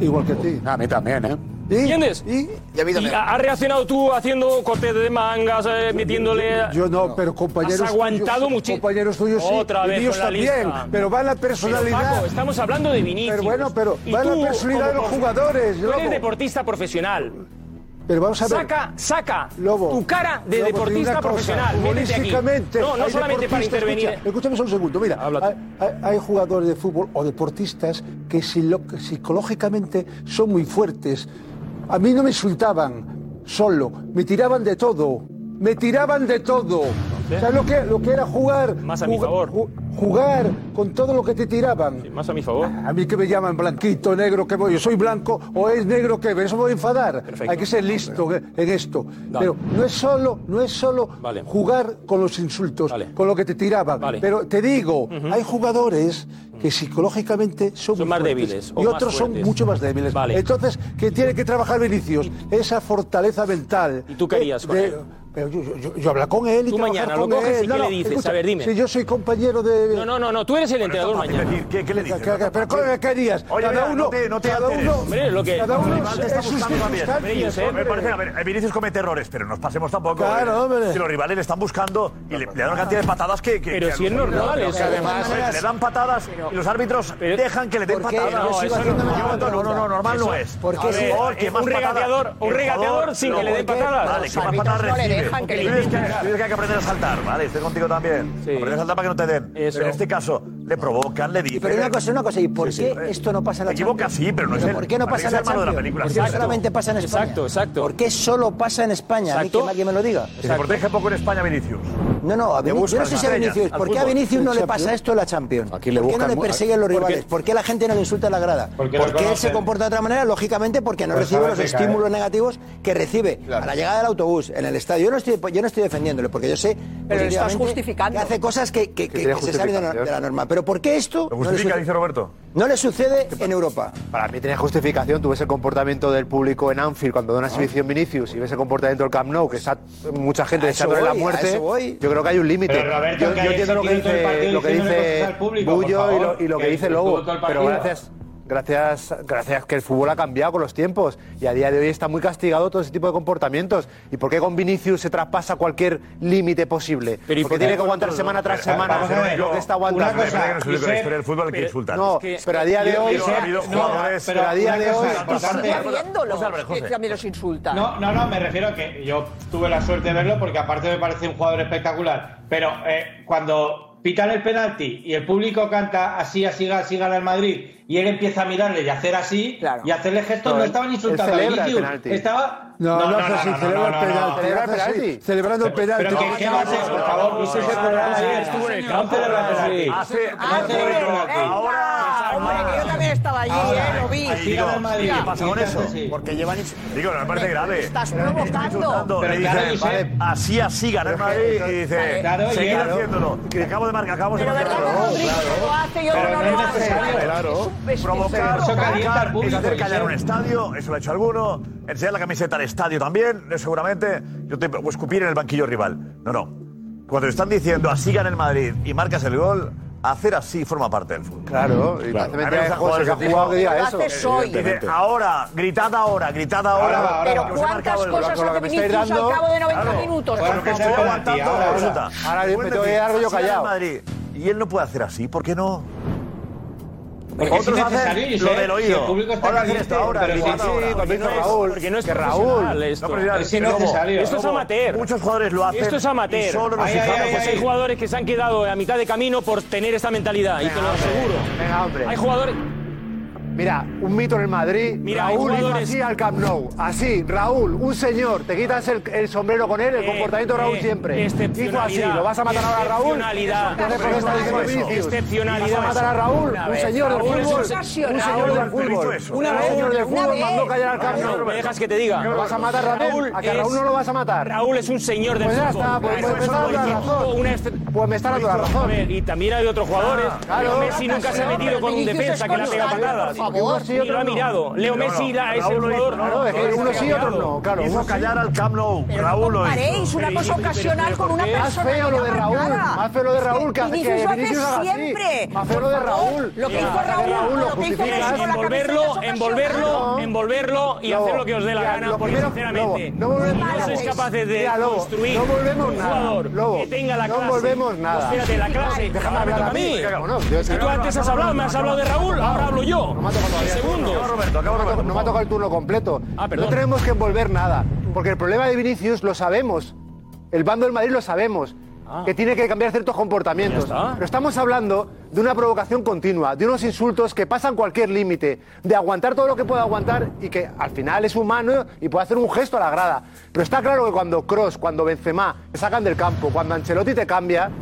S14: Igual que a ti.
S3: A mí también, ¿eh?
S7: ¿Entiendes? ¿Y, ha- has reaccionado tú haciendo cortes de mangas, eh, metiéndole.
S14: Yo no, pero compañeros.
S7: Has aguantado
S14: tuyos-
S7: muchísimo.
S14: Compañeros tuyos sí,
S7: Otra
S14: y
S7: vez
S14: míos
S7: con la
S14: también,
S7: lista.
S14: pero va en la
S7: Pero,
S14: personalidad.
S7: Paco, estamos hablando de Vinicius.
S14: Pero bueno, pero
S7: Y
S14: va en
S7: tú,
S14: la personalidad de los
S7: como-
S14: jugadores,
S7: Tú eres
S14: Lobo.
S7: deportista profesional.
S14: Pero vamos a ver.
S7: Saca, saca
S14: Lobo,
S7: tu cara de
S14: Lobo, te digo
S7: deportista
S14: una cosa,
S7: profesional. Métete aquí.
S14: Futbolísticamente.
S7: No, no
S14: hay
S7: solamente para
S14: deportistas,
S7: intervenir.
S14: escucha, escúchame solo un segundo. Mira, hay, hay- hay jugadores de fútbol o deportistas que silo- que psicológicamente son muy fuertes. A mí no me insultaban solo, me tiraban de todo. Me tiraban de todo. ¿Sabes lo que, lo que era jugar? Más a mi favor. Jugar con todo lo que te tiraban.
S7: Más a mi favor.
S14: A mí que me llaman blanquito, negro, que voy, yo soy blanco o es negro que eso me voy a enfadar.
S7: Perfecto.
S14: Hay que ser listo en en esto. Pero no es solo, no es solo jugar con los insultos, con lo que te tiraban. Pero te digo, hay jugadores que psicológicamente son, muy
S7: más
S14: fuertes
S7: débiles o
S14: y
S7: más
S14: otros son
S7: fuertes.
S14: mucho más débiles. Entonces, que tiene que trabajar Vinicius esa fortaleza mental.
S10: Eh,
S7: ¿Y tú qué harías con él?
S14: Pero yo, yo- yo- yo hablar con él y
S19: Tú
S14: trabajar
S19: mañana lo
S14: con
S19: coges
S14: él.
S19: y ¿qué le dices? A ver, dime.
S14: Si yo soy compañero de...
S19: No, no, no, no, tú eres el entrenador mañana.
S10: ¿Qué,
S14: le dices? Pero ¿qué- ¿qué harías?
S10: Oye,
S14: Cada
S10: mira,
S14: uno...
S10: no te, no te
S14: cada
S10: alteres.
S14: uno-
S19: Hombre, lo que-
S14: Cada uno
S10: Rival te
S14: es
S10: está
S14: sus
S10: buscando también.
S14: circunstancias.
S10: Me parece, a ver, eh, Vinicius comete errores, pero nos pasemos tampoco.
S14: Claro,
S10: eh.
S14: hombre.
S10: Si los rivales le están buscando y le, le dan una cantidad de patadas que. que-
S19: Pero
S10: que-
S19: si es normal,
S10: que
S19: o sea, además-
S10: Oye, Le dan patadas y los árbitros dejan que le den
S19: ¿Por qué?
S10: patadas.
S19: Yo sigo
S10: eso
S19: haciéndome
S10: no,
S19: la
S10: no, no, no, no, normal
S19: Eso-
S10: no es.
S19: ¿Por qué
S10: A
S19: sí?
S10: ver,
S19: ¿Por
S10: que
S19: qué?
S10: más
S19: Un
S10: patadas-
S19: regateador- un
S10: el
S19: regateador
S10: jugador-
S19: sin que le den
S10: ¿por qué?
S19: patadas.
S10: Vale,
S19: Los
S10: que más
S19: árbitros
S10: patadas
S19: no le
S10: recibe.
S19: dejan que
S10: Tú
S19: le
S10: tienes
S19: den
S10: que-
S19: patadas.
S10: tú tienes que aprender a saltar, vale, estoy contigo también. Aprender a saltar para que no te den.
S16: Eso.
S10: Pero en este caso, le provocan, le dicen.
S16: Pero una cosa, una cosa, ¿y por qué esto no pasa en la
S10: Te equivocas,
S16: Champions?
S10: sí, pero no es el-
S16: ¿Por qué no
S10: parece
S16: pasa en la
S10: el malo de la
S16: Champions?
S10: película.
S16: ¿Por qué
S10: Exacto.
S16: solamente pasa en España?
S10: Exacto,
S19: exacto.
S16: ¿Por qué solo pasa en España? A mí
S10: Exacto.
S16: que alguien me lo diga.
S10: Que se protege poco en España, Vinicius.
S16: No, no, a
S10: Te
S16: Vini-
S10: busca
S16: yo no sé
S10: las
S16: si a
S10: estrellas,
S16: Vinicius.
S10: al
S16: ¿Por qué a
S10: fútbol.
S16: Vinicius no
S10: En
S16: le
S10: Champions.
S16: pasa esto en la Champions?
S10: Aquí le
S16: ¿Por qué
S10: buscan
S16: no le
S10: mu-
S16: persiguen los
S10: Porque-
S16: rivales? ¿Por qué la gente no le insulta en la grada?
S10: Porque
S16: Porque,
S10: lo
S16: él
S10: conocen.
S16: se comporta de otra manera, lógicamente, porque no
S10: Pues
S16: recibe
S10: sabe
S16: los
S10: que cae.
S16: estímulos negativos que recibe
S10: Claro.
S16: a la llegada del autobús, en el estadio. Yo no estoy, yo no estoy defendiéndole, porque yo sé
S3: Pues
S15: Pero le estás
S16: positivamente,
S15: justificando.
S16: que hace cosas que, que- que-
S15: tiene
S16: que se salen de la,
S15: justificación.
S16: de la norma. Pero ¿por qué esto
S15: Lo
S16: no le,
S17: justifica,
S16: sucede,
S17: dice Roberto.
S16: no le sucede en Europa?
S17: Para mí tiene justificación. Tú ves el comportamiento del público en Anfield cuando da una exhibición Vinicius y ves el comportamiento del Camp Nou, que está mucha gente
S16: A eso
S17: deseándole la
S16: voy, a
S17: muerte.
S16: eso voy.
S17: Yo creo que hay un límite.
S16: Pero, Roberto,
S17: Yo,
S16: que
S17: yo
S16: haya
S17: entiendo lo que
S16: existido todo el
S17: dice,
S16: partido
S17: lo que
S16: diciéndole
S17: dice
S16: cosas al público, por
S17: Bullo y lo,
S16: favor,
S17: y lo que
S16: que
S17: dice
S16: estuvo
S17: Lobo.
S16: todo el
S17: Pero
S16: partido.
S17: gracias, gracias, gracias que el fútbol ha cambiado con los tiempos y a día de hoy está muy castigado todo ese tipo de comportamientos. ¿Y por qué con Vinicius se traspasa cualquier límite posible?
S10: Pero ¿y por
S17: Porque
S10: qué
S17: tiene que
S10: con
S17: aguantar
S10: todo?
S17: semana tras
S10: Pero,
S17: semana
S10: vamos a ver,
S17: lo que está
S10: una
S17: aguantando.
S10: cosa, Una cosa, Josep, la historia del fútbol que insultan.
S17: No,
S10: Es que-
S17: pero a día de
S10: Yo-
S17: hoy.
S10: yo- ha habido
S17: no,
S10: jugadores-
S17: pero a día de hoy.
S15: Tú sigue viéndolos, que también los insulta.
S23: No, no, no, me refiero a que yo tuve la suerte de verlo porque aparte me parece un jugador espectacular. Pero eh, cuando pitan el penalti y el público canta así, así, así gana el Madrid y él empieza a mirarle y hacer así y hacerle gestos,
S17: No,
S23: no,
S17: él-
S23: estaban
S17: él
S23: insultando a
S17: celebra el
S23: Vinicius,
S17: penalti.
S23: Estaba...
S14: No, no, no, sí, celebra el penalti,
S23: Celebra el
S14: hace así,
S23: penalti.
S14: Celebrando el penalti.
S23: Pero que, ¿qué va a ser, por favor? No sé si acordarás ayer. Estuvo en el campo.
S10: Hace-
S15: Hombre, que Ah, yo también estaba allí, ¿eh? Lo vi.
S10: Ah, Ahí, digo, ¿Qué pasa con eso? Porque llevan. Digo, no me parece grave.
S15: Estás
S10: Pero le están
S15: provocando.
S10: insultando,
S15: Pero
S10: le
S15: claro,
S10: dicen,
S15: Josep.
S10: vale, así, así ganar el Madrid. Y dice,
S15: Claro,
S10: seguir
S15: claro.
S10: haciéndolo. Que acabo de marcar, acabamos de
S15: Pero
S10: marcar.
S15: ¿verdad que Rodrigo lo hace y otro no lo hace?
S10: Claro.
S15: Es- es-
S10: Provocar,
S15: Eso calienta
S10: provocar,
S15: al público,
S10: es hacer callar
S15: Josep.
S10: un estadio, eso lo ha hecho alguno. Enseñar la camiseta al estadio también, eh, seguramente. Yo te, o escupir en el banquillo rival. No, no. Cuando están diciendo así gana el Madrid y marcas el gol, hacer así forma parte del fútbol.
S17: Claro, y
S10: Claro.
S17: parece
S10: A mí
S17: que
S10: me
S17: ha
S10: gusta jugadores
S17: jugado
S10: que
S17: que jugador que diga
S10: dicen,
S17: eso.
S10: "Dice, ahora, gritad ahora, gritad ahora.
S17: Ahora va, ahora
S10: que
S17: va.
S10: os he
S17: Pero
S10: marcado el gol".
S15: cosas
S10: Con lo que
S15: hace
S10: me estáis
S15: Vinicius al
S10: dando,
S15: cabo de 90
S10: claro.
S15: minutos?
S10: Claro,
S15: Porque
S10: que
S15: se
S10: estoy
S15: toma
S10: aguantando,
S15: tanto.
S10: ahora,
S17: resulta.
S10: Ahora bien, me tengo que
S17: Así
S10: quedar yo
S17: gana el
S10: callado.
S17: Madrid.
S10: Y él no puede hacer así, ¿por qué no?
S17: Porque es
S10: Otros
S17: innecesario,
S10: hacen
S17: Josep,
S10: lo del
S17: si el
S10: oído.
S17: público está
S10: Ahora
S17: caliente,
S10: grita, ahora
S17: pero
S10: grita,
S17: sí,
S10: ahora.
S17: sí,
S10: Porque
S17: también
S10: no es-
S17: Raúl,
S10: porque no es
S17: que
S10: profesional
S17: Raúl.
S10: esto.
S17: No, profesional,
S10: Es innecesario.
S17: Esto es
S10: Lobo,
S7: amateur.
S10: Muchos jugadores lo hacen.
S7: Esto es
S10: y
S7: amateur.
S10: Solo nos fijamos en
S7: Pues hay jugadores que se han quedado a mitad de camino por tener esta mentalidad, y te lo aseguro.
S17: Venga, hombre.
S7: Hay jugadores.
S17: Mira, un mito en el Madrid.
S7: Mira, hay
S17: Raúl hizo
S7: jugadores-
S17: así al Camp Nou. Así, Raúl, un señor. Te quitas el, el sombrero con él, el
S7: Eh,
S17: comportamiento de Raúl
S7: eh,
S17: siempre. Hizo
S7: excepcionalidad.
S17: así, lo vas a matar ahora a Raúl.
S7: Excepcionalidad.
S17: Entonces, ¿por qué estás diciendo
S7: Excepcionalidad.
S17: Vinicius? Vas
S7: Excepcionalidad.
S17: a matar a Raúl,
S7: Una
S17: un
S7: vez.
S17: señor del
S7: Raúl es
S17: fútbol. Un
S7: sensacional.
S17: señor del
S7: Raúl
S17: fútbol.
S7: hizo eso.
S17: Un
S7: Una vez.
S17: señor del
S7: Una
S17: fútbol
S7: vez.
S17: mandó callar al Camp
S7: No,
S17: Nou.
S7: me dejas que te diga.
S17: ¿Lo vas a matar a Raúl? ¿A que a
S7: es-
S17: Raúl no lo vas a matar?
S7: Raúl es un señor del
S17: Pues ya
S7: fútbol.
S17: está, pues
S7: Eso
S17: me
S7: es
S17: está dando
S7: un
S17: la
S7: equipo,
S17: razón.
S7: una est-
S17: Pues me está dando la
S7: A
S17: razón.
S7: ver, y también hay otros jugadores.
S17: Ah, claro.
S7: Leo Messi nunca se ha metido con un
S17: Vinicius es
S7: defensa que le ha pegado
S17: constante,
S7: patadas.
S17: por favor.
S7: Ni lo ha mirado. Leo
S10: No, no,
S7: Messi la- es
S10: Raúl
S7: el
S10: lo hizo,
S7: jugador.
S10: no, no, es que unos sí, otros no, claro, Hizo unos sí. callar al Camp Nou,
S15: Pero no
S10: Raúl lo hizo.
S15: comparéis una
S10: Pero-
S15: cosa
S10: pero-
S15: ocasional
S10: pero
S15: con
S10: ¿por
S15: una
S10: qué?
S15: persona.
S10: Más feo lo de Raúl,
S17: más feo lo de Raúl, que hace- que
S15: Vinicius lo
S17: Vinicius haga
S15: hace
S17: así.
S15: siempre.
S17: Más feo lo
S15: Por
S17: de
S15: favor,
S17: Raúl.
S15: Lo que
S17: Ya,
S15: hizo
S17: lo de Raúl
S15: Raúl, lo
S17: lo
S15: que hizo
S17: justificas.
S15: Messi con la
S7: Envolverlo,
S15: camiseta es
S7: envolverlo, envolverlo y hacer lo que os dé la
S17: Mira,
S7: gana,
S17: lo
S7: porque
S17: primero-
S7: sinceramente
S17: Lobo, no volvemos-
S7: no sois capaces de
S17: Mira, Lobo,
S7: construir
S17: no volvemos
S7: un
S17: nada.
S7: jugador
S17: Lobo,
S7: que tenga la
S17: no
S7: clase.
S17: volvemos nada.
S7: Pues Espérate, la clase.
S17: Déjame
S7: ahora
S17: hablar
S7: me toca
S17: a mí, que acabo, no, yo-
S7: Si tú
S17: no,
S7: antes
S17: no,
S7: has
S17: no,
S7: hablado,
S17: no,
S7: me has
S17: no,
S7: hablado de
S17: no,
S7: Raúl,
S17: no,
S7: ahora hablo yo.
S17: No me ha tocado
S7: En
S17: todavía,
S7: segundos.
S17: no, no, me ha to- no me ha tocado el turno completo.
S7: Ah, perdón.
S17: no tenemos que envolver nada. Porque el problema de Vinicius lo sabemos. El bando del Madrid lo sabemos. Que tiene que cambiar ciertos comportamientos.
S7: Pues Ah. ya está.
S17: Pero estamos hablando de una provocación continua, de unos insultos que pasan cualquier límite, de aguantar todo lo que pueda aguantar y que al final es humano y puede hacer un gesto a la grada. Pero está claro que cuando Cross, cuando Benzema te sacan del campo, cuando Ancelotti te cambia,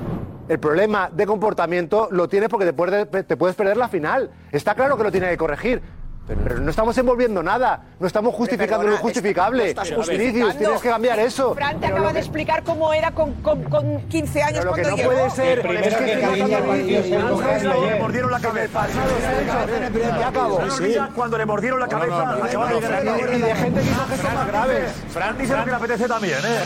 S17: el problema de comportamiento lo tienes porque te puedes, te puedes perder la final. Está claro que lo tiene que corregir. Pero no estamos envolviendo nada, no estamos justificando lo
S15: perdona,
S17: injustificable.
S15: estás
S17: Vinicius, tienes que cambiar eso.
S15: Fran te acaba de explicar cómo era con, con, con 15 años
S17: Pero lo que
S15: cuando
S17: no
S15: llegó.
S17: puede ser es que estoy notando el gesto.
S10: mordieron la cabeza.
S17: Ya acabo.
S10: Cuando le mordieron la cabeza, acabaron de llegar
S17: Y de gente que hizo gestos más graves.
S10: Fran dice lo que le apetece también, ¿eh?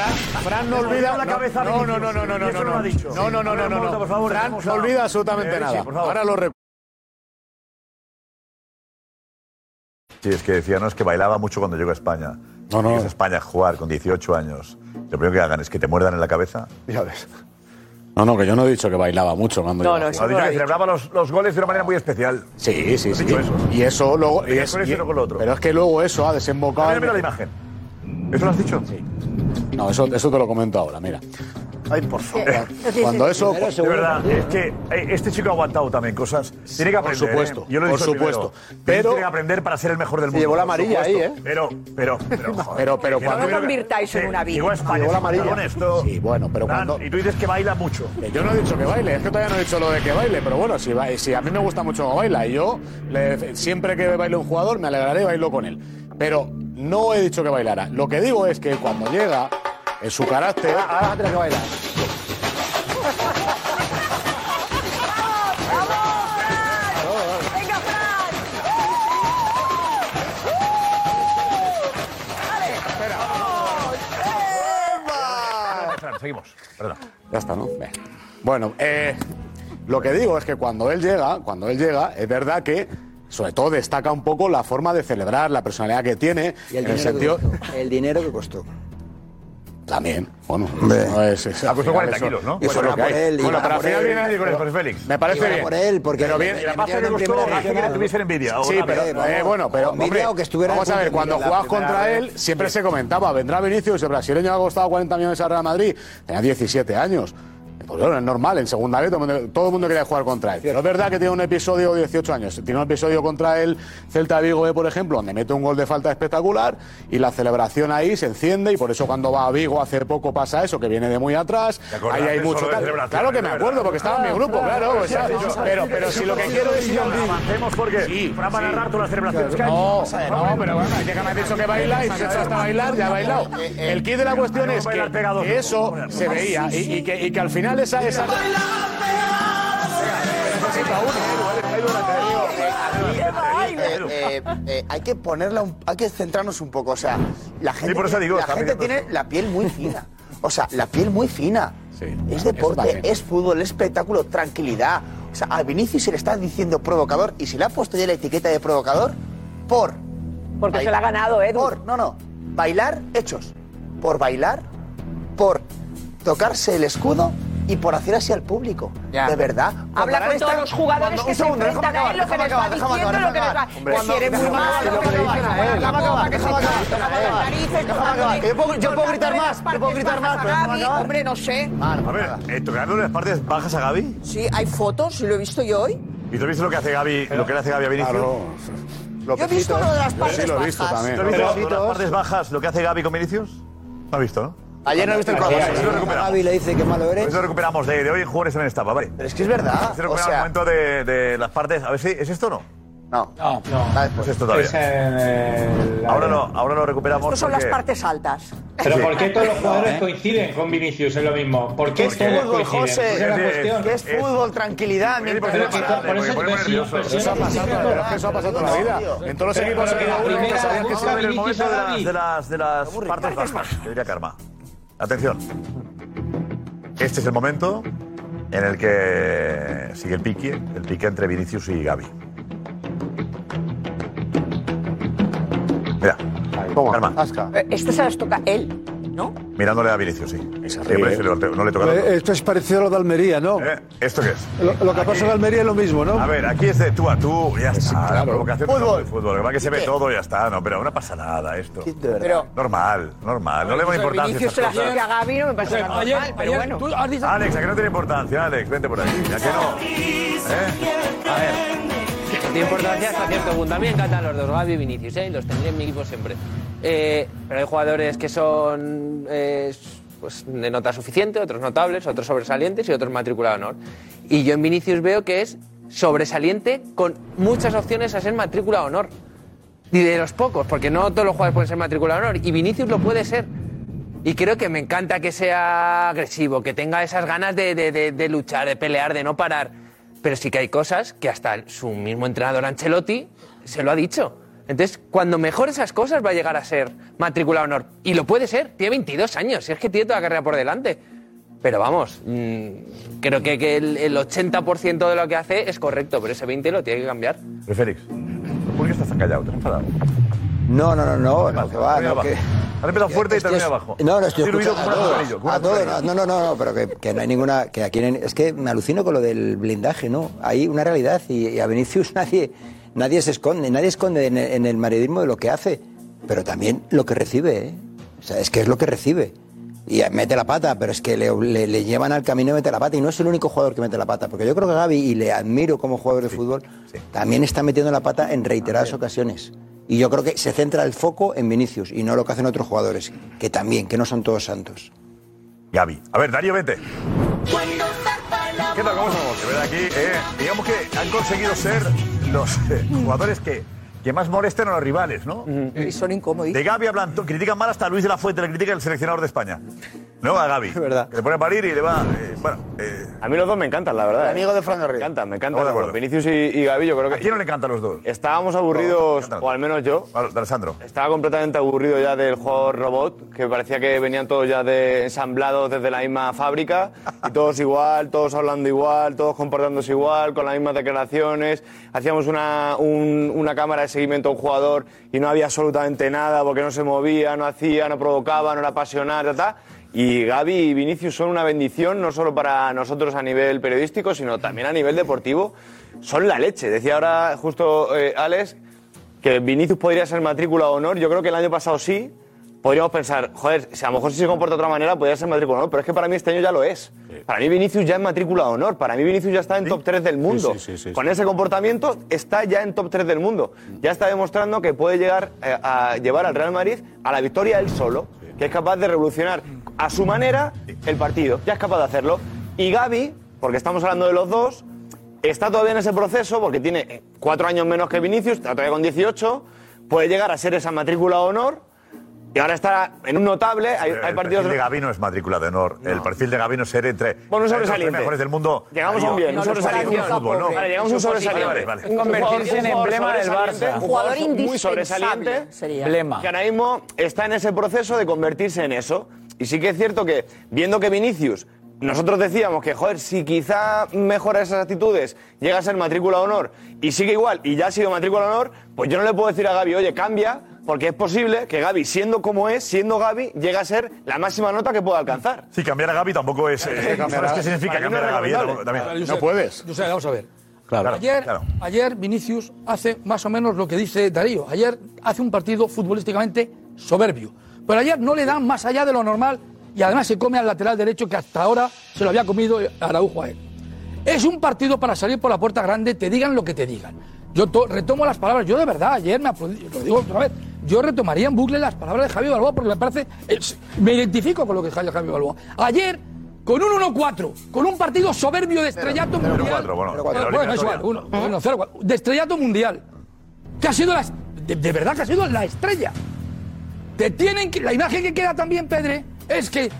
S12: Fran no
S10: Le mordieron
S12: olvida.
S10: la cabeza. a
S12: no, no,
S10: Vinicius.
S12: no, no, no,
S10: Y
S12: no,
S10: eso
S12: no,
S10: lo
S12: no.
S10: ha dicho.
S12: No, no, no, no, no,
S10: Por favor,
S12: Fran
S10: dejemos
S12: no
S10: a-
S12: olvida absolutamente
S10: Eh, sí,
S12: nada.
S10: por favor.
S12: Ahora lo recuerdo.
S10: Sí, es que decía, no, es que bailaba mucho cuando llegó a España. No, no. a España a jugar con 18 años. Lo primero que hagan es que te muerdan en la cabeza.
S3: Ya ves. No, no, que yo no he dicho que bailaba mucho cuando
S10: No,
S3: yo-
S10: no, eso no lo Ha dicho que ha dicho. celebraba los, goles de una manera muy especial.
S3: Sí, sí,
S10: Has
S3: sí.
S10: dicho eso.
S3: Y eso luego.
S10: Te
S3: y es-
S10: conectas
S3: y-
S10: uno con lo otro.
S3: Pero es que luego eso ha desembocado.
S10: Mira,
S3: en-
S10: mira la imagen. ¿Eso lo has dicho?
S3: Sí. No, eso, eso te lo comento ahora, mira.
S10: Ay, por favor.
S3: Cuando eso-
S10: De verdad, es que eh, este chico ha aguantado también cosas. Tiene que
S3: Por
S10: aprender.
S3: supuesto,
S10: ¿eh? Yo lo he
S3: por
S10: dicho
S3: supuesto.
S10: primero.
S3: Pero-
S10: Tiene que aprender para ser el mejor del
S3: Se
S10: mundo.
S3: llevó la
S10: por
S3: amarilla ahí,
S10: supuesto.
S3: ¿eh?
S10: Pero, pero, pero.
S3: Pero, pero
S10: Mira,
S3: cuando.
S15: No convirtáis en una vida.
S10: Llegó a España.
S3: Llegó la
S10: sin
S3: amarilla.
S10: pantalones, todo.
S3: Sí, bueno, pero
S10: Fran,
S3: cuando-
S10: Y tú dices que baila mucho.
S3: Que Yo no he dicho que baile, es que todavía no he dicho lo de que baile, pero bueno, si, ba- si a mí me gusta mucho cómo baila, y yo le- siempre que baile un jugador me alegraré y bailo con él. Pero no he dicho que bailara. Lo que digo es que cuando llega, en su carácter.
S10: Ah,
S3: Ahora que bailar. Eh,
S10: Fran, Seguimos. Perdón.
S3: Ya está, ¿no? Bien. Bueno, eh, lo que digo es que cuando él llega, cuando él llega, es verdad que sobre todo destaca un poco la forma de celebrar, la personalidad que tiene,
S9: Y el
S3: en el
S9: dinero que
S3: sentido
S9: costó. El dinero que costó.
S3: También, bueno, no es, es-
S10: Ha costado
S3: al final
S10: 40
S3: eso-
S10: kilos, ¿no?
S3: eso es lo que hay.
S10: Bueno, pero al final
S3: nadie
S10: viene nadie con él, José Félix.
S3: Me parece bien. pero bien,
S10: Y la pasta que costó hace que le tuviesen envidia. o
S3: Sí,
S10: nada,
S3: pero eh, bueno, pero
S10: envidia
S3: hombre,
S10: o que estuviera
S3: vamos a ver,
S10: juntos,
S3: cuando
S10: mira, la
S3: jugabas
S10: primera
S3: contra
S10: vez.
S3: él, siempre se comentaba, vendrá Vinicius, el brasileño ha costado 40 millones al Real Madrid, tenía 17 años. Pues bueno, es normal, en segunda vez todo el mundo- todo el mundo quería jugar contra él. Pero es verdad que tiene un episodio 18 años. Tiene un episodio contra el Celta de Vigo, B, por ejemplo, donde mete un gol de falta espectacular y la celebración ahí se enciende y por eso cuando va a Vigo hace poco pasa eso, que viene de muy atrás.
S10: ¿Te acordás
S3: Ahí hay
S10: de
S3: mucho
S10: solo de
S3: tal.
S10: celebración,
S3: Claro que
S10: de
S3: me
S10: verdad?
S3: acuerdo, porque estaba en mi grupo, Ah, claro.
S10: Claro,
S3: o sea,
S10: claro, claro.
S3: Pero, pero si lo que quiero es...
S10: Avancemos porque Fran va a narrar todas las celebraciones que ha
S3: No,
S10: hecho.
S3: no, pero bueno, ya que me has dicho que baila y se ha hecho hasta bailar, ya ha bailado. El kit de la cuestión es que que eso se veía y, y que, y que al final esa... esa...
S11: Eh, eh, hay que ponerla, un- hay que centrarnos un poco. O sea, la gente,
S10: por eso
S11: tiene-
S10: digo,
S11: la
S10: está
S11: gente
S10: mirando
S11: tiene la piel muy fina. O sea, la piel muy fina. es deporte,
S10: también.
S11: es fútbol, es espectáculo, tranquilidad. O sea, a Vinicius se le está diciendo provocador y se le ha puesto ya la etiqueta de provocador por.
S15: Porque se la ha ganado, Edu.
S11: Por, no, no. Bailar hechos. Por bailar, por tocarse el escudo y por hacer así al público. De verdad. Cuando
S15: Habla
S11: ahora
S15: con
S11: le
S15: todos
S11: están-
S15: los jugadores
S11: Cuando-
S15: que
S11: un
S15: se
S11: segundo,
S15: enfrentan
S11: déjame
S15: a él, lo que les va
S11: acabar, déjame acabar,
S15: diciendo, lo que
S11: déjame
S15: les va...
S11: acabar. Hombre,
S15: Que si eres muy
S11: déjame acabar,
S15: malo,
S11: déjame
S15: que no vas
S11: acabar,
S15: a ganar
S11: déjame
S15: la
S11: acabar,
S15: copa, que se va a
S11: déjame acabar,
S15: ganar las narices,
S11: déjame acabar. Que yo puedo- yo puedo gritar más, yo puedo gritar más, pero déjame acabar.
S15: Hombre, no sé.
S10: A ver, eh, ¿tocándole las partes bajas a Gaby?
S15: Sí, hay fotos, lo he visto yo hoy.
S10: ¿Y tú has visto lo que hace Gaby, lo que le hace Gaby a Vinicius?
S3: Claro.
S15: Yo he visto lo de las
S10: Yo
S15: partes
S10: sí lo he visto
S15: bajas.
S10: también. ¿Tú has visto lo de las partes bajas, lo que hace Gaby con Vinicius? No has visto, ¿no?
S11: Ayer no he visto el
S10: programa.
S11: programa.
S10: Eso lo recuperamos.
S9: Gaby le dice que malo eres.
S10: Eso lo recuperamos de, de hoy en Jugadores en el Estapa, vale. Pero
S11: es que es verdad.
S10: Se recupera
S11: o sea-
S10: el momento de, de las partes. A ver si. ¿Es esto o no?
S11: No.
S10: No,
S11: no.
S10: Es esto todavía.
S1: Es en el-
S10: Ahora no, ahora lo recuperamos.
S15: Estas son las
S10: porque-
S15: partes altas.
S1: Pero ¿por qué todos los jugadores
S17: ¿Eh?
S1: coinciden con Vinicius en lo mismo? ¿Por qué
S11: Que es
S1: todos
S11: fútbol,
S1: coinciden?
S11: José.
S1: Esa es la cuestión.
S11: Que es fútbol, tranquilidad. mientras-
S1: Pero que- por eso te decía, pero si
S3: Eso ha
S1: no
S3: pasado,
S1: existe
S3: pero es que eso ha pasado toda la vida. En todos los
S10: Pero-
S3: equipos
S10: pero
S3: había
S10: que la
S3: uno que
S10: primera-
S3: sabía que
S10: vamos
S3: se
S10: a ver el
S3: iba a
S10: momento
S3: Vinicius
S10: de
S3: a
S10: las,
S3: Gaby.
S10: de las, de las partes bajas, que diría Karma. Atención. Este es el momento en el que sigue el pique, el pique entre Vinicius y Gaby. Mira, Karma,
S15: Eh, Esto se las toca él.
S10: mirándole a Vinicius, sí. Siempre se lo- no le toca
S14: Eh,
S10: el otro.
S14: Esto es parecido a lo de Almería, ¿no?
S10: ¿Esto qué es?
S14: Lo, lo que pasa en Almería es lo mismo, ¿no?
S10: A ver, aquí es de tú a tú, ya está. Ah, La provocación
S14: Fútbol.
S10: fútbol. fútbol. Lo que pasa es que se ve todo, ya está. No, pero no pasa nada esto.
S15: Pero-
S10: normal, normal. No le demos importancia. a
S15: Vinicius se
S10: estas
S15: las
S10: cosas.
S15: toca a Gaby, no me parece nada
S18: ayer-
S15: mal, pero
S18: ayer
S15: bueno.
S10: Alex, ¿a que no tiene importancia, Alex? Vente por aquí. ¿A que no?
S9: Ah,
S10: ¿Eh?
S2: A ver. Tiene importancia hasta cierto punto. A mí me encantan los dos, Gaby y Vinicius, ¿eh? Y los tendré en mi equipo siempre. Eh, pero hay jugadores que son eh, pues, de nota suficiente, otros notables, otros sobresalientes y otros matriculado de honor. Y yo en Vinicius veo que es sobresaliente con muchas opciones a ser matrícula de honor. y de los pocos, porque no todos los jugadores pueden ser matrícula de honor, y Vinicius lo puede ser. Y creo que me encanta que sea agresivo, que tenga esas ganas de, de- de- de luchar, de pelear, de no parar. Pero sí que hay cosas que hasta su mismo entrenador Ancelotti se lo ha dicho. Entonces, cuando mejor esas cosas va a llegar a ser matrícula de honor. Y lo puede ser, tiene 22 años, si es que tiene toda la carrera por delante. Pero vamos, mm, creo que, que el, el 80% de lo que hace es correcto, pero ese 20% lo tiene que cambiar.
S10: Pero Eh, Félix, ¿por qué estás tan callado? ¿Te has enfadado?
S9: No, no, no, no, no, que va,
S10: termina
S9: no,
S10: abajo.
S9: que...
S10: Has empezado fuerte y
S9: Estoy-
S10: termina abajo.
S9: No, no, estoy
S10: Has diluido
S9: escuchando
S10: como un
S9: a todos,
S10: azucarillo, como
S9: a
S10: un
S9: todos,
S10: azucarillo.
S9: no, no, no, no, pero que, que no hay ninguna, que aquí en- es que me alucino con lo del blindaje, ¿no? Hay una realidad y, y a Vinicius nadie, nadie se esconde, nadie esconde en el, en el maridismo de lo que hace, pero también lo que recibe, ¿eh? O sea, es que es lo que recibe. Y mete la pata, pero es que le, le- le llevan al camino y mete la pata. Y no es el único jugador que mete la pata, porque yo creo que Gaby, y le admiro como jugador de fútbol, también está metiendo la pata en reiteradas ocasiones. Y yo creo que se centra el foco en Vinicius y no lo que hacen otros jugadores, que también, que no son todos santos.
S10: Gaby. A ver, Darío, vete. ¿Qué tal? ¿Cómo estamos? De verdad, aquí, eh, digamos que han conseguido ser los eh, jugadores que, que más molestan a los rivales, ¿no?
S15: Y son incómodos.
S10: De Gaby hablan, to- critican mal hasta a Luis de la Fuente, le critica el seleccionador de España. No a Gaby. verdad. Que le pone a parir y le va. eh, bueno, eh,
S6: A mí los dos me encantan, la verdad.
S10: El
S6: ¿eh?
S10: amigo de Fran
S6: Me encantan,
S10: Estamos
S6: me encantan.
S10: de
S6: los
S10: acuerdo.
S6: dos. Vinicius y, y Gaby, yo creo que.
S10: ¿A quién no le encantan los dos?
S6: Estábamos aburridos, o al menos yo.
S10: Alessandro.
S6: Estaba completamente aburrido ya del juego robot, que parecía que venían todos ya de ensamblados desde la misma fábrica, y todos igual, todos hablando igual, todos comportándose igual, con las mismas declaraciones. Hacíamos una, un- una cámara de seguimiento a un jugador y no había absolutamente nada porque no se movía, no hacía, no provocaba, no era apasionado, ta, ta. Y Gaby y Vinicius son una bendición, no solo para nosotros a nivel periodístico, sino también a nivel deportivo. Son la leche. Decía ahora justo eh, Alex que Vinicius podría ser matrícula de honor. Yo creo que el año pasado sí. Podríamos pensar, joder, si a lo mejor si se comporta de otra manera, podría ser matrícula de honor. Pero es que para mí este año ya lo es. Para mí Vinicius ya es matrícula de honor. Para mí Vinicius ya está en top 3 del mundo.
S12: sí, sí, sí,
S6: Con ese comportamiento está ya en top 3 del mundo. Ya está demostrando que puede llegar eh, a llevar al Real Madrid a la victoria él solo, que es capaz de revolucionar a su manera el partido. Ya es capaz de hacerlo. Y Gaby, porque estamos hablando de los dos, está todavía en ese proceso porque tiene eh, cuatro años menos que Vinicius, está todavía con 18, puede llegar a ser esa matrícula de honor y ahora está en un notable. Hay, hay
S10: el
S6: partidos.
S10: perfil de Gaby no es matrícula de honor. El perfil de Gaby no es ser entre
S6: Bueno, un
S10: entre los tres
S6: sobresaliente.
S10: mejores del mundo.
S6: Llegamos a un bien, un
S10: No, no,
S6: sobresaliente.
S10: no, no, fútbol, no.
S6: Vale, llegamos a un sobresaliente.
S10: Vale, vale.
S6: Un
S21: Convertirse
S6: jugador-
S21: en
S6: un jugador
S21: emblema del
S6: sobresaliente,
S21: Barça.
S6: Un jugador
S21: Jugador
S6: muy
S21: indispensable
S6: sobresaliente.
S21: sería. Emblema.
S6: Que ahora mismo está en ese proceso de convertirse en eso. Y sí que es cierto que, viendo que Vinicius, nosotros decíamos que, joder, si quizá mejora esas actitudes, llega a ser matrícula de honor y sigue igual y ya ha sido matrícula de honor, pues yo no le puedo decir a Gaby, oye, cambia, porque es posible que Gaby, siendo como es, siendo Gaby, llegue a ser la máxima nota que pueda alcanzar.
S10: Si cambiar a Gaby tampoco es. eh, ¿Sabes qué significa cambiar a Gaby? eh, tampoco-
S18: Claro,
S10: también.
S18: Josep, Josep, vamos a ver.
S10: Claro.
S18: ayer, ayer Vinicius hace más o menos lo que dice Darío. Ayer hace un partido futbolísticamente soberbio. Pero ayer no le dan más allá de lo normal y además se come al lateral derecho que hasta ahora se lo había comido Araujo a él. Es un partido para salir por la puerta grande, te digan lo que te digan. Yo to- retomo las palabras, yo de verdad, ayer me aplaudí, lo digo otra vez, yo retomaría en bucle las palabras de Javier Balboa porque me parece, es- me identifico con lo que Javier Javier Balboa. Ayer, con un 1-4, con un partido soberbio de estrellato mundial.
S10: 0-4, bueno,
S18: Bueno,
S10: la
S18: bueno, es igual, uno, uno, cero, cuatro. de estrellato mundial. Que ha sido la, est- de, de verdad que ha sido la estrella. Te tienen que- la imagen que queda también, Pedre, es que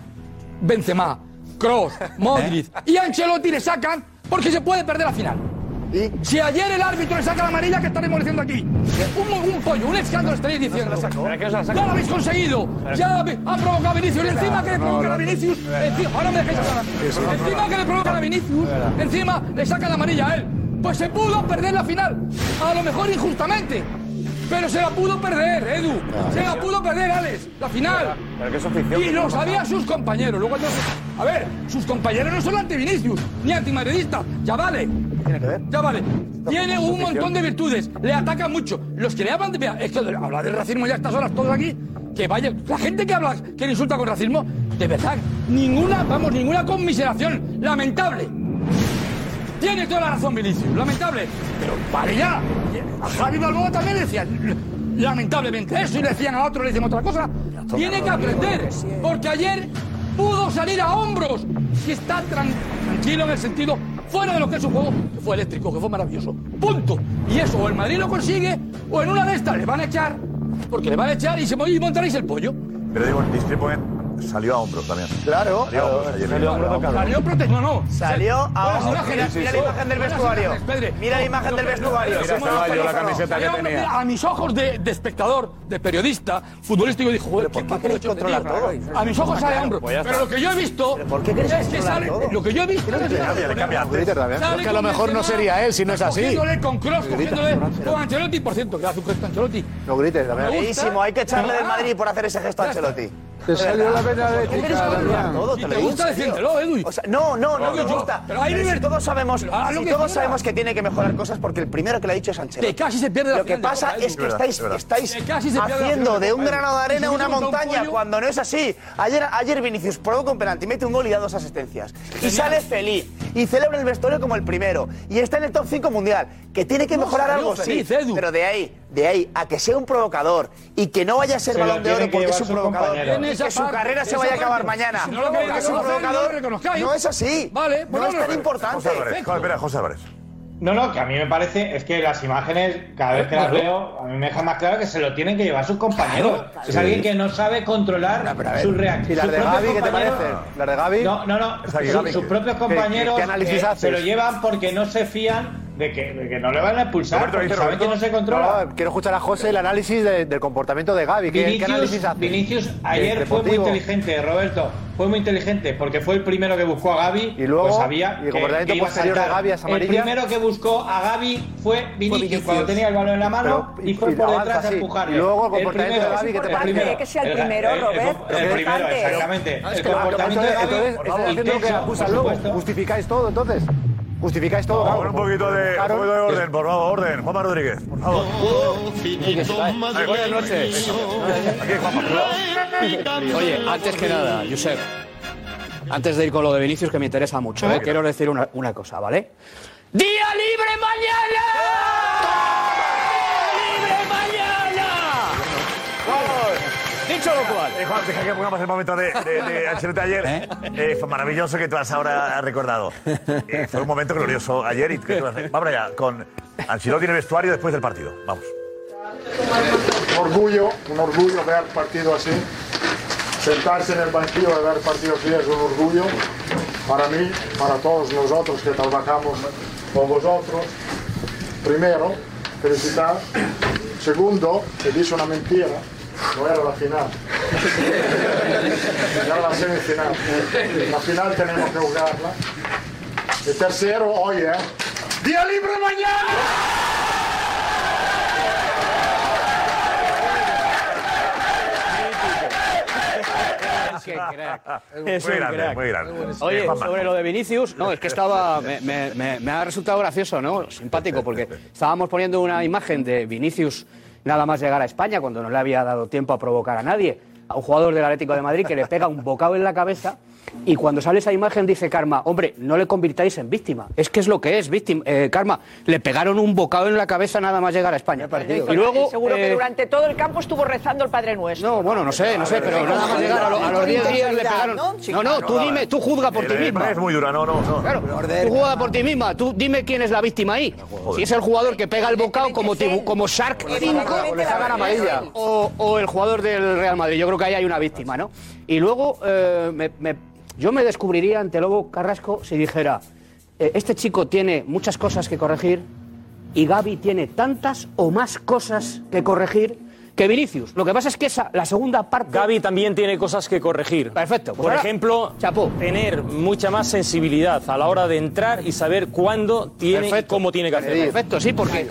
S18: Benzema, Kroos, Modric y Ancelotti le sacan porque se puede perder la final. Si ayer el árbitro le saca la amarilla que estaremos diciendo aquí, un, un pollo, un escándalo estaréis diciendo. Ya lo habéis conseguido, ya habe- han provocado a Vinicius, y encima que le provocan a Vinicius, encima, ahora me dejáis hablar. a mí. Encima que le provocan a Vinicius, encima le sacan la amarilla a él. Pues se pudo perder la final, a lo mejor injustamente, pero se la pudo perder, Edu, se la pudo perder, Alex, la final.
S6: Pero que es oficio.
S18: Y lo sabía sus compañeros. Luego entonces, a ver, sus compañeros no son anti-Vinicius, ni antimadridistas. Ya vale. tiene que ver? Ya vale. Tiene un montón de virtudes. Le ataca mucho. Los que le hablan de... Vea, Es que habla del racismo ya a estas horas todos aquí. Que vaya... La gente que habla, que le insulta con racismo, de verdad, ninguna, vamos, ninguna conmiseración. Lamentable. Tiene toda la razón Vinicius, lamentable. Pero vale ya. A Javi Balboa también le decían, lamentablemente eso, y le decían a otro, le decían otra cosa. Tiene que aprender, porque ayer pudo salir a hombros y está tran- tranquilo en el sentido, fuera de lo que es su juego, que fue eléctrico, que fue maravilloso. Punto. Y eso o el Madrid lo consigue o en una de estas le van a echar, porque le van a echar y se mo- y montaréis el pollo.
S10: Pero digo, el Discrepoint salió a hombros también.
S18: Claro.
S10: Salió a hombros ayer.
S18: Salió a hombros tocado. Salió prote- no, no.
S10: Salió
S18: Sal-
S10: a
S18: Buenas
S10: hombros.
S18: imágenes,
S10: Sí, sí,
S18: mira
S10: sí.
S18: la imagen del
S10: Buenas
S18: vestuario.
S10: imágenes,
S18: Pedro.
S11: Mira la imagen
S18: No,
S11: del
S18: no,
S11: vestuario.
S18: no,
S11: Mira,
S18: somos
S11: estaba yo, la
S18: pelícanos.
S11: camiseta que
S18: Salió hombre,
S11: tenía.
S18: mira, A mis ojos de, de espectador, de periodista, futbolista, yo dijo, joder, ¿qué, qué coño este
S11: controlar
S18: tío?
S11: todo?
S18: A mis ojos
S11: Está
S18: sale
S11: claro,
S18: hombro.
S11: pues ya
S18: Pero
S11: está.
S18: lo que yo he visto
S11: ¿Por qué crees
S18: es que
S11: controlar
S18: sale.
S11: todo?
S18: Lo que yo he visto es que
S11: Le
S18: sale
S11: cambia, le cambia.
S18: con-
S11: Twitter también.
S18: sale
S11: Es que a lo
S18: con
S11: mejor no
S18: Benzema,
S11: sería él si no es así.
S18: Cogiéndole con Kroos,
S11: Grita,
S18: cogiéndole con Ancelotti, por cierto, que hace un gesto a Ancelotti.
S17: No grites, la verdad.
S11: Buenísimo, hay que echarle del
S18: Ah.
S11: Madrid por hacer ese gesto a Ancelotti.
S18: Te
S11: De
S18: salió
S11: verdad.
S18: la vena
S11: ¿Por qué quieres
S18: eléctrica,
S11: controlar
S18: Adrián?
S11: todo?
S18: Si
S11: lo
S18: te
S11: digo en
S18: gusta,
S11: serio.
S18: defiéndelo, Edu.
S11: O sea, no, no, no,
S18: Obvio,
S11: me
S18: yo-
S11: gusta.
S18: pero hay
S11: si
S18: libertad.
S11: todos sabemos,
S18: Pero haz lo
S11: si
S18: que
S11: todos
S18: quieras.
S11: sabemos que tiene que mejorar cosas porque el primero que lo ha dicho es Ancelotti.
S18: Que casi se pierde la
S11: Lo que
S18: final de
S11: pasa
S18: Copa, Edu.
S11: es
S18: Es
S11: que
S18: verdad,
S11: estáis,
S18: es verdad.
S11: estáis
S18: Que casi se pierde la
S11: haciendo
S18: final de
S11: de un
S18: Copa, Edu.
S11: granado de
S18: Y si
S11: arena una
S18: hubiese montado un
S11: montaña
S18: pollo-
S11: cuando no es así. Ayer, ayer Vinicius provoca un penalti, mete un gol y da dos asistencias. Y sale feliz. Y celebra el vestuario como el primero. Y está en el top 5 mundial. Que tiene que
S18: No
S11: mejorar
S18: salió
S11: algo, sí.
S18: feliz, Edu.
S11: Pero de ahí, de ahí a que sea un provocador y que no vaya a ser
S18: Se la
S11: balón de
S18: tienen
S11: oro
S18: que
S11: porque
S18: llevar
S11: es un
S18: sus
S11: provocador.
S18: compañeros.
S11: Que
S18: Esa
S11: su
S18: parte,
S11: carrera se
S18: esa
S11: vaya a acabar
S18: parte.
S11: mañana.
S18: Si no lo
S11: Porque es un
S18: reconocéis, no lo
S11: provocador.
S18: reconozcáis.
S11: No es así.
S18: Vale,
S11: no
S18: pues
S11: es
S18: no
S11: tan
S18: lo-
S11: importante.
S18: José Álvarez, José- espera,
S10: José Álvarez.
S23: No, no, que a mí me parece, es que las imágenes, cada vez que las
S18: Claro.
S23: veo, a mí me deja más claro que se lo tienen que llevar sus compañeros.
S18: Claro, claro.
S23: Es alguien que no sabe controlar sus reacciones.
S17: ¿Y las
S23: sus
S17: de
S23: propios
S17: Gavi, qué te
S23: compañeros-
S17: parece? ¿Las de Gavi?
S23: No, no, no.
S17: Esa que
S23: Sus-
S17: Gavi,
S23: sus
S17: que-
S23: propios
S17: que-
S23: compañeros
S17: ¿Qué análisis
S23: eh,
S17: haces?
S23: se lo llevan porque no se fían de que, de que no le van a expulsar,
S17: Roberto,
S23: porque
S17: dice
S23: saben que no
S17: Roberto.
S23: se controla.
S17: No, quiero escuchar a José el análisis de- del comportamiento de Gaby. ¿Qué, qué análisis hace?
S23: Vinicius ayer
S17: Del
S23: fue muy
S17: deportivo.
S23: inteligente, Roberto. Fue muy inteligente porque fue el primero que buscó a Gaby.
S17: Y luego,
S23: pues
S17: y
S23: sabía
S17: pues
S23: que,
S17: el comportamiento
S23: que iba a
S17: posterior de
S23: saltar.
S17: Gavi es
S23: El
S17: amarilla.
S23: primero que buscó a Gaby fue Vinicius,
S17: Vinicius.
S23: cuando tenía el balón en la mano
S17: Pero-
S23: y, fue
S17: y
S23: por
S17: avanza,
S23: detrás a
S17: sí.
S23: empujarle.
S17: Y luego el comportamiento
S23: primero,
S17: de Gaby, ¿qué te
S23: el
S17: parece?
S23: primero.
S17: que sea el
S15: primero,
S23: el- el-
S15: Robert.
S23: El,
S17: Lo que-
S23: primero, exactamente.
S17: Ah, es
S23: El
S17: que lo-
S23: comportamiento de
S17: entonces,
S23: Gaby.
S17: entonces, estáis
S23: el
S17: haciendo que
S23: techo,
S17: la acusan
S23: por
S17: luego.
S23: supuesto.
S17: Justificáis todo, entonces. Justificáis todo.
S10: Vamos
S17: claro,
S10: con un
S17: como-
S10: poquito de
S17: buscaron-
S10: juego de orden, por favor, orden. Juan Rodríguez, por favor. Ahí,
S12: Buenas noches.
S10: Aquí, Juanma.
S12: Oye, antes que nada, Josep, antes de ir con lo de Vinicius, que me interesa mucho, ¿eh? quiero decir una, una cosa, ¿vale? ¡Día libre mañana! Dicho lo cual.
S10: Eh, Juan, deja que pongamos el momento de, de, de Ancelotti ayer. Eh, fue maravilloso que tú has ahora recordado. Eh, fue un momento glorioso ayer. Y que tú has- Vamos allá, con Ancelotti en el vestuario después del partido. Vamos.
S9: un orgullo, un orgullo ver partido así. Sentarse en el banquillo de ver partido así es un orgullo para mí, para todos nosotros que trabajamos con vosotros. Primero, felicitar. Segundo, que dice una mentira, no era la final. Era la semifinal. La final tenemos que jugarla. Y tercero, hoy, ¿eh? ¡Día libre mañana!
S12: Es
S10: muy
S12: un
S10: grande,
S12: crack.
S10: muy grande.
S12: Oye,
S10: Eh, Juanma.
S12: sobre lo de Vinicius, no, es que estaba. Me, me- me- me ha resultado gracioso, ¿no? Simpático, porque estábamos poniendo una imagen de Vinicius nada más llegar a España, cuando no le había dado tiempo a provocar a nadie, a un jugador del Atlético de Madrid que le pega un bocado en la cabeza. Y cuando sale esa imagen dice Karma, hombre, no le convirtáis en víctima. Es que es lo que es, víctima. Eh, Karma, le pegaron un bocado en la cabeza nada más llegar a España. Y luego,
S15: seguro que
S12: eh,
S15: durante todo el campo estuvo rezando el Padre Nuestro.
S12: No, bueno, no sé, no sé, pero nada más llegar a, lo- a los 10 días le pegaron. No, no, tú dime, tú juzga por
S10: Eh,
S12: ti
S10: la
S12: misma.
S10: imagen Es muy dura, no, no, no.
S12: Claro, tú jugada por ti misma. Tú dime quién es la víctima ahí. Si es el jugador que pega el bocado como, tibu- como Shark
S10: Le
S12: 5
S10: sacan- le sacan amarilla.
S12: o, o el jugador del Real Madrid. Yo creo que ahí hay una víctima, ¿no? Y luego eh, me- me- yo me descubriría ante Lobo Carrasco si dijera, eh, este chico tiene muchas cosas que corregir y Gaby tiene tantas o más cosas que corregir. Que Vinicius. Lo que pasa es que esa, la segunda parte.
S7: Gaby también tiene cosas que corregir.
S12: Perfecto. pues
S7: Por
S12: ahora-
S7: ejemplo, tener mucha más sensibilidad a la hora de entrar y saber cuándo tiene y cómo tiene que hacer.
S12: Perfecto, sí, porque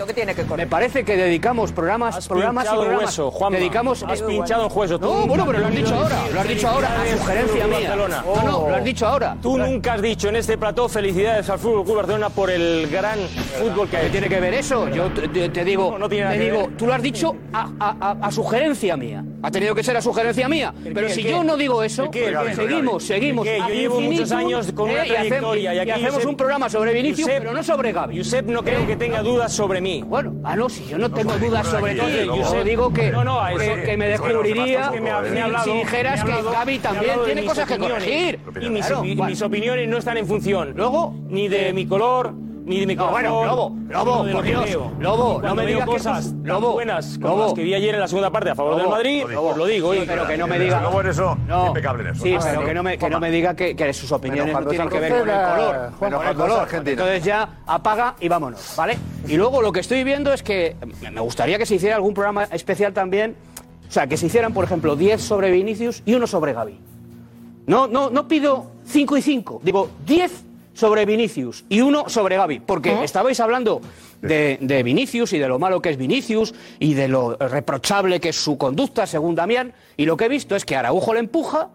S12: me parece que dedicamos programas,
S7: Has
S12: programas y
S7: pinchado en
S12: programas.
S7: hueso, Juanma.
S12: Dedicamos,
S7: Has pinchado en hueso. Tú
S12: No,
S7: nunca
S12: Oh, bueno, pero lo
S7: has
S12: has dicho
S7: dicho
S12: ahora. Lo has dicho ahora. A
S7: felicidades,
S12: sugerencia
S7: Fútbol
S12: mía.
S7: Barcelona.
S12: No, no, lo has dicho ahora.
S7: Tú nunca has dicho en este plató felicidades al Fútbol Club Barcelona por el gran fútbol que
S12: ¿Qué
S7: hay.
S12: tiene que ver eso? Yo te, te- te digo,
S7: No, no tiene nada
S12: te
S7: que
S12: digo,
S7: ver.
S12: tú lo has dicho a, a- a- a sugerencia mía. Ha tenido que ser a sugerencia mía. Pero
S7: qué,
S12: si
S7: el
S12: yo
S7: qué?
S12: no digo eso, pues
S7: ¿El qué, el qué?
S12: seguimos,
S7: ¿El
S12: seguimos.
S7: qué? Yo
S12: ad
S7: llevo muchos
S12: infinitum,
S7: años con una
S12: y hacemos-
S7: trayectoria, y
S12: Y
S7: aquí
S12: hacemos
S7: Josep-
S12: un programa sobre Vinicius,
S7: Josep-
S12: pero no sobre Gaby.
S7: Josep no creo que tenga dudas sobre mí.
S12: Bueno, ah, no, si yo no, tengo dudas sobre ti,
S7: Oye,
S12: yo
S7: Josep,
S12: digo que,
S7: no, no, a
S12: que-
S7: eso-
S12: que me
S7: eso no,
S12: descubriría
S7: Sebastián, que me ha- me ha
S12: si-
S7: hablado-
S12: si dijeras
S7: ¿eh? me ha hablado-
S12: que Gaby
S7: me ha
S12: también
S7: hablado de
S12: tiene
S7: mis
S12: cosas que
S7: opiniones.
S12: corregir.
S7: Y mis,
S12: Claro,
S7: opi-
S12: bueno.
S7: mis opiniones no están en función
S12: Luego,
S7: ni de mi color, ni de mi
S12: No,
S7: corazón,
S12: bueno, Lobo,
S7: ni
S12: Lobo,
S7: de lo
S12: por
S7: que
S12: Dios,
S7: creo.
S12: Lobo,
S7: Y
S12: no
S7: cuando
S12: me
S7: veo
S12: digas que
S7: cosas
S12: eso-
S7: tan
S12: Lobo,
S7: buenas como
S12: Lobo.
S7: las que vi ayer en la segunda parte a favor
S12: Lobo,
S7: del Madrid,
S12: Lobo.
S7: lo digo.
S12: Sí,
S7: y-
S12: pero que no me diga. no. Sí,
S7: Ah,
S12: pero
S7: no.
S12: que no me, que no me diga que, que sus opiniones
S17: Pero
S12: no
S17: cuando
S12: tienen
S17: se
S12: que ver con el
S17: proceda,
S12: color.
S17: Juan,
S12: Con el
S17: cuando
S12: color.
S17: se argentina.
S12: Entonces ya apaga y vámonos, ¿vale? Y luego lo que estoy viendo es que me- me gustaría que se hiciera algún programa especial también. O sea, que se hicieran, por ejemplo, 10 sobre Vinicius y uno sobre Gaby. No, no, no pido 5 y 5, digo 10 sobre Vinicius y uno sobre Gaby, porque estabais hablando de, de Vinicius y de lo malo que es Vinicius y de lo reprochable que es su conducta, según Damián, y lo que he visto es que Araujo le empuja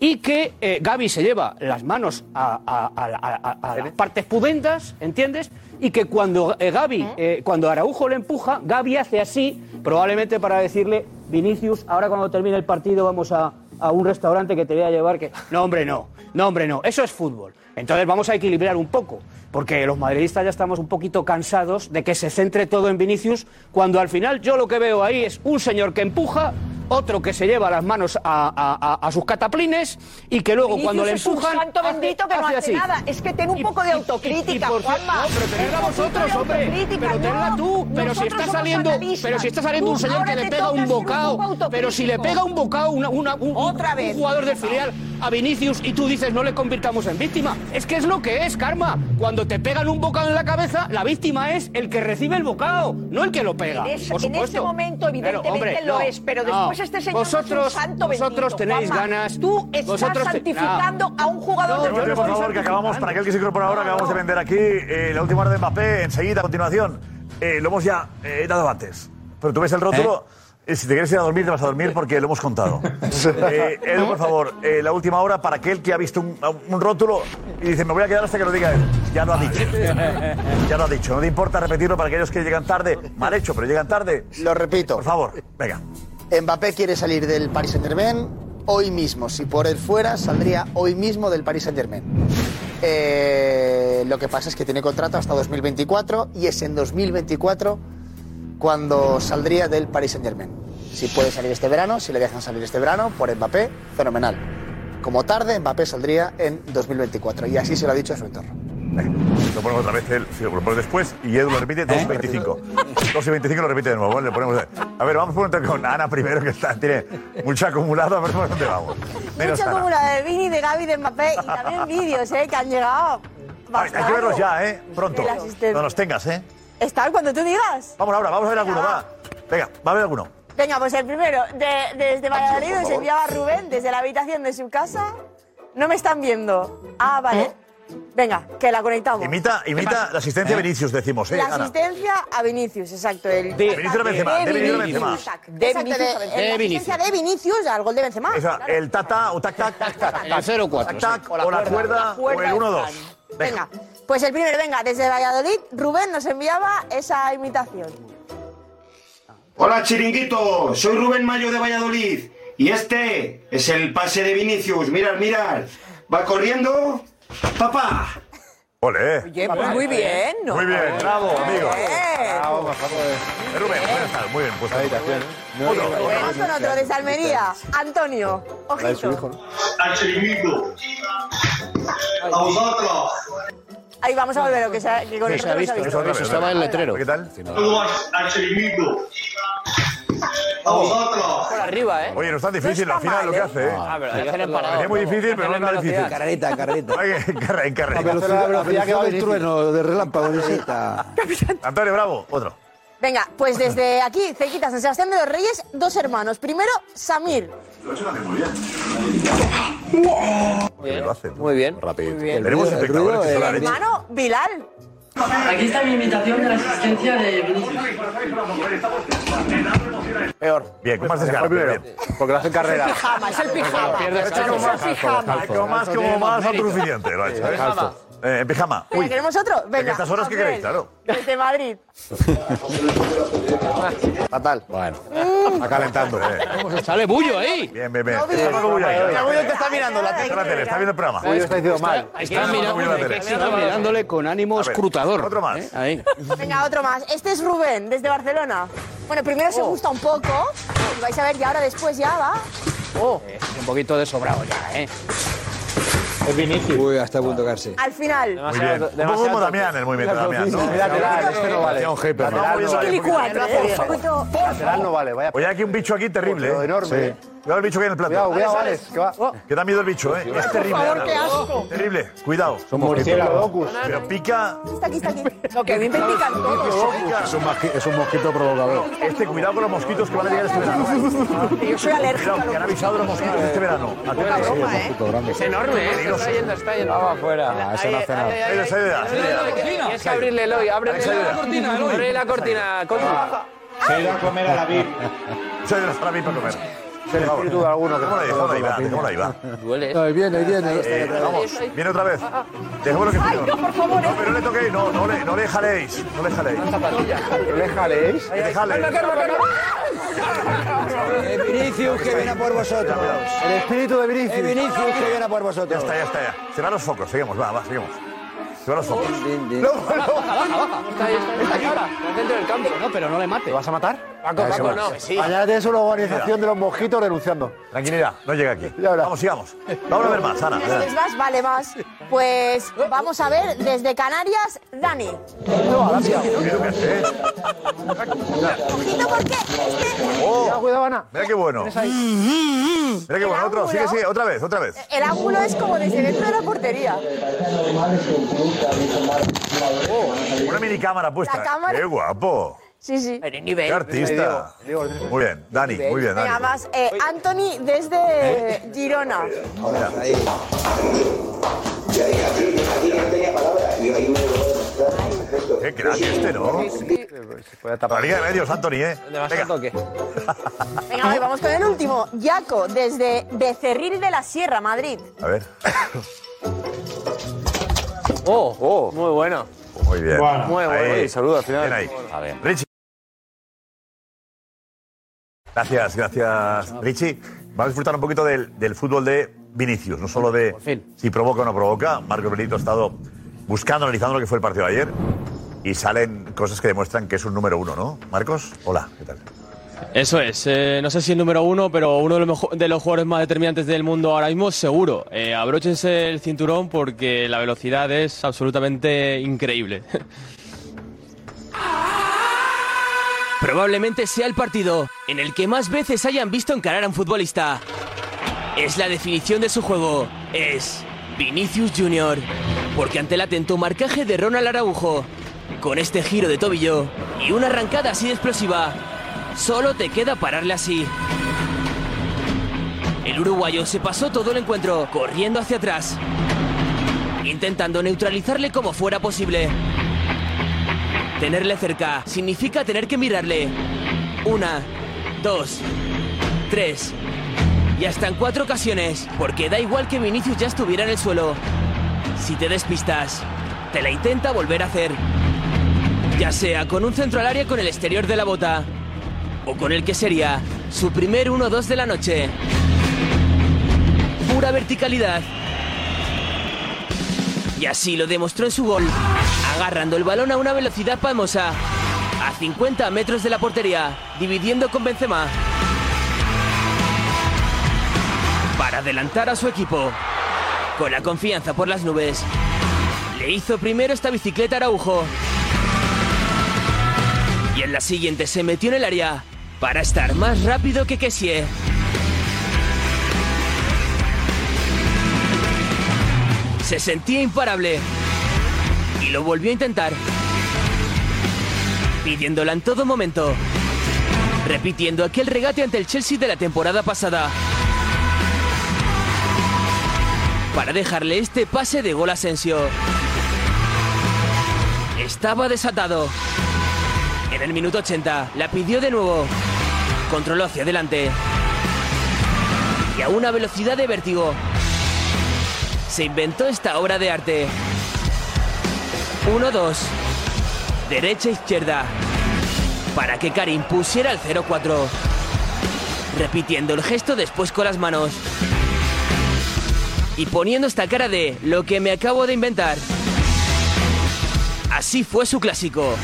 S12: y que eh, Gaby se lleva las manos a, a- a- a- a- a las partes pudendas, ¿entiendes? Y que cuando eh, Gaby, eh, cuando Araujo le empuja, Gaby hace así, probablemente para decirle, Vinicius, ahora cuando termine el partido vamos a, a un restaurante que te voy a llevar que... No, hombre, no. No, hombre, no. Eso es fútbol. Entonces vamos a equilibrar un poco, porque los madridistas ya estamos un poquito cansados de que se centre todo en Vinicius, cuando al final yo lo que veo ahí es un señor que empuja, otro que se lleva las manos a, a- a- a sus cataplines y que luego cuando le
S15: Vinicius es
S12: empujan...
S15: un santo
S12: hace-
S15: bendito que no
S12: hace
S15: hace
S12: así.
S15: nada. Es que ten un poco de autocrítica,
S12: y por-
S15: Juanma.
S12: no, pero tenedla
S15: Un poquito
S12: vosotros,
S15: de
S12: hombre.
S15: autocrítica,
S12: Pero tenedla
S15: no.
S12: tú. Pero si
S15: Nosotros
S12: está
S15: somos
S12: saliendo-
S15: analistas.
S12: pero si está saliendo un
S15: Tú
S12: señor que
S15: ahora
S12: le
S15: te
S12: pega
S15: toca
S12: un
S15: ser un
S12: bocado,
S15: poco autocrítico.
S12: pero si le pega un bocado una- una- un,
S15: Otra
S12: un
S15: vez.
S12: jugador del filial a Vinicius y tú dices no le convirtamos en víctima. Es que es lo que es, karma. Cuando te pegan un bocado en la cabeza, la víctima es el que recibe el bocado, no el que lo pega.
S15: En ese-
S12: por
S15: en ese
S12: supuesto.
S15: momento, evidentemente, lo es, pero después este señor no es un
S12: vosotros,
S15: santo bendito,
S12: Vosotros tenéis
S15: Juanma.
S12: ganas.
S15: Tú estás
S12: vosotros te- Ah.
S15: santificando a un jugador
S12: No,
S15: del
S12: yo no
S10: Corte, por
S12: estoy
S10: favor, que acabamos, para aquel que se incorpora ahora, acabamos de vender aquí eh, la última hora de Mbappé, enseguida, a continuación. Eh, lo hemos ya eh, dado antes. Pero tú ves el rótulo, eh, si te quieres ir a dormir, te vas a dormir porque lo hemos contado. Eh, Edu, por favor, eh, la última hora para aquel que ha visto un, un rótulo y dice, me voy a quedar hasta que lo diga él. Ya lo ha dicho. Ya lo ha dicho. No te importa repetirlo para aquellos que llegan tarde. Mal hecho, pero llegan tarde.
S11: Lo repito.
S10: Por favor, venga.
S11: Mbappé quiere salir del Paris Saint-Germain hoy mismo. Si por él fuera, saldría hoy mismo del Paris Saint-Germain. Eh, lo que pasa es que tiene contrato hasta 2024 y es en 2024 cuando saldría del Paris Saint-Germain. Si puede salir este verano, si le dejan salir este verano por Mbappé, fenomenal. Como tarde, Mbappé saldría en 2024 y así se lo ha dicho a su entorno.
S10: Lo ponemos otra vez, él, sí, lo ponemos después y Edu lo repite 2 y 25. 2 y 25 lo repite de nuevo, ¿vale? Lo ponemos de- A ver, vamos por un con Ana primero, que está, tiene mucho acumulado, a ver por dónde vamos. Menos
S1: Mucho
S10: Ana.
S1: como la de Vini, de Gaby, de Mbappé y también vídeos eh, que han llegado.
S10: Hay, hay que verlos ya, ¿eh? Pronto.
S1: El asistente.
S10: No los tengas, ¿eh?
S1: Están cuando tú digas.
S10: Vamos ahora, vamos a ver alguno, va. Venga, va a haber alguno.
S1: Venga, pues el primero, de- desde Valladolid
S10: por
S1: os
S10: favor.
S1: enviaba Rubén desde la habitación de su casa. No me están viendo. Ah, vale. Venga, que la conectamos.
S10: ¿Eh? Imita, imita la asistencia de Vinicius, decimos, ¿eh?
S1: La
S10: Ana.
S1: asistencia a Vinicius, exacto. El
S10: De Vinicius a Benzema, de Vinicius a Benzema.
S1: Exacto,
S10: De
S1: exacto,
S10: Vinicius a
S1: de-
S10: Benzema.
S1: La asistencia de Vinicius al gol de Benzema.
S10: O sea, el tata o tac-tac.
S1: El
S10: 0-4. Tac, o la cuerda, o el 1-2.
S1: Venga, pues el primero, venga, desde Valladolid, Rubén nos enviaba esa imitación.
S6: Hola chiringuito, soy Rubén Mayo de Valladolid y este es el pase de Vinicius. Mirad, mirad, va corriendo, papá.
S10: Ole.
S1: Oye, pues muy bien, ¿no?
S10: Muy bien, bravo, amigo.
S17: Ah,
S1: Bien.
S10: Eh, Rubén, ¿cómo estás? Muy bien, pues. Otro, otro.
S1: Vamos con otro, desde Almería, Antonio. Ojito.
S6: Al chiringuito. A vosotros.
S1: Ahí vamos a volver, que, se ha- que con el otro no se ha visto.
S10: ¿Qué tal?
S6: Al chiringuito. A vosotros.
S19: Por arriba, ¿eh?
S10: Oye, no es tan difícil al final lo que hace, ¿eh?
S19: Ah, pero hay que hacer en parado.
S10: Es muy difícil, pero no es
S19: Hacerlo en
S10: tan difícil.
S19: velocidad.
S16: Carrerita, carrerita.
S10: En carrera.
S16: A velocidad- a velocidad que va el
S10: trueno, de relámpago. Antonio Bravo, otro.
S1: Venga, pues desde aquí, cerquita, San Sebastián de los Reyes, dos hermanos. Primero, Samir.
S19: Muy bien.
S10: Rápido.
S1: bien.
S10: Tenemos
S1: El
S10: espectadores que son la
S1: El
S10: leche.
S1: hermano, Bilal.
S25: Aquí está mi imitación de la asistencia de Vinicius.
S10: Peor. Bien, ¿cómo has desgarrado? Bien.
S17: Porque lo hacen carrera.
S1: Es el pijama, es el pijama. Es
S10: Pierdes
S1: el
S10: calzo,
S1: pijama.
S10: calzo, calzo. Como más, como más, otro suficiente. Lo ha hecho,
S1: Sí, calzo.
S10: ¿eh? Eh, En pijama.
S1: Venga,
S10: Uy.
S1: ¿Queremos otro? Venga.
S10: que estas horas que
S1: Gabriel,
S10: queréis, claro.
S1: Desde Madrid.
S10: Fatal. Bueno.
S1: Mm.
S10: Va calentando.
S12: Sale bullo ahí.
S10: Bien, bien, bien.
S12: No digas
S10: Está bullo ahí.
S12: nada.
S10: Está
S12: Bullo
S10: te está mirando la tele. Está viendo el programa.
S12: Bullo está diciendo mal.
S10: Está mirando Bullo la tele.
S12: Está mirándole con ánimo escrutador. Otro más. Ahí.
S1: Venga, otro más. Este es Rubén, desde Barcelona. Bueno, primero
S10: Oh.
S1: se gusta un poco. Y
S10: Oh.
S1: vais a ver, y ahora después ya va.
S12: Un poquito de sobrado ya, ¿eh?
S9: Es Vinicius. Uy, hasta punto tocarse.
S19: Al final.
S10: Muy bien. Un poco como Damián, el movimiento de Damián,
S17: Este
S10: ¿no?
S17: no vale.
S10: Lateral no vale.
S19: Chiquilicuatre,
S17: Por
S19: ¿eh?
S17: favor. Lateral no vale, vaya.
S10: Oye, aquí un bicho aquí terrible,
S17: Otro
S10: ¿eh?
S17: enorme.
S10: Sí. Cuidado el bicho que hay en el plato.
S17: Cuidado, cuidado, Alex, que va.
S10: Oh. Que da miedo el bicho, ¿eh? Es terrible.
S19: Por favor,
S10: Ana.
S19: qué asco.
S10: Terrible. Cuidado. Son
S17: murciélagos.
S10: Pero pica...
S19: Está aquí, está aquí. No, que a mí me pican todos. ¿eh?
S10: Es un, mosquito provocador. Este, cuidado con los mosquitos que van a llegar este verano.
S19: Que Yo soy alérgica.
S10: Cuidado, que han avisado de los mosquitos este verano. Atento.
S19: eh.
S2: Es enorme, ¿eh? Se está yendo, está yendo. Vamos afuera.
S10: Ese no hace nada. Ahí, esa idea, esa idea.
S2: Tienes que abrirle el hoy. Ábrele
S10: Esa
S2: la
S10: idea.
S2: cortina,
S10: Eloy.
S2: Abre la cortina, Coqui.
S1: Se ha ido a comer a la VIP.
S10: Se ha ido a la VIP a comer.
S17: El espíritu de alguno que
S10: Dejémosla ahí, dejémosla ahí, va, dejémosla ahí, va.
S2: Duele.
S14: Ahí viene, ahí viene.
S10: Eh, vamos, viene otra vez. Dejémoslo que
S19: Ay, no, por favor, eh.
S10: No, pero no le toquéis, no, no le, no le jaléis. No le Eh, jaléis.
S17: No le jaleéis.
S10: Que te jale.
S9: Es Vinicius que viene a por vosotros.
S17: El espíritu de Vinicius.
S9: Es Vinicius que viene a por
S10: Ya
S9: vosotros.
S10: está, ya está. Ya. Se van los focos, seguimos, va, va, seguimos. Se van los focos.
S2: Está ahí, está ahí. Está aquí ahora. Está dentro del campo.
S12: No, pero no le mate.
S17: ¿Te vas a matar?
S2: Paco, Paco, no.
S17: Mañana tienes una organización de los mosquitos denunciando.
S10: Tranquilidad, no llega aquí.
S17: Ya verás.
S10: Vamos, sigamos. Vamos a ver más, Ana.
S19: ¿Quieres más? Vale, más. Pues vamos a ver desde Canarias, Dani. Ojito porque este,
S10: Oh.
S17: Cuidado, cuidado, Ana.
S10: Mira qué bueno. Mira qué bueno. Otro, sigue, sigue, otra vez, otra vez.
S19: el ángulo es como desde dentro de la portería.
S10: Una mini cámara puesta.
S19: La cámara.
S10: Qué guapo.
S19: Sí, sí.
S2: Pero
S10: Qué
S2: nivel.
S10: artista. Muy bien, Dani, muy bien,
S19: Venga,
S10: Dani.
S19: más. Eh, Anthony
S10: ¿Eh?
S19: desde Girona.
S9: Ahora, ahí.
S10: Qué crack este, ¿no?
S17: Voy a
S10: La
S17: tapar.
S10: Liga de Medios, Anthony, ¿eh?
S2: ¿Dónde vas al toque?
S19: Venga, vale, vamos con el último. Yaco desde Becerril de la Sierra, Madrid.
S10: A ver.
S2: Oh, muy bueno.
S10: Muy bien.
S1: Bueno,
S17: muy bueno.
S10: Ahí.
S17: Saluda al final.
S10: Bien Eh, ahí.
S2: A ver.
S10: Richie. Gracias, gracias, Richie. Vamos a disfrutar un poquito del, del fútbol de Vinicius, no solo de
S2: fin.
S10: si provoca o no provoca. Marco Benito ha estado buscando, analizando lo que fue el partido de ayer y salen cosas que demuestran que es un número uno, ¿no? Marcos, hola, ¿qué tal?
S5: Eso es, eh, no sé si el número uno, pero uno de los, mejo- de los jugadores más determinantes del mundo ahora mismo, seguro. Eh, abróchense el cinturón porque la velocidad es absolutamente increíble.
S4: Probablemente sea el partido en el que más veces hayan visto encarar a un futbolista. Es la definición de su juego. Es Vinicius Jr. Porque ante el atento marcaje de Ronald Araujo, con este giro de tobillo y una arrancada así de explosiva, solo te queda pararle así. El uruguayo se pasó todo el encuentro corriendo hacia atrás, intentando neutralizarle como fuera posible. Tenerle cerca significa tener que mirarle. Una, dos, tres. Y hasta en cuatro ocasiones, porque da igual que Vinicius ya estuviera en el suelo. Si te despistas, te la intenta volver a hacer. Ya sea con un centro al área con el exterior de la bota, o con el que sería su primer 1-2 de la noche. Pura verticalidad. Y así lo demostró en su gol, agarrando el balón a una velocidad pasmosa, a 50 metros de la portería, dividiendo con Benzema. Para adelantar a su equipo, con la confianza por las nubes, le hizo primero esta bicicleta a Araujo. Y en la siguiente se metió en el área para estar más rápido que Kessie. Se sentía imparable. Y lo volvió a intentar. Pidiéndola en todo momento. Repitiendo aquel regate ante el Chelsea de la temporada pasada. Para dejarle este pase de gol a Asensio. Estaba desatado. En el minuto 80 la pidió de nuevo. Controló hacia adelante. Y a una velocidad de vértigo se inventó esta obra de arte. 1-2. Derecha-izquierda. Para que Karim pusiera el 0-4. Repitiendo el gesto después con las manos. Y poniendo esta cara de lo que me acabo de inventar. Así fue su clásico.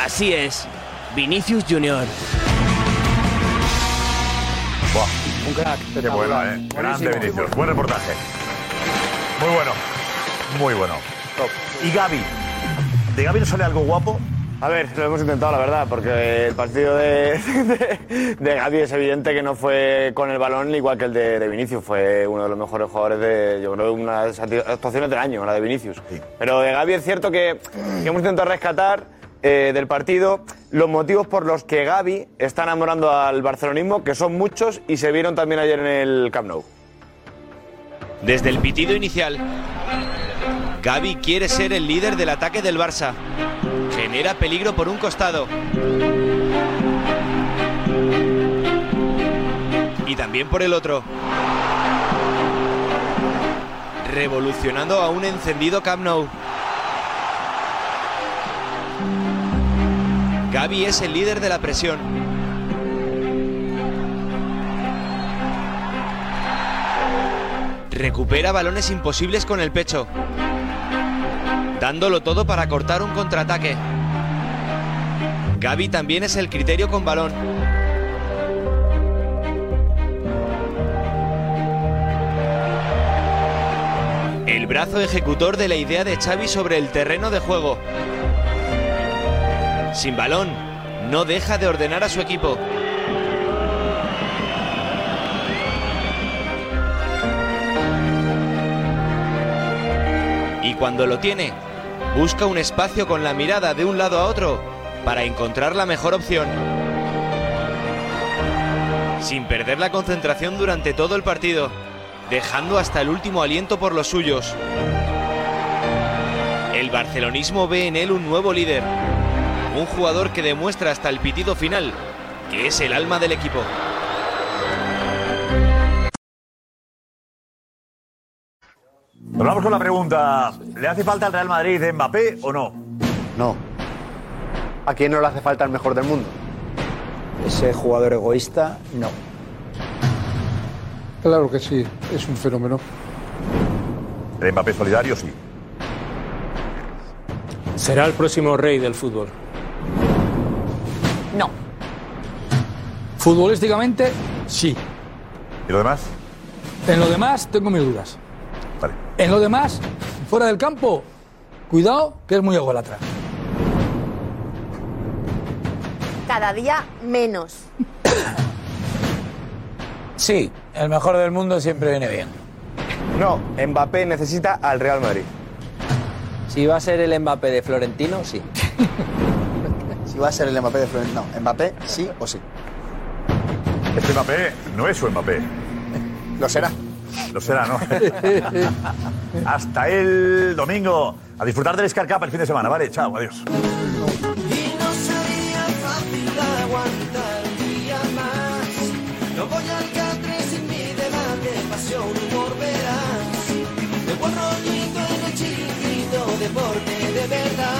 S4: Así es, Vinicius Jr.
S10: Buah, qué bueno, ¿eh? Grande, Vinicius. Buen reportaje. Muy bueno. Muy bueno. Y Gaby. ¿De Gaby no sale algo guapo?
S6: A ver, lo hemos intentado, la verdad, porque el partido de, de, de Gavi es evidente que no fue con el balón igual que el de, de Vinicius. Fue uno de los mejores jugadores de, yo creo, una de las acti- actuaciones del año, la de Vinicius. Pero de Gaby es cierto que, que hemos intentado rescatar eh, del partido los motivos por los que Gaby está enamorando al barcelonismo, que son muchos y se vieron también ayer en el Camp Nou.
S30: Desde el pitido inicial, Gaby quiere ser el líder del ataque del Barça. Genera peligro por un costado. Y también por el otro. Revolucionando a un encendido Camp Nou. Gaby es el líder de la presión. Recupera balones imposibles con el pecho. Dándolo todo para cortar un contraataque. Gaby también es el criterio con balón. El brazo ejecutor de la idea de Xavi sobre el terreno de juego. Sin balón, no deja de ordenar a su equipo. Y cuando lo tiene, busca un espacio con la mirada de un lado a otro para encontrar la mejor opción. Sin perder la concentración durante todo el partido, dejando hasta el último aliento por los suyos. El barcelonismo ve en él un nuevo líder, un jugador que demuestra hasta el pitido final que es el alma del equipo.
S10: Nos vamos con la pregunta. ¿Le hace falta al Real Madrid de Mbappé o no?
S31: No. ¿A quién no le hace falta el mejor del mundo?
S16: Ese jugador egoísta, no.
S14: Claro que sí, es un fenómeno.
S10: ¿El Mbappé solidario? Sí.
S7: Será el próximo rey del fútbol.
S32: No.
S18: Futbolísticamente, sí.
S10: ¿Y lo demás?
S18: En lo demás, tengo mis dudas.
S10: Vale.
S18: En lo demás, fuera del campo, cuidado, que es muy ególatra.
S1: Cada día menos.
S21: Sí, el mejor del mundo siempre viene bien.
S6: No, Mbappé necesita al Real Madrid.
S2: Si va a ser el Mbappé de Florentino, sí.
S11: Si va a ser el Mbappé de Florentino. No, Mbappé sí o sí.
S10: Este Mbappé no es su Mbappé.
S11: Lo será.
S10: Lo será, ¿no? Hasta el domingo. A disfrutar del Scar Cup el fin de semana, ¿vale? Chao, adiós.
S19: Y no sería fácil aguantar un día más. No voy al catre sin mi debate, pasión, humor, verás. De buen rollito en el chiquito, deporte de verdad.